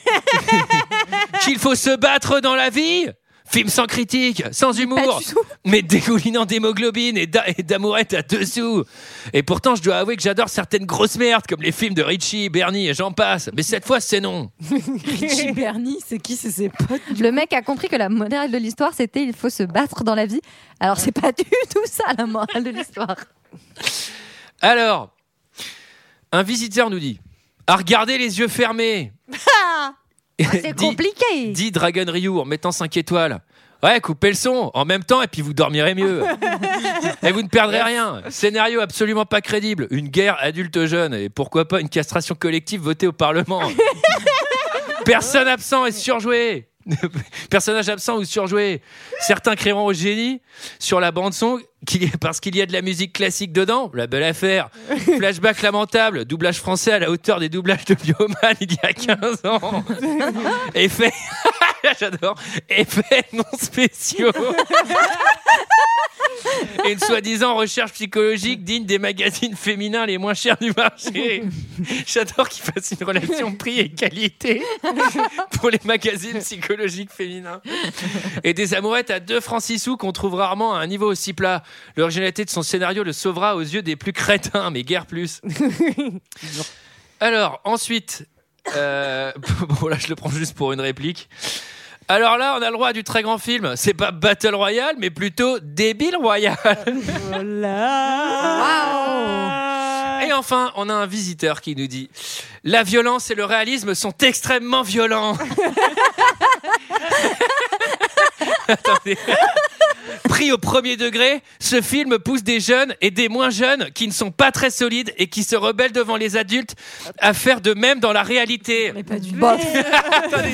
Speaker 11: Qu'il faut se battre dans la vie Film sans critique, sans humour, mais dégoulinant d'hémoglobine et d'a- et d'amourettes à dessous. Et pourtant, je dois avouer que j'adore certaines grosses merdes, comme les films de Richie, Bernie et j'en passe. Mais cette fois, c'est non.
Speaker 9: Richie Bernie, c'est qui C'est ses potes
Speaker 6: Le mec a compris que la morale de l'histoire, c'était il faut se battre dans la vie. Alors, c'est pas du tout ça, la morale de l'histoire.
Speaker 11: Alors, un visiteur nous dit à regarder les yeux fermés.
Speaker 8: Ah
Speaker 6: C'est
Speaker 11: dit,
Speaker 6: compliqué.
Speaker 11: dit Dragon Ryu en mettant 5 étoiles. Ouais, coupez le son en même temps et puis vous dormirez mieux. et vous ne perdrez rien. Scénario absolument pas crédible. Une guerre adulte-jeune et pourquoi pas une castration collective votée au Parlement. Personne absent et surjoué. Personnage absent ou surjoué. Certains crieront au génie sur la bande-son qu'il y- parce qu'il y a de la musique classique dedans. La belle affaire. Flashback lamentable. Doublage français à la hauteur des doublages de Bioman il y a 15 ans. Effet. J'adore. Effets non spéciaux. et une soi-disant recherche psychologique digne des magazines féminins les moins chers du marché. J'adore qu'ils fassent une relation prix et qualité pour les magazines psychologiques féminins. Et des amourettes à 2 francs 6 sous qu'on trouve rarement à un niveau aussi plat. L'originalité de son scénario le sauvera aux yeux des plus crétins, mais guère plus. Alors, ensuite, euh, bon là je le prends juste pour une réplique. Alors là, on a le droit à du très grand film. C'est pas Battle Royale, mais plutôt Débile Royale. Et enfin, on a un visiteur qui nous dit La violence et le réalisme sont extrêmement violents. Attendez. Pris au premier degré, ce film pousse des jeunes et des moins jeunes qui ne sont pas très solides et qui se rebellent devant les adultes à faire de même dans la réalité.
Speaker 6: Bof.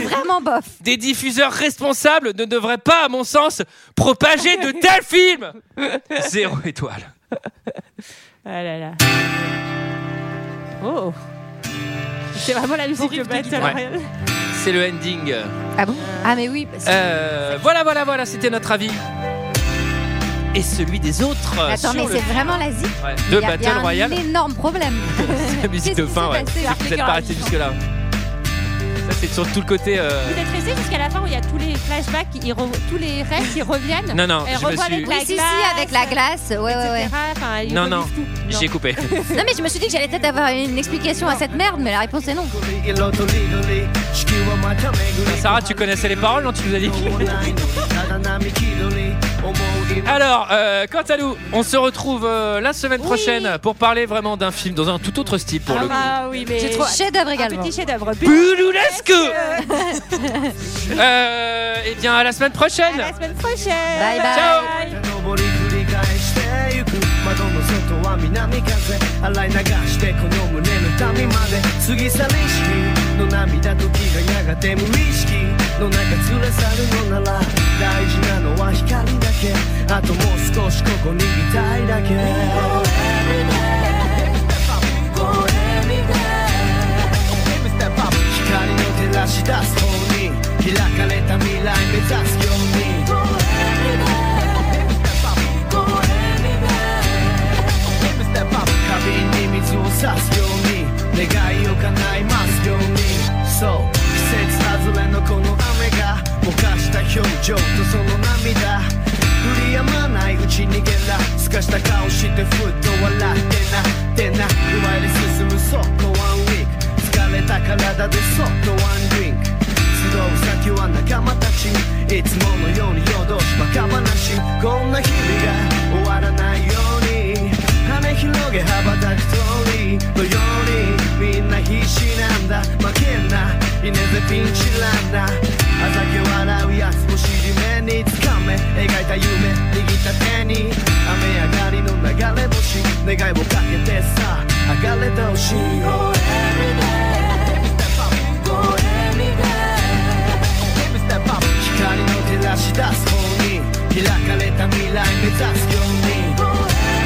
Speaker 6: Vraiment bof.
Speaker 11: Des diffuseurs responsables ne devraient pas, à mon sens, propager de tels films. Zéro étoile.
Speaker 14: Ah là là. Oh C'est vraiment la musique de Battle
Speaker 11: Ouais.
Speaker 14: Royale.
Speaker 11: C'est le ending.
Speaker 6: Ah bon Ah mais oui. parce que-
Speaker 11: Euh, voilà, voilà, voilà, c'était notre avis. Et celui des autres euh,
Speaker 6: Attends, mais
Speaker 11: sur le
Speaker 6: c'est vraiment la zik.
Speaker 11: ouais,
Speaker 6: Il
Speaker 11: de
Speaker 6: y a- il y a
Speaker 11: Battle Royale.
Speaker 6: un énorme problème.
Speaker 11: La musique
Speaker 6: Qu'est-ce
Speaker 11: de
Speaker 6: qui
Speaker 11: fin,
Speaker 6: s'est
Speaker 11: ouais.
Speaker 6: passé
Speaker 11: Si Vous n'êtes pas arrêté jusque-là. Ça, c'est sur tout le côté. euh,
Speaker 14: Vous êtes resté jusqu'à la fin où il y a tous les flashbacks, qui- ils re- tous les rêves qui reviennent.
Speaker 11: Non, non,
Speaker 14: Elle
Speaker 11: je me
Speaker 14: revoit
Speaker 11: suis.
Speaker 14: avec
Speaker 6: Oui,
Speaker 14: La
Speaker 6: si, si,
Speaker 14: glace.
Speaker 6: avec la glace. Ouais, ouais, ouais.
Speaker 14: etc. Enfin, ils
Speaker 11: Non,
Speaker 14: relisent
Speaker 11: non.
Speaker 14: tout. Non.
Speaker 11: J'ai coupé.
Speaker 6: Non, mais je me suis dit que j'allais peut-être avoir une explication à cette merde, mais la réponse est non.
Speaker 11: Sarah, tu connaissais les paroles, non Tu nous as dit. Alors, euh, quant à nous, on se retrouve euh, la semaine prochaine pour parler vraiment d'un film dans un tout autre style pour le coup.
Speaker 8: bah
Speaker 14: Ah oui, mais
Speaker 6: J'ai trop chef-d'œuvre
Speaker 14: un
Speaker 6: également.
Speaker 14: petit chef-d'œuvre.
Speaker 11: Bouloulasco euh, Eh bien, à la semaine
Speaker 14: À
Speaker 11: prochaine
Speaker 14: la semaine prochaine.
Speaker 6: Bye bye.
Speaker 11: Ciao.
Speaker 14: bye.
Speaker 8: 登り繰り返してゆく窓の外は南風洗い流してこの胸の痛みまで過ぎ去りし日の涙時がやがて無意識の中連れ去るのなら大事なのは光だけあともう少しここにいたいだけ光の照らし出す方に開かれた未来目指すように Every step up 花瓶に水を差すように願いを叶いますようにそう季節外れのこの雨がぼかした表情とその涙振りやまないうちにゲラすかした顔してふっと笑ってなってな奪いで進むそっとワンウィーク疲れた体でそっとワンドリンク集う先は仲間たちいつものように夜通しバカ話こんな日々が終わらないように羽広げ羽ばたく鳥のようにみんな必死なんだ負けんな稲でピンチランナーあざけ笑うやつも尻目につかめ描いた夢握った手に雨上がりの流れ星願いをかけてさ上がれてほしい Every step up 光の照らし出す方に開かれた未来目指すように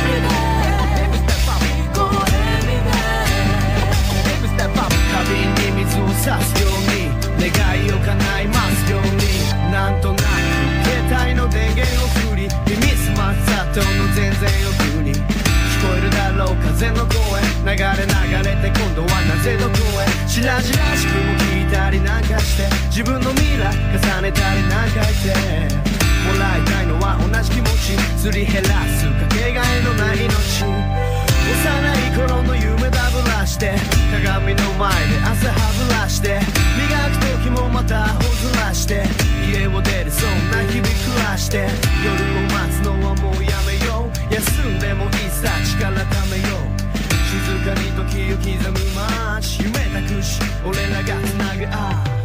Speaker 8: Every step up Every step up 花瓶に水を差すように願いを叶いますようになんとなく携帯の電源を振り耳すまさとの全然奥に聞こえるだろう風の声流れ流れて今度はなぜどこへしらじらしくも聞いたりなんかして自分の未来重ねたりなんかしてもらいたいのは同じ気持ちすり減らすかけがえのない命幼い頃の夢だぶらして鏡の前で汗はぶらして磨く時もまたほずらして家を出るそんな日々暮らして夜を待つのはもうやめよう休んでもいいさ力ためよう静かに時を刻む街夢たくし俺らがつなぐあ